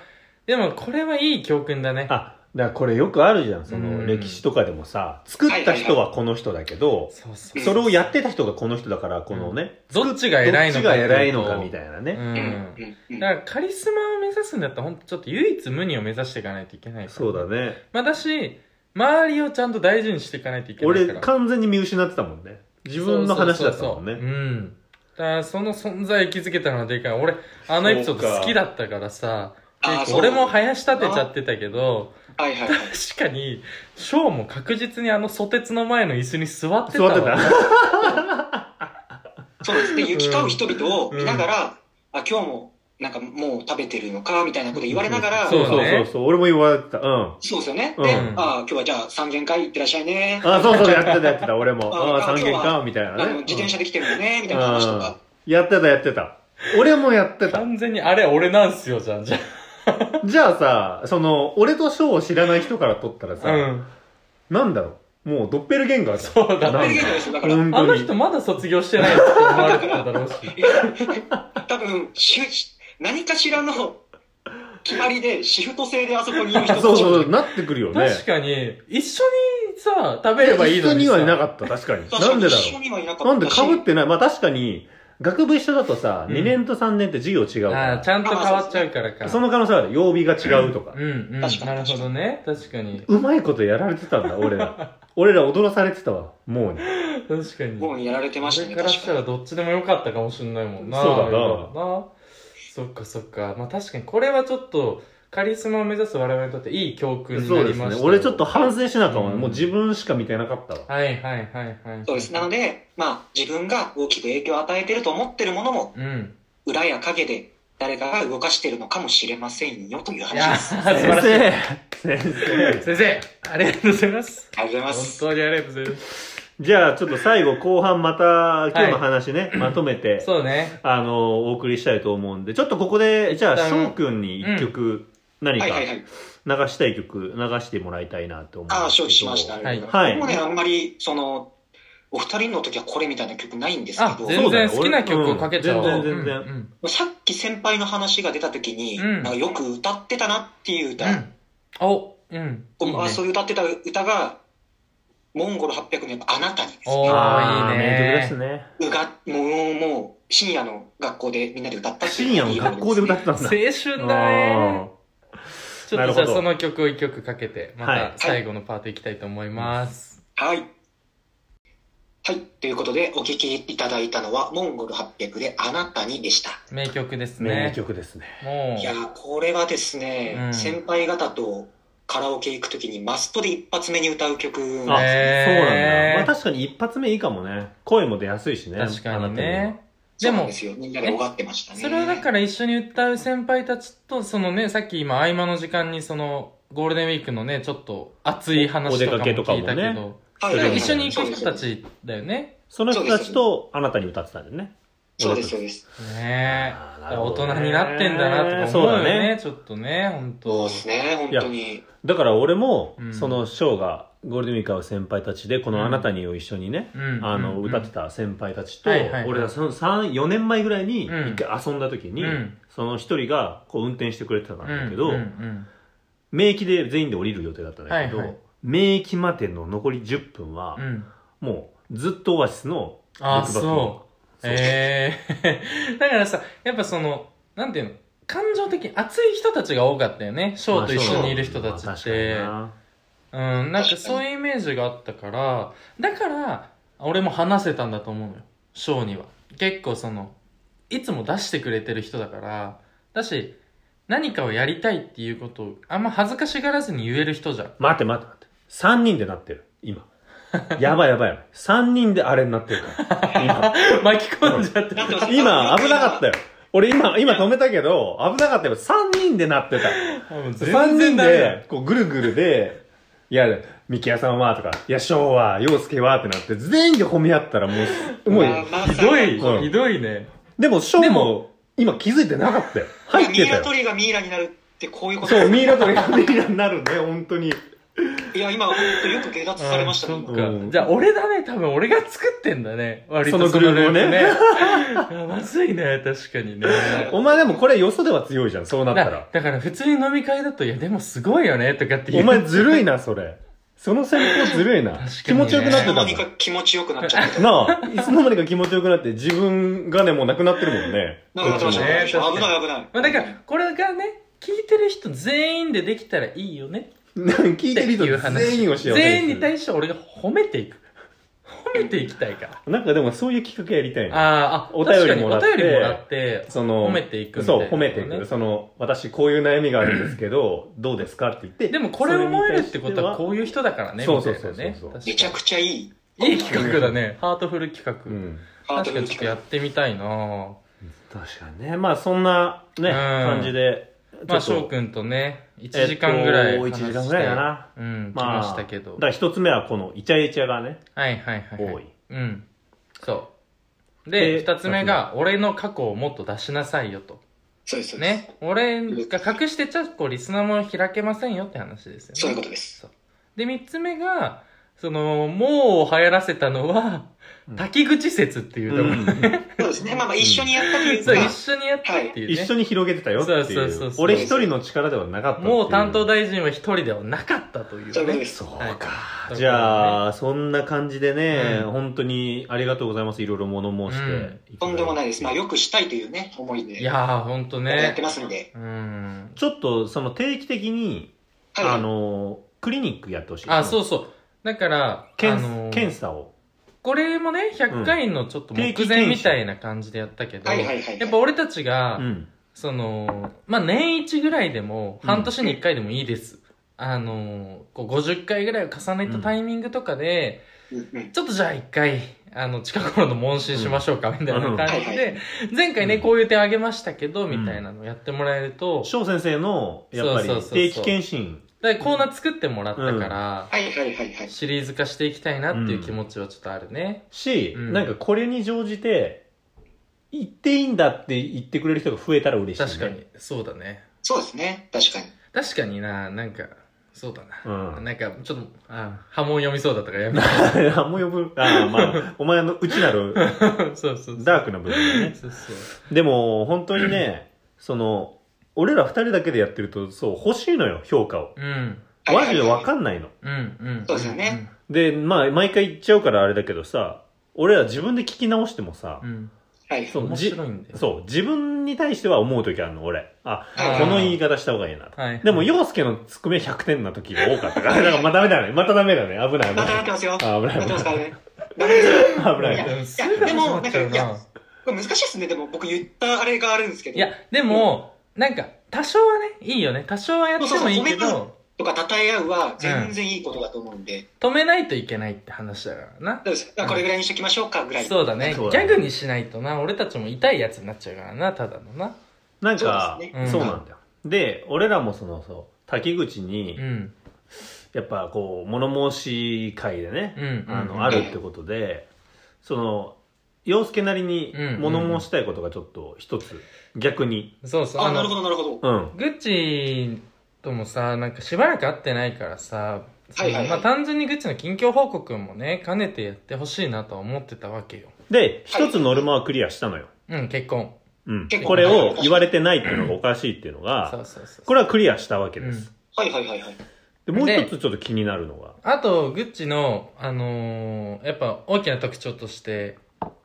でもこれはいい教訓だね。
あ、だからこれよくあるじゃん。そうの
ん
歴史とかでもさ、作った人はこの人だけど、
そうそう
いはい
それをやってた人がこの人だから、このね、
どっちが偉いのか
どっちが偉いのかみた
い
いな
な
ね。
う
うん。
んうん
だからカリスマを目指すんだったら、ほんとちょっと唯一無二を目指していかないといけないから
そうだ。ね。
まあだし、周りをちゃんと大事にしていかないといけないか
俺、
ら。
完全に見失ってたもんね。自分の話だったもん
そうそうそう
ね。
うん。だからその存在気づけたのはでかい。俺、あのエピソー
そう
ド
か
好きだったからさ、
あー
結
そう
構俺も林立てちゃってたけど、
はいはいはい。
確かに、ショーも確実にあのソテツの前の椅子に座ってた
座
わ
ってた。
そうです。で、行き交う人々を見ながら、あ、今日も、なんかもう食べてるのか、みたいなこと言われながら、
そう
だ
そう
ね
そうそう。俺も言われてた。うん。
そうですよね。
うん
で、あ、今日はじゃあ三軒会行ってらっしゃいね。
あ、そうそう、やってたやってた、俺も。
あ
ああ、三軒
今日
か、みたいな
あの
ね。
自転車で来てるよね、みたいな話とか。
やってたやってた。俺もやって た。
完全にあれ俺なんすよじゃんじゃ
じゃあさ、その、俺と翔を知らない人から撮ったら
あ
さ、
うん
なんだろう。もうドッペルゲンガーじゃん。
そうだ
な
ペル
ん
ゲンガーでしょだから
本
あ
当
の
に
人。まだ卒業してないって思われてただろうし
多分シフ何かしらの決まりでシフト制であそこにいる人
あ
たち
そうそう、なってくるよね。
確かに一緒にさ食べればいいのに
一緒に
さ
はいなかった、確かに。
確
な
か
ん
に
でだ
一緒
ろ
にはいなか
う。なんで
ったし
被ってない。まあ確かに、学部一緒だとさ、
うん
2年と3年って授業違うか
あ
ら
あちゃんと変わっちゃうからか
その可能性は曜日が違うとか
う。んうんな
確かに
るほどね確かに
うまいことやられてたんだ、俺ら。俺ら驚されてたわ、もうに。
確かに
もうやられてましたね
俺からし
確
た
から
どっちでもよかったかもしれないもんな
そうだな
よかったなそっかそっかまあ確かにこれはちょっとカリスマを目指す我々にとっていい教訓に
そ
な
うで
り
す
ま
ね
し。た
俺ちょっと反省しなあかんわ、
うん
もう自分しか見てなかったわ。
はいはいはいはい
そうですなのでまあ自分が大きく影響を与えてると思ってるものも
うん
裏や陰で誰かが動かしてるのかもしれませんよという話
い
で
やー
す
素
先
晴らしい
生先生
先生ありがとうございます
ありがとうございま
本
す
当にありがとうございます
じゃあちょっと最後後半また今日の話ね、まとめて、
そうね
あの、お送りしたいと思うんで、ちょっとここで、じゃあ
一旦
翔くんに一曲、何か
はいはいは
流
い
したい曲流してもらいたいなと思うんですけど
ああ承知しましたありがとうござ
はい
います僕もねあんまりそのお二人の時はこれみたいな曲ないんです
あ
けど
全
そうだよ
然好きな曲をかけちゃおう
俺うん全然全然
うんうん
さっき先輩の話が出た時に、
うん
なんかよく歌ってたなっていう歌、
うんおうんいいね
あそういう歌ってた歌が「モンゴル800年のあなたに」です
おー
ね
ああ、
いいね
名曲ですね。
うがもうもう深夜の学校でみんなで歌ったっていう
深夜の学校で歌ってた
青
んだ。
春だねちょ
な
っ
る
とじ
ほ
ゃ
ど
あその曲を一曲かけてま
はい
た最後のパートいきたいと思います
はいはいということでお聴きいただいたのは「モンゴル800であなたに」でした、
名曲です
名
ね
曲ですね。
も
いやーこれはですね、
うん
先輩方とカラオケ行く時にマストで一発目に歌う曲
あ、そう
なん
なん
です
へー
だ。まあ確かに一発目いいかもね。声も出やすいし
う
ね。
確かに
あな
ね
そ
で
うなん
も
ですよみんなで拝ってましたね
それはだから一緒に歌う先輩たちとそのねさっき今合間の時間にそのゴールデンウィークのねちょっと熱い話とかも
お出かけとかも
聞いたけ
ね
ど
はい
そ
はい
れ
はい
一緒に行く人たちだよね
その人たちとあなたに歌ってたんだよね。
そうですそうです
ね
あー
え
なるほ
大
どね
人になってんだなとか
そう
思うよ
だ
ね
ね。
ちょっとね本
そう
当
ですね本当に
だから俺も、
うん
そのショーがゴールデンウィーク会う先輩たちで、このあなたにを一緒にね、
うん
あの、
うん
歌ってた先輩たちと、
はいはいはい
俺らその3、4年前ぐらいに
うん
一回遊んだ時に、
うん
その一人がこう運転してくれてたんだけど、
うんうん
名駅で全員で降りる予定だったんだけど、
はいはい
名駅までの残り10分は
うんう、ん
もうずっとオアシスの
あー
欲張り
そうええ だからさ、やっぱその、なんていうの、感情的に熱い人たちが多かったよね。ショーと一緒にいる人たち
まあ
っ
そうだね
て。
まあ
うん、なんか
確かに
そういうイメージがあったから、だから、俺も話せたんだと思うのよ。ショーには。結構その、いつも出してくれてる人だから、だし、何かをやりたいっていうことを、あんま恥ずかしがらずに言える人じゃん。
待って待って待って。三人でなってる。今。やばいやばいやばい。三人であれになってるから。
巻き込んじゃってる。
今、今危なかったよ。俺今、今止めたけど、危なかったよ。三人でなってた。三人で、こうぐるぐるで、いや、ミキヤさんはとか、いや、翔は、洋介はってなって、全員で褒め合ったらもう、もう、
ひどい、
うん
ひどいね。
でも翔
で
も
も、
今気づいてなかったよ。入
入
っ
って
て
ミイ
た
ラ
よ
取。りがミイラになるってこういうこと
そう、ミイラ取りがミイラになるね、本当に。
いや今本当よく下脱されましたね
あーそ
今
っか
うん
じゃあ俺だね、多分俺が作ってんだね。割と
そのグループをね
その プねいやまずいね、確かにね。
お前でもこれよそでは強いじゃん、そうなったら
だ。だから普通に飲み会だと、いやでもすごいよね、とかって言
お
う。
前ずるいな、それ。その戦法ずるいな。
かにね
気持ちよくなって
い
た
つの
も
間
ん
にか気持ちよくなっちゃって
なあ、いつの間にか気持ちよくなって、自分がね、もうなくなってるもんね。
なくなってました
ね
ね危ない危ない
まあだから、これがね、聞いてる人全員でできたらいいよね。
聞い
って
てる
い
人
う話。
全員を幸せにする
全員に対して俺が褒めていく。褒めていきたいから。
なんかでもそういう企画やりたいな。
あーあ、
お便り
確かに
もらって
お便りもらって、
その、
褒めていくみたい
そ
な
う、
ね
褒めていく。その、私こういう悩みがあるんですけど、どうですかって言って。
でもこれを思えるってことは
それ
こういう人だからね、み
そう
た
そう
い
そ
な
うそう
ね。
そう
確か
め
に
ちゃくちゃいい
いい企画だね。ハートフル企画。
に対してはうん。
ハート
確かに
フル
ちょっとや
企
ってみたいなぁ。
確かにね。まあそんな、ね、
うん
感じで。
まあ、
ちょっ
翔
と
くんとね、1時間ぐらい
えっ
話
と
し
1
て。
時間ぐらいかな。
うん、
まあ
来ましたけど
だか。ら一つ目はこのイチャイチャがね、
はいはいはいはい。
多い。
うん。そで、
で
二つ目が、俺の過去をもっと出しなさいよと。
そうです、そうです。
ね。俺が隠してちゃ、こう、リスナーも開けませんよって話ですよね。
そういうことです。
そうで、三つ目が、その、もう流行らせたのは
う、ん
滝口説っていうところ。
そうですね。まあまあ、一緒にやったとい う
そう、
か
一、緒にやったっていうね。
一緒に広げてたよっていう。
そうそうそうそう
俺一人の力ではなかったってい
もう担当大臣は一人ではなかったとい
そういう
う
こと
ね
で。
そ
す。
う
はい
か。じゃあ、そんな感じでね、
うん
本当にありがとうございます。いろいろ物申して。
とんでもな
い。
いです。まあ、よくしたいというね、思いで
い
や
やー、ほんと
っ
ね
て。ますんで。
うん。
ちょっと、その定期的に、
はい。
あの、クリニックやってほしい。。
あ、そううそう。だから、あ
検,、
のー
検査を。
これもね、100回のちょっと目
定期
前み
検
た
診
いな感じでやったけど、
はいはいはい。
やっぱ俺たちが、
うん。
その、まあ、年一ぐらいでも、
うん
半年に一回でもいいです。あの、こう50回ぐらいを重ねたタイミングとかで、
うんうん
ちょっとじゃあ一回、あの、近頃の問診しましょうか、みたいな感じで、前回ね、
うん
こういう点あげましたけど、
ん
みたいなのやってもらえると、
翔先生の、やっぱり
そうそうそうそう
定期検診。
だからコーナー作ってもらったから、
はいはいはいはい。
シリーズ化していきたいなっていう気持ちはちょっとあるね。
し、
うん
なんかこれに乗じて、行っていいんだって言ってくれる人が増えたら嬉しい、ね。
確かに。、そうだね。
そうですね。確かに。
確かにな、なんか、そうだな。
うん
なんか、ちょっと、あ、波紋読みそうだったからやめ
あ、もう呼ぶ。ああ、まあ、お前の内なる
た。 そうそうそう。
ダークな部分だね。
そうそう。
でも、本当にね、その、俺ら二人だけでやってると、そう、欲しいのよ、評価を。
うん。
マジでわか
ん
んないの。
うんうん。
そうですよね。
で、まあ、毎回言っちゃうからあれだけどさ、俺ら自分で聞き直してもさ
う、ん。
はい。
そう
面白いんだよ。
そう、自分に対しては思う時あるの、俺。あ、
はい
この言い方した方がいいなと。
はい。
でも、洋介のツッコミは100点な時が多かったから、だからまあダメだね。またダメだね。危ない危
また
な
なっ
い。
てますよ。
あ危ない
なって
危
ま
な
すから
い。
ね。ダメです よ。
危ないい。
うん
いやでもなんかいや
す
これ難しいですね。でも僕言ったあれがあるんですけ
ぐ
ど。
いや、でも、なんか、多少はね、いいよね。多少はやってもいいけ
そうそう
ど、
とか、称え合うは全然いいことだと思うんで。
止めないといけないって話だからな。
そうです。まあこれぐらいにしときましょうか、ぐらい。
そうだね。ギ
そうだ
ャ
ね
グにしないとな、俺たちも痛いやつになっちゃうからな、ただのな。
なんか
そうです
ね、
そうなんだよ。で、俺らもその、そう、滝口に
う、ん。
やっぱこう、物申し会でね
う、ん。
あ
うん
の、あるってことで、その、洋介なりに
うん
物申したいことがちょっと一つ、逆に。
そうそう。
あ、
あ
なるほ
の、
ど、なるほど。
うん。
グッチともさ、なんかしばらく会ってないからさ、その
はいはいはい
まあ単純にグッチの近況報告もね、兼ねてやってほしいなとは思ってたわけよ。
で、一つノルマはクリアしたのよ。
うん、結婚。
うん
結。構
これを言われてないっていうのがおかしいっていうの
そ
が、
うそうそう。
これはクリアしたわけです。
はいはいはいはい。
で、もう一つちょっと気になるのが、
あと、グッチの、あのーやっぱ大きな特徴として、
うん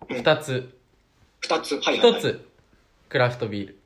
二つ。
二つ。はいはい、
一
はい。。
つ、クラフトビール。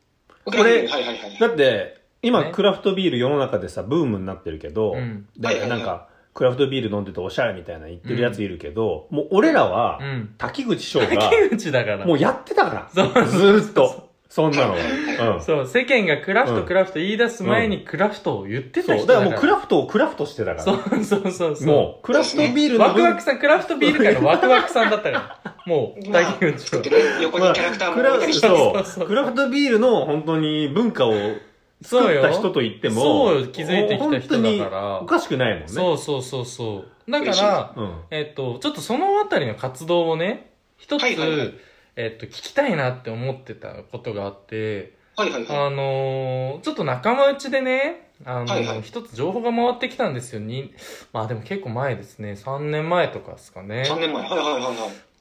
こ
これ、
れ
はいはいはい。
だって、今、
ね
クラフトビール世の中でさ、ブームになってるけど、
うん
はいはいは
で、な
い
んか、クラフトビール飲んでておしゃれみたいな言ってるやついるけど、もう俺らは
う、ん。
滝口翔が、
竹内だから。
もうやってたか
そう
ら、ずーっと、そんなのは。うん。
そう、世間がクラフト、
うん
クラフト言い出す前にクラフトを言ってた
そう、
人
だ
だか。
かららもうクラフトをクラフトしてたから。
そうそうそうそう。
もう、クラフトビール
ワ
の
ク
分
ワクさん、クラフトビール界のワクワクさんだったから。もう、
まあ
竹 内
作っ
は
て。ね、横にキャラクターも
ク
置い
ラ
たりして。
そう
そうクラフトビールの本当に文化を作
そう
っ
よ。
た人と言っても、
そうよ気づいてきた人だか
本当
ら
におかしくないもんね。
そうそうそうそう。だか
嬉しい
ら、
うん。
えっと、ちょっとそのあたりの活動をね、一つ、
はいはいはい
えっと、聞きたいなって思ってたことがあって、
はいはいはい。
あのーちょっと仲間内でね、あのー
はいはい
一つ情報が回ってきたんですよ。にまあでも結構前ですね。3年前とかですかね。
3年前。はいはいはいはい。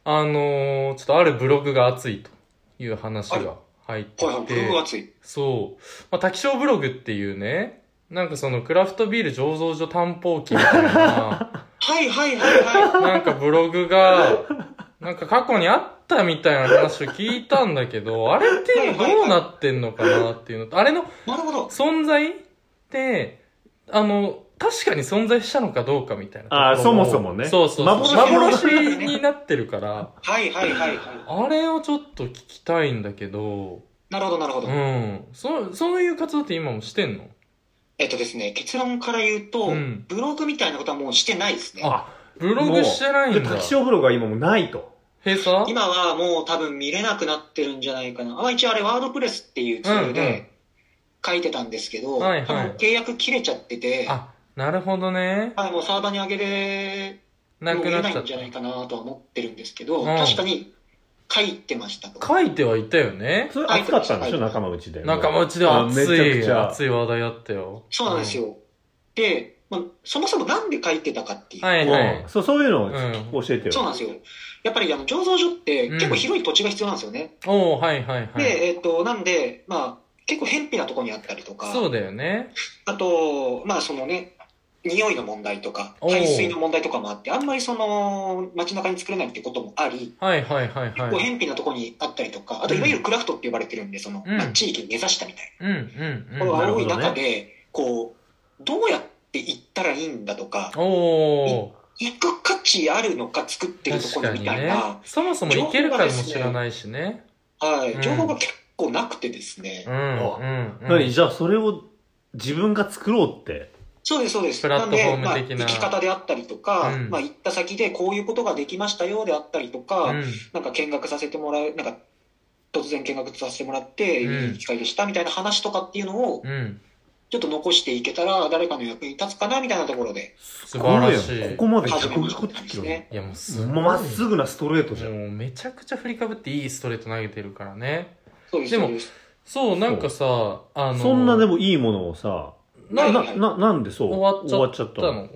あのーちょっとあるブログが熱いという話が入って
はいはい。
き
僕
て、
分厚い。
そう。まあ、滝章ブログっていうね、なんかそのクラフトビール醸造所担保機みたいな、
はいはいはいは
なんかブログが、なんか過去にあったみたいな話を聞いたんだけど、あれって今どうなってんのかなっていうのと、あれの
い。なるほど。
存在って、あの、確かに存在したのかどうかみたいなところ。
あーそもそもね
そうそうそう。幻
幻
になってるから、
はいはいはいは
あれをちょっと聞きたいんだけど、
い。なるほどなるほ
う
ど。
ん。そ、そういう活動って今もしてんの
えっとですね、結論から言うと、
うん
ブログみたいなことはもうしてないですね。
あ、
ブログしてない
で、
んだ。
滝潮ブログは今もうないと。
閉鎖
今はもう多分見れなくなってるんじゃないかな。あ一応あれワードプレスっていうツール
うんうん
で書いてたんですけど、
はいはい
多分契約切れちゃってて、は
あ、なるほどね。
い、もうサーバーに上げれ
なくなっちゃ
もう見れ
っ
ないん
た
じゃ。ないかなとは思ってるんですけど、
うん
確かに書いてましたと。
書いてはいたよね。
それ暑かったんでしょ仲間内で。
仲間内では熱
あめ
い、
ちゃくち
熱い話題あったよ。
そうなんですよ。で、まあ、そもそもなんで書いてたかっていう。
うん。はいは
う
い
ん。そう、そういうのを
うん
教えてよ。
そうなんですよ。やっぱりあの醸造所って
うん
結構広い土地が必要なんですよね。
おー、はいはいは
で、
い。
えっ、と、なんで、まあ、結構偏僻なところにあったりとか、
そうだよね。
あと、まあ、そのね、匂いの問題とか、
おう
排水の問題とかもあって、あんまりその、街中に作れないってこともあり、
はいはいはい
結構
はい。
偏僻なところにあったりとか、あと、
うん
いわゆるクラフトって呼ばれてるんで、その、
うん
まあ地域に根ざしたみたい
うんうんうん
なとこ。ろが多い
なるほ
中
ど
で、こう、どうやって行ったらいいんだとか、
おー。
行く価値あるのか作ってると
確
ころ
か
み
に
たい
ね
な、。
そもそも行けるかも知らないしね。
は
うん
い、情報が結構なくてですね、
うんうんうん。
何じゃあそれを自分が作ろうって。
そうです、そうです。
プラットフォーム
なん
的
で、
な
まあ、生き方であったりとか、
うん
まあ、行った先でこういうことができましたよであったりとか、
うん。
なんか見学させてもらう、なんか突然見学させてもらって、
うん
いい機会でしたみたいな話とかっていうのを、
うん。
ちょっと残していけたら、誰かの役に立つかなみたいなところで、
素晴らし
こ
い。
こまで
始めました
150
で
キ
す
ロ。
ね。
いやもうすごい
もうまっすぐなストレートじゃん。
もうめちゃくちゃ振りかぶっていいストレート投げてるからね。
そうです、
でも
そうです。
そう、なんかさ、あの、
そんなで
も、
もいいものをさ、
な
な、
ん
い
だっ
な、ななんでそう、
終
終
わ
わ
っ
っちゃった
た
の
の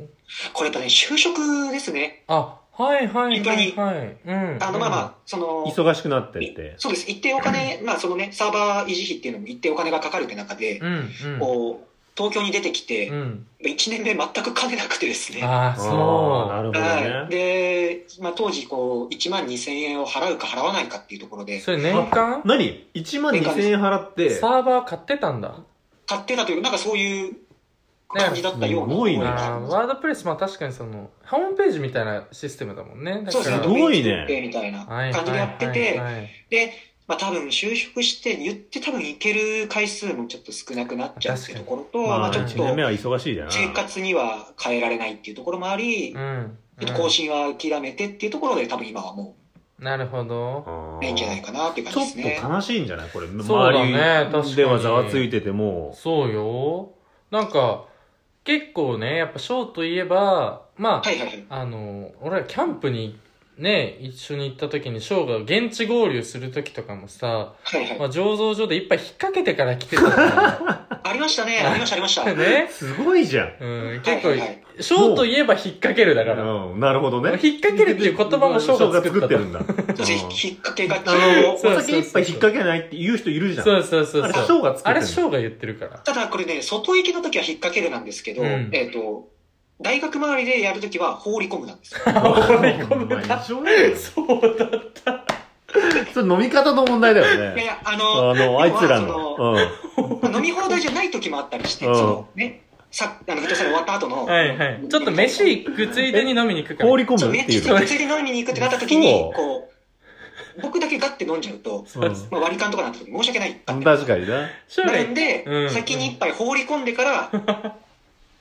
これやっぱね、就職ですね。
あ、はいはいは
本当
い
に
はい。うん。
あの、まあまあ、その、
忙しくなってって。
そうです、一定お金、まあ、そのね、サーバー維持費っていうのも一定お金がかかるって中で、
うん
こう、東京に出てきて、
うん。うん。
1年目全く金なくてですね。
ああ、
あーな
そ
るほど
は
ね。
い、で、まあ、当時こう1万2000円を払うか払わないかっていうところ
う。
で
それ年間
何 ?1 万2000円払って、
サーバー買ってたんだ。
買ってたというなんかそういう感じだったような
すごい
あ
ね
ーワードプレス、まあ確かにその、ホームページみたいなシステムだもんね。だか
そ
ら
うですね
すごいね
ドメイン作ってみたいな
はい
感じでやってて、
はいはいはい
で、まあ、多分就職して言って多分行ける回数もちょっと少なくなっちゃうっていうところと、ま
ま
あ、
あ、
ちょっ
1年目
と
は忙しいじゃな。
生活には変えられないっていうところもあり、
うんうん。
ちょっと更新は諦めてっていうところで多分今はも
なるほど。
あ
う
ー
いいんじゃないかなっていう
ち
感
ょ
じ
っ
ですね
と。悲しいんじゃないこれ、
そうだね
周りでは
確かに
ざわついてても。
そうよ。なんか、結構ね、やっぱショーといえば、まあ、
はいはいはい。
あの、俺らキャンプにね、一緒に行った時にショーが現地合流する時とかもさ、
はいはい
まあ、醸造所で一杯引っ掛けてから来てたか
ありましたね、ありました、ありました。
ら ね。
すごいじゃん。
うん、
は
結
いはいは
構、
い。
ショーといえば引っ掛けるだから。
うん、なるほどね。
引っ掛けるっていう言葉も翔が作った
翔が作ってるんだ。
そして引っ掛けがち。
あの、お
そうそうそう
酒一杯引っ掛けないって言う人いるじゃん。
そうそうそう
あれ、
そう。
翔が作
あ
ってるんだ。
れ、ショーが言ってる から。
ただこれね、外行きの時は引っ掛けるなんですけど、
うん
えっ、と、大学周りでやる時は放り込むなんですよ。
放り込めた
お前異常だよ
そうだ。
それ飲み方の問題だよ
いやい
ね。
や、あ
あ
の、
の、あいつらの
そ。
うん。
飲み放題じゃない時もあったりして、
うん
そのね、さあの、フットサル終わった後の、
はいはい。ちょっと飯行くついでに飲みに行くから。
放り込
そう
む
ね
っ、て
ち
い
ょ
う
っ
か
と
そ。
釣り飲みに行くってなった時
そ
に
う、
こう、僕だけガッて飲んじゃうと、
そう
うん
まあ、割り勘とかなった時申し訳ない。
確かにな。
ショーが
な
言っ
んで、
うん
先に一杯放り込んでから、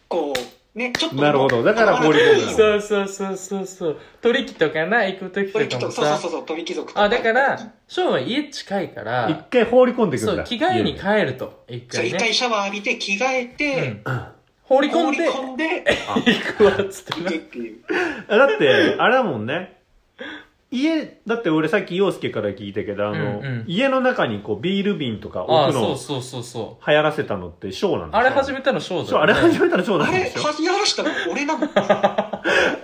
こう、ね、ちょっと。
なるほどだから放り込むんだ
そうそうそうそうそう。取引とかな、行く時
鳥
と
貴
かも
族そうそう
さ
そ。うそう、鳥貴族と
あ、だから、ショーは家近いか
一
ら、
回放り込んでく
そ
ん
う
だ。、
着替えに帰ると。一
そう
回
一
ね。
回シャワー浴びて、着替えて、
うん放り込
放
ん
り
で、
込んで、
行くわ、つって
行
な
くっていう。
あだって、あれだもんね。家、だって俺さっき陽介から聞いたけど、あの、
うんうん
家の中にこうビール瓶とか
あ
置
あ、
くの
そうそ
を
うそうそ
流行らせたのってショーなん
う。
ですよ。
あれ始めたのショー
そう、あ
だ
れ
よね
始めたのショーな
あ
んで
れ、
しょ
はじやらしたの俺なの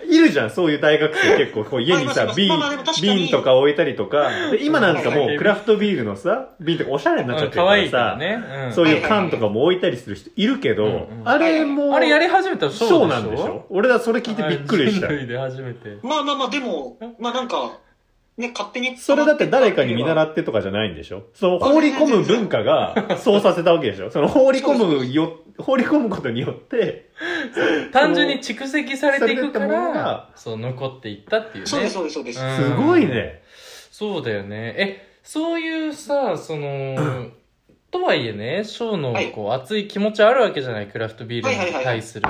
いるじゃん、そういう大学生結構、こう家に
あい
さ
ま、すい
瓶
ますまあまあでも、確かに
瓶とか置いたりとか、で今なんか
は
も
いう
クラフトビールのさ、瓶とかおしゃれになっちゃってるからさ、
ね。うん
そういう缶とかも置いたりする人いるけど、
うんうん
あれも、
あれやり始めたのシ
シ
ョー
ョーなんでしょ俺はそれ聞いてびっくりした
あ。れ人類で初めて。
まあまあまあ、でも、まあなんか、ね、勝手に。
それだって誰かに見習
っ
ってとかじゃないんでしょその放り込む文化がそうさせたわけでしょその放り込むよ、放り込むことによって、
単純に蓄積されていくか
されたものが
ら、そう、残っていったっていうね。
そうです、そうです、そうです。
うん
すごいね。
そうだよね。え、そういうさ、その、とはいえね、ショーの
はい
こう熱い気持ちあるわけじゃない、クラフトビール
はいはいはいは
に
い
対する。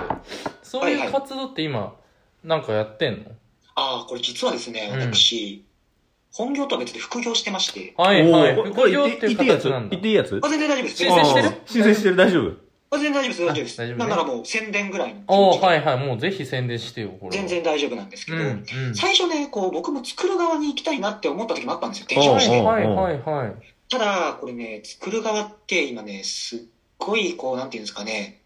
そう
はい
い
は
う
い
活動って今、なんかやってんの
ああ、これ実はですね、
うん
私、本業とは別で副業してまして。
はいはい。
おー
副業っていう
これ
形なんだ
言っ。ていいやつ言っていいやつ
あ、全然大丈夫です。
申請してる
あー申請してる大丈夫
あ全然大丈夫です、大丈夫で
あ
す。
大丈夫ね
だからもう宣伝ぐらいの。
おー、はいはい。もうぜひ宣伝してよ、これは。
全然大丈夫なんですけ
う
ど、
ん。うん。
最初ね、こう僕も作る側に行きたいなって思った時もあったんですよ、転
おうお
職
う
して。
はいはいはい。
ただ、これね、作る側って今ね、すっごい、こう、なんていうんですかね、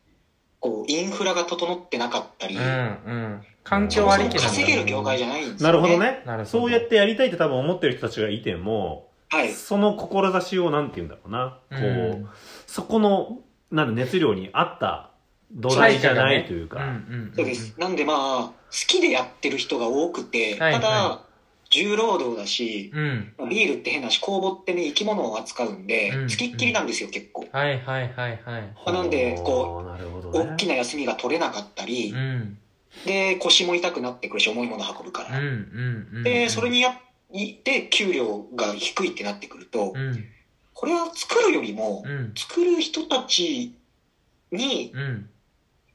こう、インフラが整ってなかったり、
うんうん。環境ありきなんだ
稼げる業界じゃないんです
な
よ、
る
ね。
ほど。ね。
なるほど
そうやってやりたいって多分思ってる人たちがいても、
はい。
その志をなんて言うんだろうな。こう、
うん
そこの、なんだ、熱量に合った土台じゃないという
うんう
か。
んうん。
そうです。なんでまあ、好きでやってる人が多くて、
はい
ただ、
は
重労働だし、
うん。
ビールって変だし、工房ってね、生き物を扱うんで、
うん
付きっきりなんですよ、結構。
はいはいはいはい。
まあなんでこ
う、なるほどね
大きな休みが取れなかったり、
うん。
で、腰も痛くなってくるし、重いもの運ぶか
うんう
ら。
んうん。
で、それにやって、給料が低いってなってくると
う、ん。
これは作るよりも
う、ん。
作る人たちに、
うん。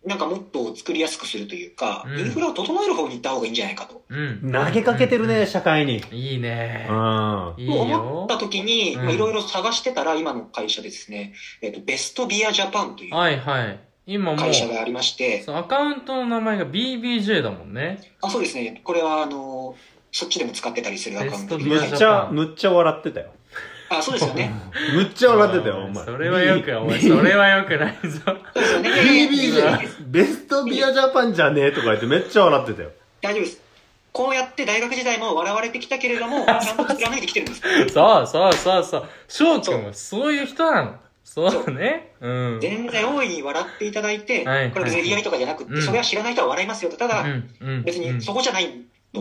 なんかもっと作りやすくするというか、
うん
インフラを整える方に行った方がいいんじゃないかと。
うん。
投げかけてる
う
ね、
ん。
社会に。
いいね
う。ん。
いい
思
よ
った。時に、
うん
まあいろいろ探してたら、今の会社ですね、えっと、ベストビアジャパンという
はいはい。今もう
会、社がありまして、
そうアカウントの名前が BBJ だもんね。
あ、そうですね、これは、あの、そっちでも使ってたりするアカウント
ベスト
で
ビア
む
ジャパン
っちゃ、むっちゃ笑ってたよ。
あ、そうです よね。
むっちゃ笑ってたよ、お前。
それはよく、お前、それはよくない ぞ。
そうですよね。いやいやいや
BBJ、ベストビアジャパンじゃねえとか言ってめっちゃ笑ってたよ。
大丈夫です。こうやって大学時代も笑われてきたけれど も、ちゃんと貫いてきてるんです。
そうそうそうそう。翔くんはそういう人なの。そうね。うん。
全然大いに笑っていただいて、
はい
これ別に競り合いとかじゃなくって、
うん
それは知らない人は笑いますよと。ただ、
うんうん
別にそこじゃないと。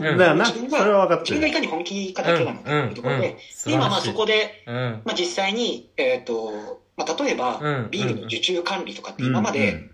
うん
だからな、
自
そ
分
れ
が
は分かっ
自
て
分が
る。
いかに本気かだけなのかっていうところで、
うんうん
で
素晴らしい
今まあそこで、
うん。
まあ、実際に、えっとまあ、例えば、
うん
ビールの受注管理とかって今ま
うんう
で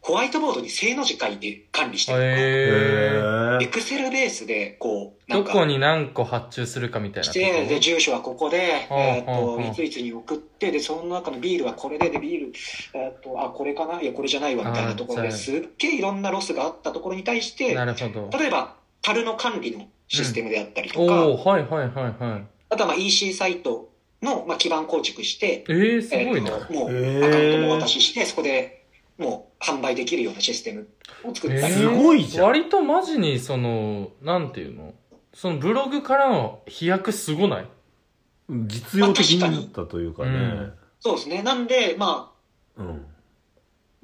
ホワイトボードに正の字書いて管理してるとか、
へ
へ
エクセルベースでこ
ー。
うな
ど
んか
こに何個発注するかみたいな
し
とこ。
てで住所はここで、
うん
えっ
う
と
んうん
いついつに送ってでその中のビールはこれででビール、えっとあこれかないやこれじゃないわみたいなところ
あ
で
ーそ
すっげえいろんなロスがあったところに対して
なるほど。
例えば樽の管理のシステムであったりとか、
おおはいはいはいはい。
あとはまあ EC サイトの、まあ、基盤構築して、
えー、すごい
え
な
っ。ともう
へー
アカウントもお渡しして、そこでもう販売できるようなシステムを作ったり、
すごいじゃん
割とマジに、その、なんていうのそのブログからの飛躍すごない
ー実用的になったというかね。
そうですね。なんで、まあ、
うん。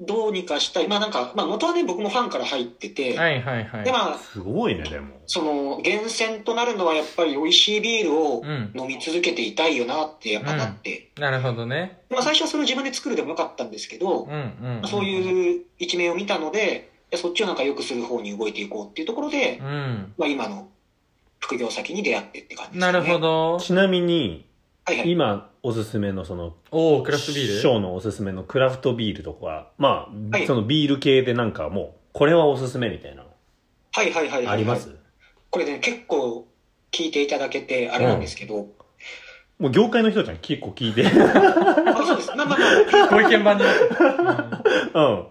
どうにかしたい。まあなんか、まあ元はね、僕もファンから入ってて、
はいはいはい。
でまあ、
すごいね、でも。
その、源泉となるのはやっぱり美味しいビールを
うん。
飲み続けていたいよなってやっぱなって、
なるほどね。
まあ最初はそれを自分で作るでもよかったんですけど
う、んうん。
そう
う。
いう一面を見たので、いやそっちをなんか良くする方に動いていこうっていうところで、
うん。
まあ、今の副業先に出会ってって感じです
な
ね。
るほ。ど。
ちなみに、
はいはい。
今、おすすめのその、
おおクラフトビール
ショーのおすすめのクラフトビールとか、ま
は
あ、
い
そのビール系でなんかもう、これはおすすめみたいなの
はいはいはいはい
あります
これね、結構聞いていただけてあれなんですけど、
もう業界の人じゃん、結構聞いて。
あそうです。ま あまあまあ。
ご意見番になった。
うん。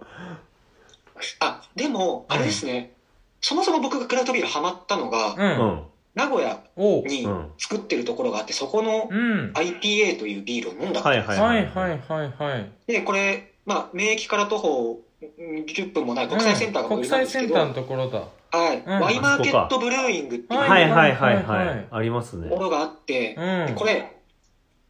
あ、でも、あれですね。そもそも僕がクラフトビールハマったのが、
う。
うん
うん。
ん。
名古屋
おう
に
うん
作ってるところがあって、そこの
うん。
IPA というビールを飲んだんです
はいはい
はいはいはいはい。
で、これ、まあ、名駅から徒歩うん10分もない国際センターが
うん
ここ
国
にある
際
んです
セ
け
ン
ど、
ターのところだ。
はい、
うん
ワイマーケットブルーイングっていう
は
と
はいはいはい
はい
は
はい
い。ありますね
こ。ろがあって、
う
で
ん。
これ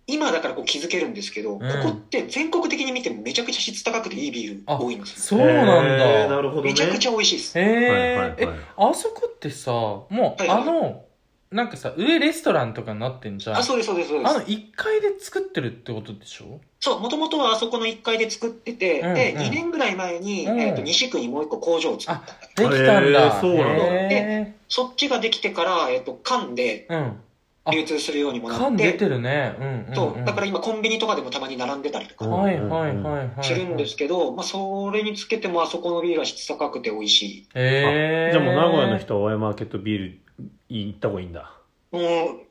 今だからこう気づけるんですけど、
ん
ここって全国的に見てもめちゃくちゃ質高くていいビール多いんです
そうなん
へーな
だ。
るほどね。
めちゃくちゃ美味しいです
へ
はいはいは
え
い。
え、あそこってさ、もう
はいはい
あの、なんかさ、上レストランとかになってんじゃん。
あそうですそうですそうで
あの、
す
1階で作ってるってことでしょ
そうもともとはあそこの1階で作ってて、
うん
で
うん
2年ぐらい前に、
うん
えー、と西区にもう1個工場を作ったんだけど
できたん
へ
だ。
ーそうなんだ
へ
そっちができてから、えー、と缶で
ーうん。あ
流通するようにもな
缶
っ
出
て
てるね。うんうんうん。
そうだから今コンビニとかでもたまに並んでたりとか
はいはいはいはい。
するんですけど、まあ、それにつけてもあそこのビールは質高くて美味しい
へえ。
じゃあもう名古屋の人はワイマーケットビール行った方がいいんだ。
もう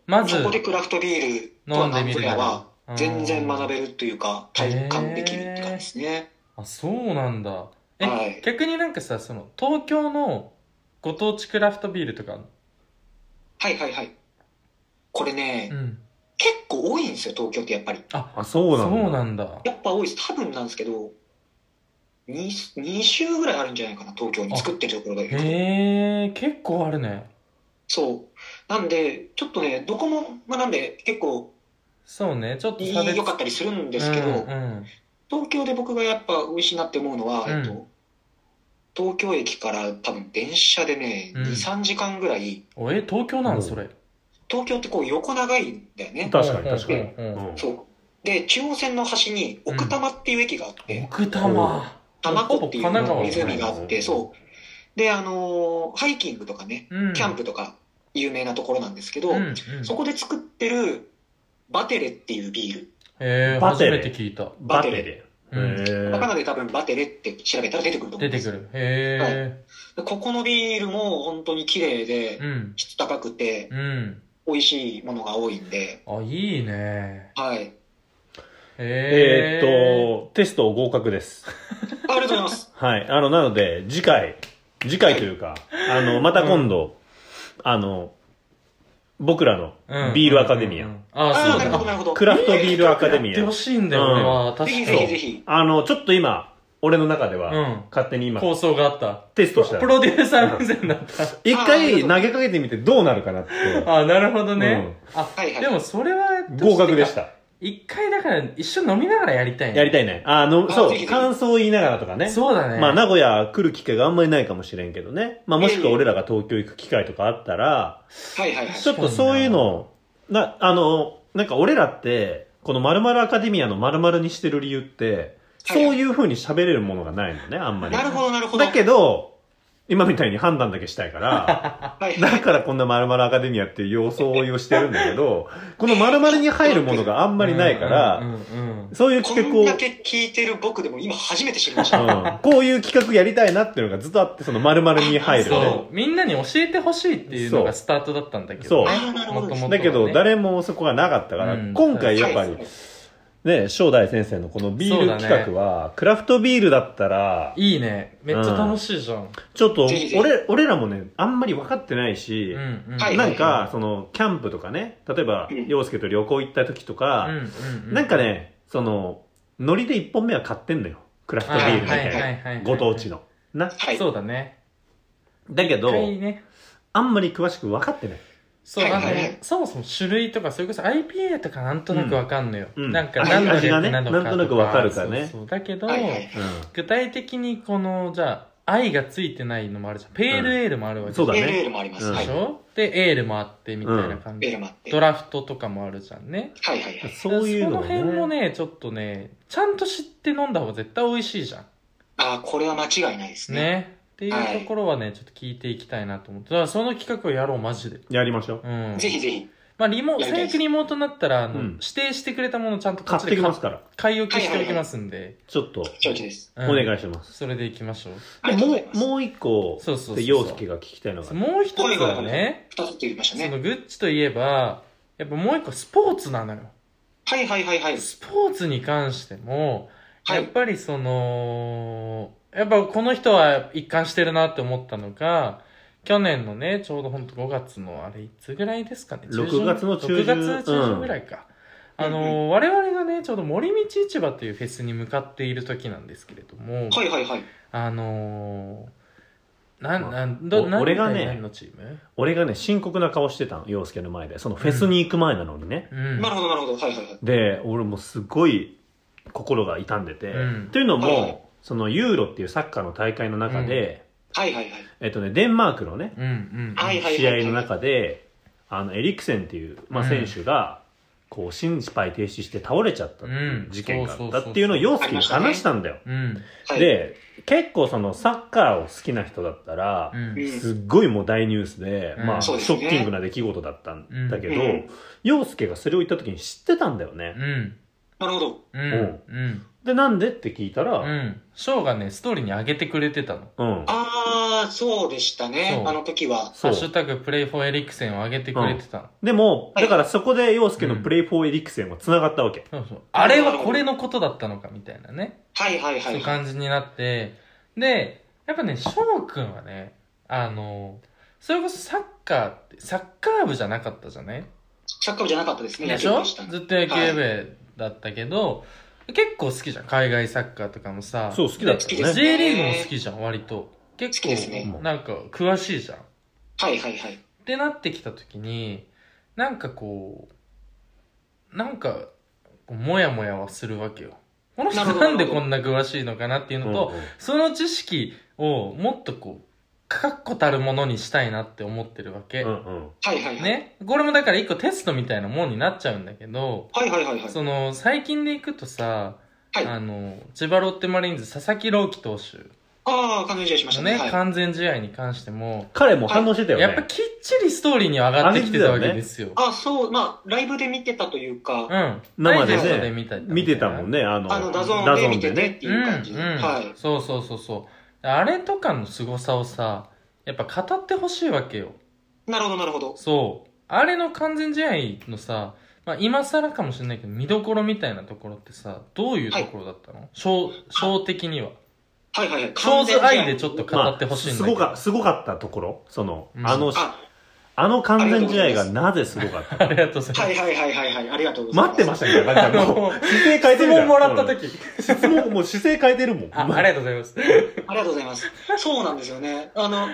まず
そこでクラフトビールと
飲
は
んで
何
み
ぞ
る
やは全然学
る
べるというか体感できるって感じですね。
あそうなんだえ、
はい
逆になんかさその東京のご当地クラフトビールとか
はいはいはい。これね、
うん
結構多いんですよ東京ってやっぱり。
あ、そう
そう
なんだ。
なんだ
やっぱ多いです。多分なんですけど 2, 2週ぐらいあるんじゃないかな、東京に
あ
作ってるところが。
へえ、結構あるね。
そう。なんで、ちょっとね、どこも、まあ、なんで、結構、
そうね、ちょっと
いい
差別
良かったりするんですけど、
うんうん
東京で僕がやっぱ美味しいなって思うのは、えっ
う
と、東京駅から多分電車でね、
うん
2、3時間ぐらい、
おえ、東京な
う
の
ん
それ。
東京ってこう横長いんだよね。
確かに確かに。
うんうんうん
うん
そう。で、中央線の端に奥多摩っていう駅があって、
奥多摩。
多摩湖っていう
ほぼ神奈
湖
川
があって、そう。で、あのーハイキングとかね、
うん
キャンプとか有名なところなんですけど、
うんうん
そこで作ってるバテレっていうビール。
へえ、
バ
初
テレ
めて聞いた。
バテ
う
レ。
ん
へ
カタ
ー
カナで多分バテレって調べたら出てくると思う
出
んで
て
す
くる。へ
でここのビールも本当に綺麗で
え。、うん。
質高くて、
うん。
美味しいものが多いんで、
あ、いいね。
はい。
へ
え
え。
ーっと、テスト合格です。
あありがとうござい ます。
はい。あの、なので、次回、次回というか、あの、また今度、あの、僕らのビールアカデミア、
うんうんうんあ、
あ
そ
あ、
うだ
なるほど、なるほど。
クラフトビールアカデミ
やっ
ア。
てほしいんだよ、俺は。
ぜひ
確か
ぜひぜ
に。
ひ。
あの、ちょっと今、俺の中では、
うん
勝手に今、
構想があった。
テストした
プ
ら、
ロデューサー目線だった。
一回投げかけてみてどうなるかなって、
あ、なるほどね。あ、
はいはい
でもそれは、
合格でし。た。
一回だから一緒に飲みながらやりたいね。
やりたいね。あの、
あ
そ
ぜひ
う、
ぜひ
感想を言いながらとかね。
そうだね。
まあ、名古屋来る機会があんまりないかもしれんけどね。まあ、もしくは俺らが東京行く機会とかあったら、
はいはいはい。
ちょっとそういうのを、な、あの、なんか俺らって、この〇〇アカデミアの〇〇にしてる理由って、
はい
そういう風に喋れるものがないのね、あんまり
な。るほど、なるほど。
だけど、今みたいに判断だけしたい から、
はいはい
だからこんな〇〇アカデミアっていう様相をしてるんだけど、この〇〇に入るものがあんまりないか
う
ら、
んうん
そういう
こ
企画を
んだ、け聞いてる僕でも今初めて知りました。
うんこういう企画やりたいなっていうのがずっとあって、その〇〇に
う
入
ん。
る
そ
ね。
う。みんなに教えてほしいっていうのがスタートだったんだけどね。
そうそうあーなるほど
元々はね
だけど、誰もそこがなかったから、
うん
今回やっぱ
は
り
い、
ね、正代先生のこのビール企画は、クラフトビールだったら、
いいね。めっちゃ楽しいじゃん。
ちょっと
ぜひぜひ
俺、俺らもね、あんまり分かってないし、
うんうん。
はい
なんか、その、キャンプとかね、例えば
うん、
洋介と旅行行った時とか、
うんうんう
なんか、ね、その、ノリで一本目は買ってんのよ。クラフトビールみた
はいはいはい
い
はいは。
ないご当地の。な。
はい。
そうだね。
だけど
一、回ね。
あんまり詳しく分かってない。
そう、
はい
あ
はい
の
はい
ね、そもそも種類とか、それこそ IPA とかなんとなくわかんのよ。
うんうん
なんか何の
味が
略
ね
なのかとか。
なんとなくわかるからね
そうそうだけど、
はいはい。
具体的にこの、じゃあ、愛がついてないのもあるじゃん。ペールエールもあるわけじゃ
そ
ん
うだね
エールエールもあります。
うん
は
で
い。
し
エ
ょで、エールもあってみたいな感
ー
じ。
ルもあって。
ド
は
ラ
い
フトとかもあるじゃんね。
は
うん。
い。
そういうの
そ
が
の辺もね、ちょっとね、ちゃんと知って飲んだ方が絶対美味しいじゃん。
ああ、これは間違いないですね。
ね。っていうところはね、ちょっと聞いていきたいなと思って。だからその企画をやろう、マジで。
やりましょう。
うん。
ぜひぜひ。
まあ、リモ、
やりたい
最
です
悪リモートになったら、あの、
うん
指定してくれたものちゃんとこ
買
っち
って
で
きますから。
買い置きしておきますんで。
ちょっと、
承知です。
お
うん
願いします。
それでいきましょう。
ありがとうございます
もう、。もう一個、
そうそうそう
で洋介が聞きたいのが、
もう一つは
はいはい
ね、
二つって言いました
そ
ね。
のグッチといえば、やっぱもう一個スポーツなのよ。
はいはいはいはい。
スポーツに関しても、
は
やっ
い。
ぱりその、やっぱこの人は一貫してるなって思ったのが、去年のね、ちょうどほんと5月の、あれ、いつぐらいですかね。中旬
6月の中旬
6月中旬ぐらいか。
うん
あの、我々がね、ちょうど森道市場というフェスに向かっている時なんですけれども、
はいはいはい。
あのー、なん、
ま
な
あ
ん、ど、
お
なん
俺がね
何のチーム
俺がね、深刻な顔してたの、洋介の前で。そのフェスに行く前なのにね。
うん。
なるほどなるほど。はいはいはい。
で、俺もすごい心が痛んでて。
うん
というの
はいはい
も、そのユーロっていうサッカーの大会の中で、
はいはいはい。
えっとね、デンマークのね、
うん、うん。
はいはい
試合の中で、あの、エリクセンっていう、まあ、
うん
選手が、こう、心肺停止して倒れちゃったっていう事件があったっていうのを
うん
洋介に話したんだよ。
うん。
はい。、
で、結構そのサッカーを好きな人だったら
う、ん。
うん
すっごいもう大ニュースで、
うん
まあ、シ
そうです
ョ
ね
ッキングな出来事だったんだけど、
うん
陽介がそれを言った時に知ってたんだよね。
うん。
なるほど。
うん。うん。
で、なんでって聞いた
う
ら、
ん。ショーがね、ストーリーに上げてくれてたの。
うん。
ああ、そうでしたね
そ。う
あの時は。
ハ
そ
ッシュ
う。
タグプレイフォーエリクセンを上げてくれてたの。
でも、
はい
だからそこで陽介のプレイフォーエリクセンは繋がったわけ。
そうそう。あれはこれのことだったのかみたいなね。
はいはいは
そうい
いうはい。
感じになって。で、やっぱね、翔くんはね、あの、それこそサッカーって、サッカー部じゃなかったじゃない
サッカー部じゃなかったですね。
でしょ
野球部
ずっと野球
はい
部だったけど、結構好きじゃん。海外サッカーとかもさ。
そう、好きだったよ
好き
ね。
で
J リーグも好きじゃん、割と。結
好きですね
構、なんか、詳しいじゃん。っ
はいはいはい。
てなってきたときに、なんかこう、なんか、もやもやはするわけよ。この人
なるほど
なんでこんな詳しいのかなっていうのと、
うんうん
その知識をもっとこう、確固たるものにしたいなって思ってるわけ。
うんうん。
はいはいはい。
ね。これもだから一個テストみたいなもんになっちゃうんだけど、
はいはいはいはい。
その、最近でいくとさ、
はい
あの、千葉ロッテマリーンズ佐々木朗希投手
ああ、完全試合しました
の
ね。
ね、
はい、はい
完全試合に関しても、
彼も反応してたよね。
やっぱきっちりストーリーには上がってきてたわけですよ。
あそう、まあ、ライブで見てたというか、
うん。ダイ
生でね
ジェスト見たり
見てたもん
ね。
ね、あの、
あの、ダゾーンで見ててっ。て
う
い
ん、
う
う
感じ。
ん、
はい。
そうそうそうそう。あれとかの凄さをさ、やっぱ語ってほしいわけよ。
なるほど、なるほど。
そう。あれの完全試合のさ、まあ、今更かもしれないけど、見どころみたいなところってさ、どういうところだったの小、小的には。
はいはいはい。
小図愛でちょっと語
ま
ってほ
あ、
しいん
す
だけ
ご
ど。
か、すごかったところその、
うん
あの、
あ、
あの完全試合がなぜすごかった
ありがとうございます。
はいはいはいはいはい。ありがとうございます。
待ってましたね、ガチャ
あ
も
の
う、姿勢変えて
質
るじゃん。
問もらった時。
質問、もう姿勢変えてるもん。
あ、ありがとうございます。
ありがとうございます。そうなんですよね。あの、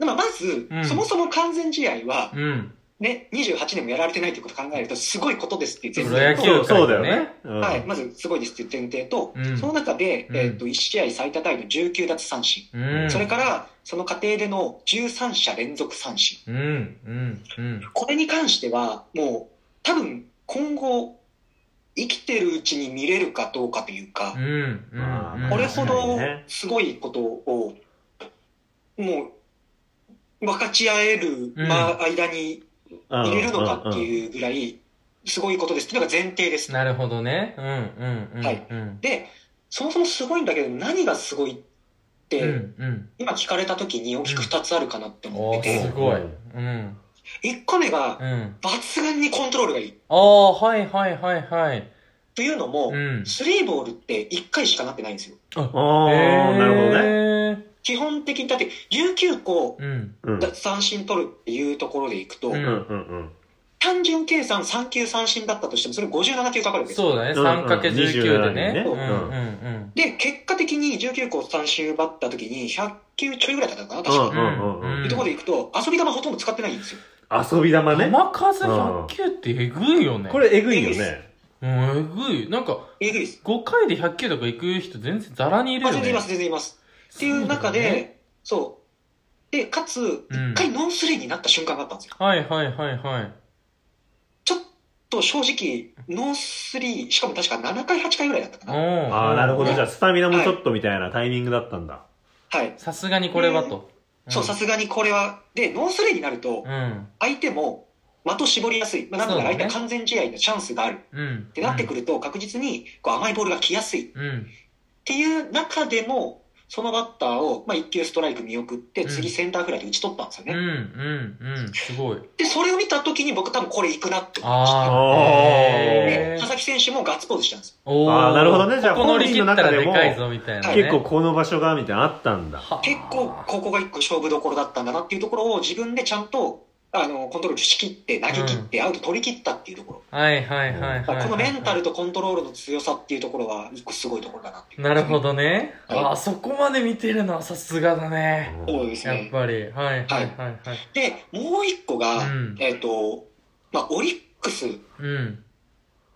でもまず、
うん
そもそも完全試合は、
うん。
ね、28年もやられてないということを考えると、すごいことですっていう前
プ
提
ロ野球
そうそうだよ
界の
ね
ね。
うん
はい、まずすごいですっていう前提と、
うん
その中で、
うん
えっと1試合最多タイの19奪三振、
うん。
それからその過程での13者連続三振
うん、うん、うん。
これに関してはもう多分今後生きてるうちに見れるかどうかというか
う、ん、うん。
これ
確
ほ
かに
ど
ね
すごいことをもう分かち合える、まあ、間に
うん
入れるのかっていうぐらいすごいことですっていうのが前提です
なるほどね。うん、うん、うん。
はい
うん、
でそもそもすごいんだけど何がすごいっ
う
て、
ん、うん。
今聞かれた時に大きく2つあるかなって思
お
っ
ー、
て
す
て、
ごい。うん、
1個目が
うん。
抜群にコントロールがいい。
おー、はい、はい、はい、はい。
というのも
う、ん。
スリーボールって1回しかなってないんですよ。
あ
え
あ、
ー
なるほどね。
基本的に、だって19個
うん。
うん。
三振取るっていうところでいくと、
うん
うんうん
単純計算3球三振だったとしても、それ57球かかるわけですよ。
そうだね。
うんうん
3×19 でね。
27ね
うん、
う
うんん、
で、結果的に19個三振奪った時に100球ちょいぐらいだったのかな、確
う
か。
ん。うんうん
う
うんん
というところでいくと、遊び球ほとんど使ってないんですよ。
遊び
う
玉
ん。
ね。
球数100球ってえぐいよね。
こ、れえぐいよね。
うん、えぐい。なんか、
えぐいです。
5回で100球とか行く人全然ザラにいる
あ
よ
全然いま
ね
す、。全然います。ってい
そううだよね
中で、そう。で、かつ、
うん
一回ノンスリーになった瞬間があったんですよ。
はい、はい、はい、はい。
ちょっと正直、ノンスリー、しかも確か7回、8回ぐらいだったか
お
な。
ー
ああ、なるほど。
ね
じゃあ、スタミナもちょっとみたいなタイミングだったんだ。
はい。
さすがにこれはと。
そう、さすがにこれは。で、ノンスリーになると、
うん。
相手も的絞りやすい。まあ、なんなら
そうだね
相手は完全試合のチャンスがある。っ
うん。って
なってくると、確実にこう甘いボールが来やすい。っ
うん。
ていう中でも、そのバッターを、まあ、1球ストライク見送って、
うん
次センターフライで打ち取ったんですよ
うん、
ね。
うん、うん。すご い。
で、それを見た時に僕多分これ行くなって思いました。
あー。
で
へ
佐
ー
々木選手もガッツポーズしたんですよ。
お
あーなるほどねじゃあ
ここ乗り切ったら
本人
で
の中でも
かいぞ、みたいなね。
結構この場所が、みたいなのあったんだ。
はあ、
結構ここが一個勝負どころだったんだなっていうところを自分でちゃんとあのコントロールしきって投げ切ってアウト取り切ったっていうところ、
はい、はい、はい、はい。
このメンタルとコントロールの強さっていうところは一個すごいところだなっていう
なるほどね。
はい
ああ、そこまで見てるのはさすがだね。
そうです
やっ
ね
ぱり。はいはいはいはい。
でもう一個が、
うん
えっ、とまあオリックス
うん。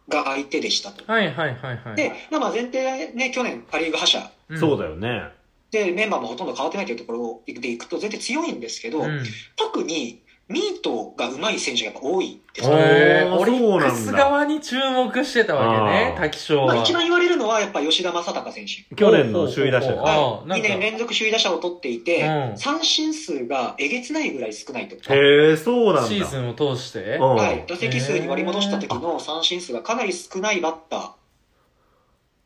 が相手でしたと
はいはいはいはい。
で、まあ、まあ前提ね去年パ・リーグ覇者
ん
そうだよね。
でメンバーもほとんど変わってないというところでいくと全然強いんですけど、
うん。
特にミートが上手い選手がやっぱ多いです
あ
ね
へー
そうなんだ
オリックス側に注目してたわけね、
あー
滝翔
ま
は。
あ、一番言われるのはやっぱ吉田正尚選手
去年の首位打者だ
ほうほう
よね。
ほうああ、なん
2
か。
年連続首位打者を取っていて、
うん
三振数がえげつないぐらい少ないと、
へえ、そうなんだ。
シーズンを通して。
うん
はい、打席数に割り戻した時の三振数がかなり少ないバッター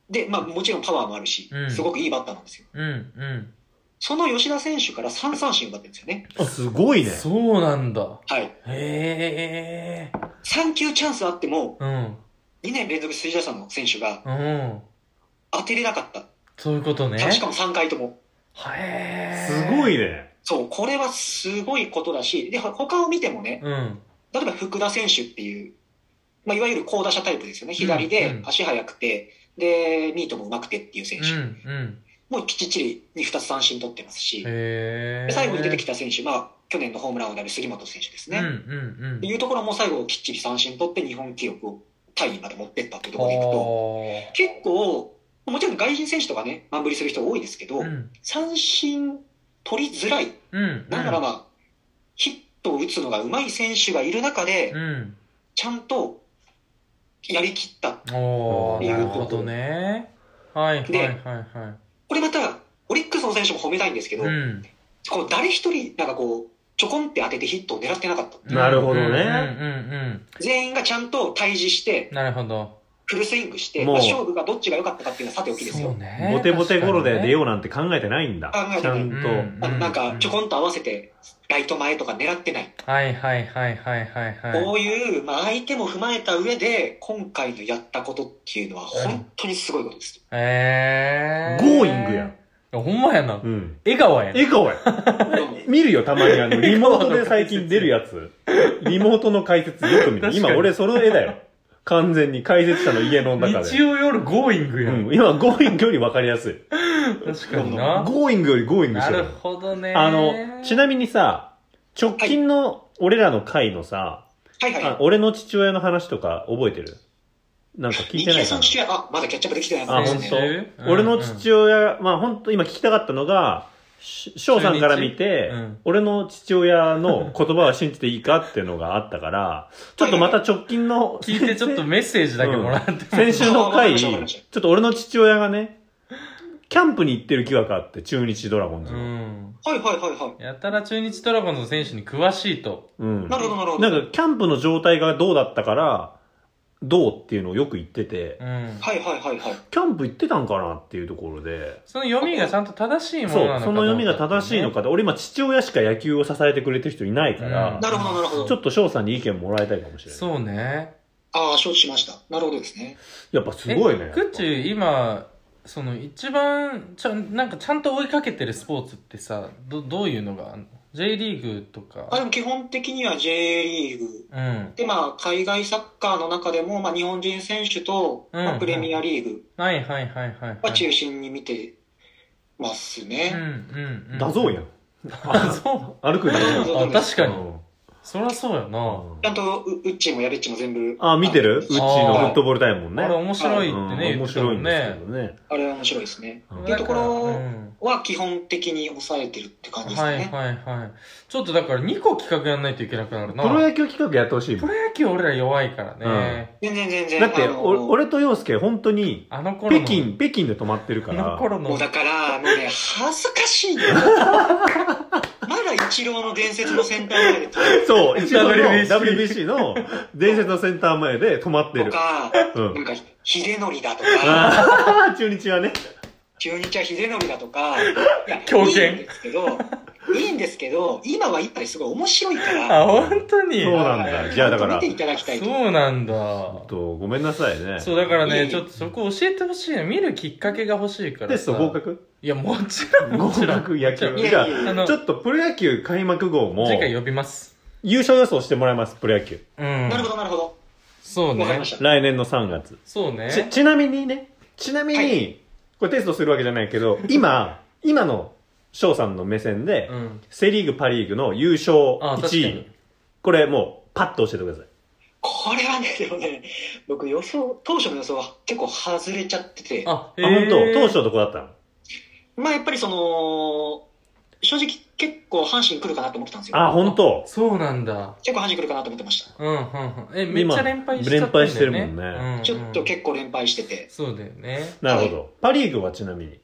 で、まあ、もちろんパワーもあるし、
うん
すごくいいバッターなんですよ
うんうん。
その吉田選手から3三振奪ってるんですよね、
すごいね。
そうなんだ。
はい、
へえ。
3球チャンスあっても
うん。
2年連続首位打者の選手が
うん。
当てれなかった、
そういうことね。
しかも3回とも
へ
す
え。
ごい。ね。
そうこれはすごいことだしでほ他を見てもね
うん。
例えば福田選手っていう、まあ、いわゆる好打者タイプですよね、左で
うん
足速くて、で、ミートも上手くてっていう選
う
手、
ん、うん。
もうきっちりに2つ三振取ってますし、
へ
で
え。
最後に出てき
た
た選手、まあ、去年のホームラン王である杉本選手ですね。
うん、
っ
うん、うん
て。いうところも最後きっちり三振取って日本記録をタイにまで持ってったっていうところでいくと、
は
結構、もちろん外人選手とかね、満振りする人多いですけど、
あ。うん、
三振取りづらい。
うん。
だからまあ、ヒットを打つのが上手い選手がいる中で、
うん。
ちゃんとやりきった。
おー、
っていう
な
こと
るほどね。はい、はい、
で
はい、は
これまた、オリックスの選手も褒めたいんですけ
い。
ど、
うん。
こう誰一人、なんかこう、ちょこんって当ててヒットを狙ってなかった。
なるほどね
うん、うん、うん。
全員がちゃんと対峙して、
なるほど。
フルスイングして、
もう
まあ、勝負がどっちが良かったかっていうのはさておきです
そ
よ
う。ね。
モテモテ頃で出
う
ようなんて考えてないんだ
考えてな。い
ちゃんと。
うん
あのなんか、ちょこんと合わせて、ライト前とか狙ってない。
はい、はい、はい、はい、はい、はい。
こういう、まあ、相手も踏まえた上で、今回のやったことっていうのは、本当にすごいこ とです。
えー。
ゴーイングやん
いや。ほんまやな
う。ん。
笑顔やん。
笑顔や。見るよ、たまに。 あの、リモートで最近出るやつ。リモートの解説よく見る。
確か
今
に
俺その絵だよ。完全に解説者の家の中
日
で。
曜夜ゴーイング
う
やん。
ん、今、ゴーイングより分かりやすい。
確かにな。
ゴーイングよりゴーイングし
な
て
る
る。
ほどね。
あの、ちなみにさ、直近の俺らの回のさ、
はいはい。
あ俺の父親の話とか覚えてるなんか聞いてないかな
さんの父親、あ、まだキャッチアップできてない
あ、
で
本
すね。
う
当。
ん
俺の父親、まあ本当今聞きたかったのが、し翔さんから見て
うん、
俺の父親の言葉は信じていいかっていうのがあったから、ちょっとまた直近の、
聞いてちょっとメッセージだけもらっても、
先週の回、
あ
ち
わか
ょ
りましたわかりまし
っと俺の父親がね、キャンプに行ってる疑惑あって、中日ドラゴンズ
う
の。
ん。
はいはいはいは
やたら中日ドラゴンズの選手に詳しいと。
うん
い。な。るほどなるほど。
な
は
んか、キャンプの状態がどうだったから、どうっていうのをよく言ってて
う、ん。
いはいはいはい。
キャンプ行ってたんかなっていうところで、
その読みがちゃんと正しいも
そ
の
う
なのか、
その読みが正しいのかって、俺今父親しか野球を支えてくれてる人いないから
うん、
なるほどなるほ
ちょ
ど。
っと翔さんに意見もらいたいかもしれない。
そうね。
ああ、承知しました。なるほどですね。
やっぱすごいね
え。クッチ、今、その一番ちゃん、なんかちゃんと追いかけてるスポーツってさ、どどういうのがあんの ?J リーグと
あで
か。
も基本的には J リーグ。
うん。
で、まあ、海外サッカーの中でも、まあ、日本人選手と、
うん
まあ、プレミアリーグ
はいはいはいはい、はい。
は中心に見てます
うん
ね。
うんうん。
だぞ うやん。
あ、そう。
歩くんだ
だぞ
よ。
あ、確か
う
に。
ん
そりゃそうやな。
ちゃんとう、うっちーもやべっちも全部。
あ、見てるうっちーのフ
あー
ットボールタイムもん
あ
ね
れ。面白いって
う
ね、
ん
言っ
面
てた
白
も
いん
ん
です
ね
け。どね。
あれは面白いですね。
うん
っていうとこ
う
ろ
ん
は基本的に抑えてるって感じですか
は
ね。
いはいはい。ちょっとだから2個企画やんないといけなくなる
プ
な。
ロ野球企画やってほしい
プ
もん。
ロ野球俺ら弱いからね。
全然全然。
だって、
あの
お俺と陽介、本当に、
あの頃の。
北京、北京で泊まってるか
あ
ら。
の 頃
も
の
う。だから、もうね、恥ずかしいんだよ。 まだ一郎の伝説のセンター前で撮る
そう、一応 の
WBC
WBC の伝説のセンター前で止まって
と
る。
か、
う
なん
ん。
か、秀則だとか、
あー 中日はね。
中日は秀則だとか、いや
狂
いいん
犬
ですけど、いいんですけど、今はやっぱりすごい面白いから、
あ、本当に
そうなんだ
はい
じゃあだから
見ていただきたいと。
そうなんだ。
と、ごめんなさいね。
そう、だから
いい
ね、
ね
ちょっとそこ教えてほしいね。見るきっかけが欲しいからさ。
テスト合格
いや、もちろん、
合
もちろん。
格野球。
いやい
じゃ
やいや
あの、
あ、ちょっとプロ野球開幕号も、
次回呼びます。
優勝予想してもらいます、プロ野球。
うん
な。るほど、なるほど。
そう
わかり
ね
ま。した。
来年の3月。
そう
ち、
ね。
ちなみにね、ちなみに、
は
これテストするわけじゃないけど、今、今の翔さんの目線で、
うん。
セリーグ、パリーグの優勝
あ、確か
1
に
位。。これもう、パッと教えてください。
これはね、でもね、僕予想、当初の予想は結構外れちゃってて、
あ、
あ、本当
当
当初どこだったの
まあやっぱりその、正直結構阪神来るかなと思ってたんですよ。
あ、本当
そうなんだ。
結構阪神来るかなと思ってました。
うんうんうん。え、めっちゃ連敗しちゃ
今
ったんだよね。
連敗してるもんね
うう
ちょっと結構連敗してて、
そうだよね。
なるほど。パリーグはちなみに。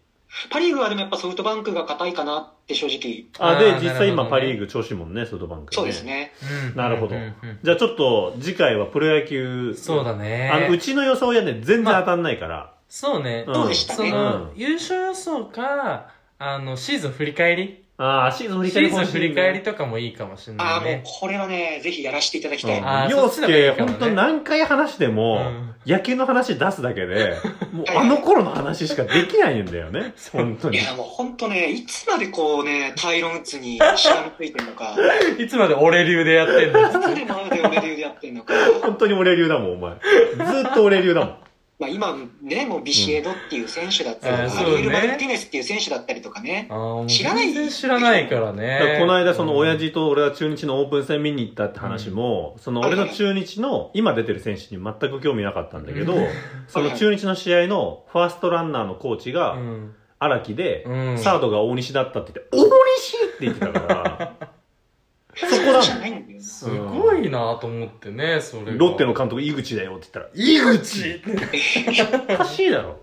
パ・リーグはでもやっぱソフトバンクが硬いかなって正直、
あ
あ、
ー、
で実際
なるほど
今
ね
パリーグ調子いいもんね、ソフトバンク、
そうです。ね。
うん
なるほど
うんうん
じゃあちょっと、次回はプロ野球。
そうだね。
あの、うちの予想やね、全然当たんないから。
そうね。
ん
そうでした
そ
ね。
の
うん、
優勝予想か、あの、シーズン振り返り
ああー、シーズン振り
シ
返り
ーズ
欲
ン
しいね
振り返りとかもいいかもしれ
あ
な
あ、
い
もう
ね。
これはね、ぜひやらせていただきたい。
あーそ
洋介、
っちの方がいいかもね
本当何回話しても、
うん
野球の話出すだけで、もう
はい
あの頃の話しかできないんだよね。本当
い
に。
や、もう本当ね、いつまでこうね、タイロン打つにしがみついてるのか、い
いつまで俺流でや ってんの
つまでもあるで俺流でやってるのか、
本当に俺流だもん、お前。ずっと俺流だもん。
まあ、今ね、もうビシエドっていう選手だったり
うんあー
とか、
そう
ア
ね
リエル・マルティネスっていう選手だったりとかね、
あーもう
知らない
全然知らないから
だ
ね
からこの間、その親父と俺は中日のオープン戦見に行ったって話も、その俺の中日の今出てる選手に全く興味なかったんだけど
うん、
その中日の試合のファーストランナーのコーチ
う
が
ん
荒木で、
うん
サードが大西だったって言って、大西って言ってたから、
そ
こだ
じゃないんだよね。
すごいなと思ってねそれが
ロッテの監督井口だよって言ったら、井口おかしいだろ。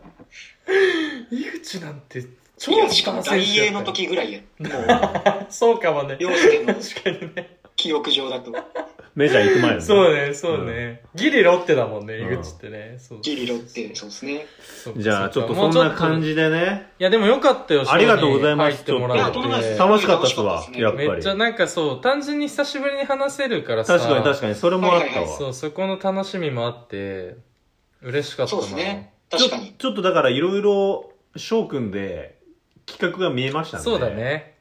井口なんて超
いやしかも
力選
大
手
英
だ
の
ったよ
時ぐらいや。もう、
そうかもね
洋介の
確かにね
記憶上だと、
メジャー行く前の
そうねそうね、ギリロッテだもんね
う
井
ん
口ってねそう
ギリロって、そうですね。
そっか
じゃあ、ち
そ
ょ
っ
っ
か
とそんな
もう
感じでね。
いやでもよかったよ
ありがとうございます
ショーに入ってもら
いや
え
とんでも
て
ない
楽しかったっすわ、やっぱり。
めっちゃなんかそう単純に久しぶりに話せるからさ
確かに確かに、それもあった
はいはいは
わ。
に
ち
そうそこの楽しみもあって嬉しかった
そう
な
ですね。
ょ
確かに。
ちょっとだからいろいろ、翔くんで企画が見えましたね。
そうだ。ね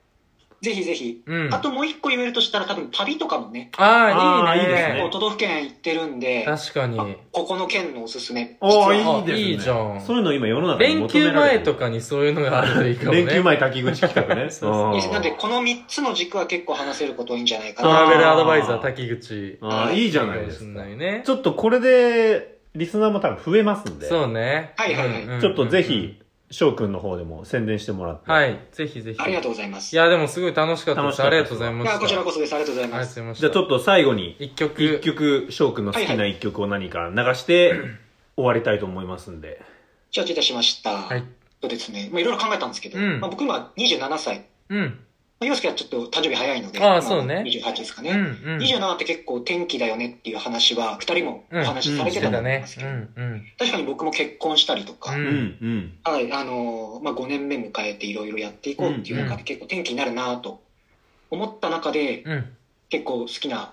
ぜひぜひ。
うん
あともう一個言えるとしたら、多分旅とかもね、
ああいいね
あーいいですね
もう都道府県行ってるんで、
確かに
あここの県のおすすめ。
おー
実はい
いですね。
いいじゃん
そういうの今世の中に
連
求め
休
られて
前
る
とかにそういうのがあるといいかもね
連休前滝口企画ね。
そうそう
あー
いいですなんで、この3つの軸は結構話せることいいんじゃないか
トラ
な。
ベルアドバイザー滝口
あーいいじゃないです
かも
か
しんない。ね
ちょっとこれで、リスナーも多分増えますんで。
そうね
はいはいはい
うんうんうん
ちょっとぜひ、翔くんの方でも宣伝してもらって。
は。いぜひぜひ
ありがとうございます。
いやでもすごい楽しかったで
楽し
す
か
あ
っ
り
たで
が
す
とうございまし
い
た
やこちらこそです。ありがとうござい
あり
ま
がとう
す。
ございました
じゃあちょっと最後に、
一曲
一曲、翔くんの好きな一曲を何か流して、終わりたいと思いますんで。
承知いたしました。
はい
そうですね。まあいろいろ考えたんですけど、
うん
まあ僕今27歳。
うん
まあ、洋介はちょっと誕生日早いので、
あー
ま
そうね
28ですか
う
ね。
んうん
27って結構天気だよねっていう話は2人もお話しされて
して
た
た
と思うん
ね
です
う
けど、
んうん
確かに僕も結婚したりとか、
うん
うん、うん。
はいあのーまあ、5年目迎えていろいろやっていこうっていう中で結構天気になるなと思った中で
うん
結構好きな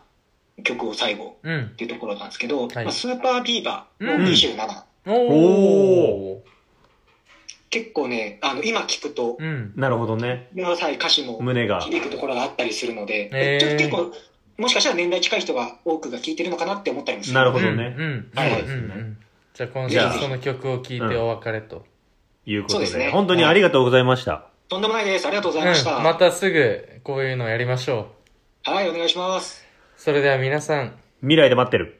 曲を最後
うん
っていうところなんですけど、
はい
まあ、スーパービーバーの
うん
27、
おー
結構ねあの今聞くと
うん
なるほどね。
ごめんなさい歌詞も
胸が。
響くところがあったりするので、
へー
ちょっと結構もしかしたら年代近い人が多くが聴いてるのかなって思ったりもする
なるほ
うん
どね
うん
はい
うんうんうんじゃあ今週
じゃあ
その曲を聴いてお別れと
いうこと
そうで
で。
すね
本当にありがとうございました。
とんでもないですありがとうご
う
ざ
ん
いました、
またすぐこういうのやりましょう
はいお願いします
それでは皆さん
未来で待ってる。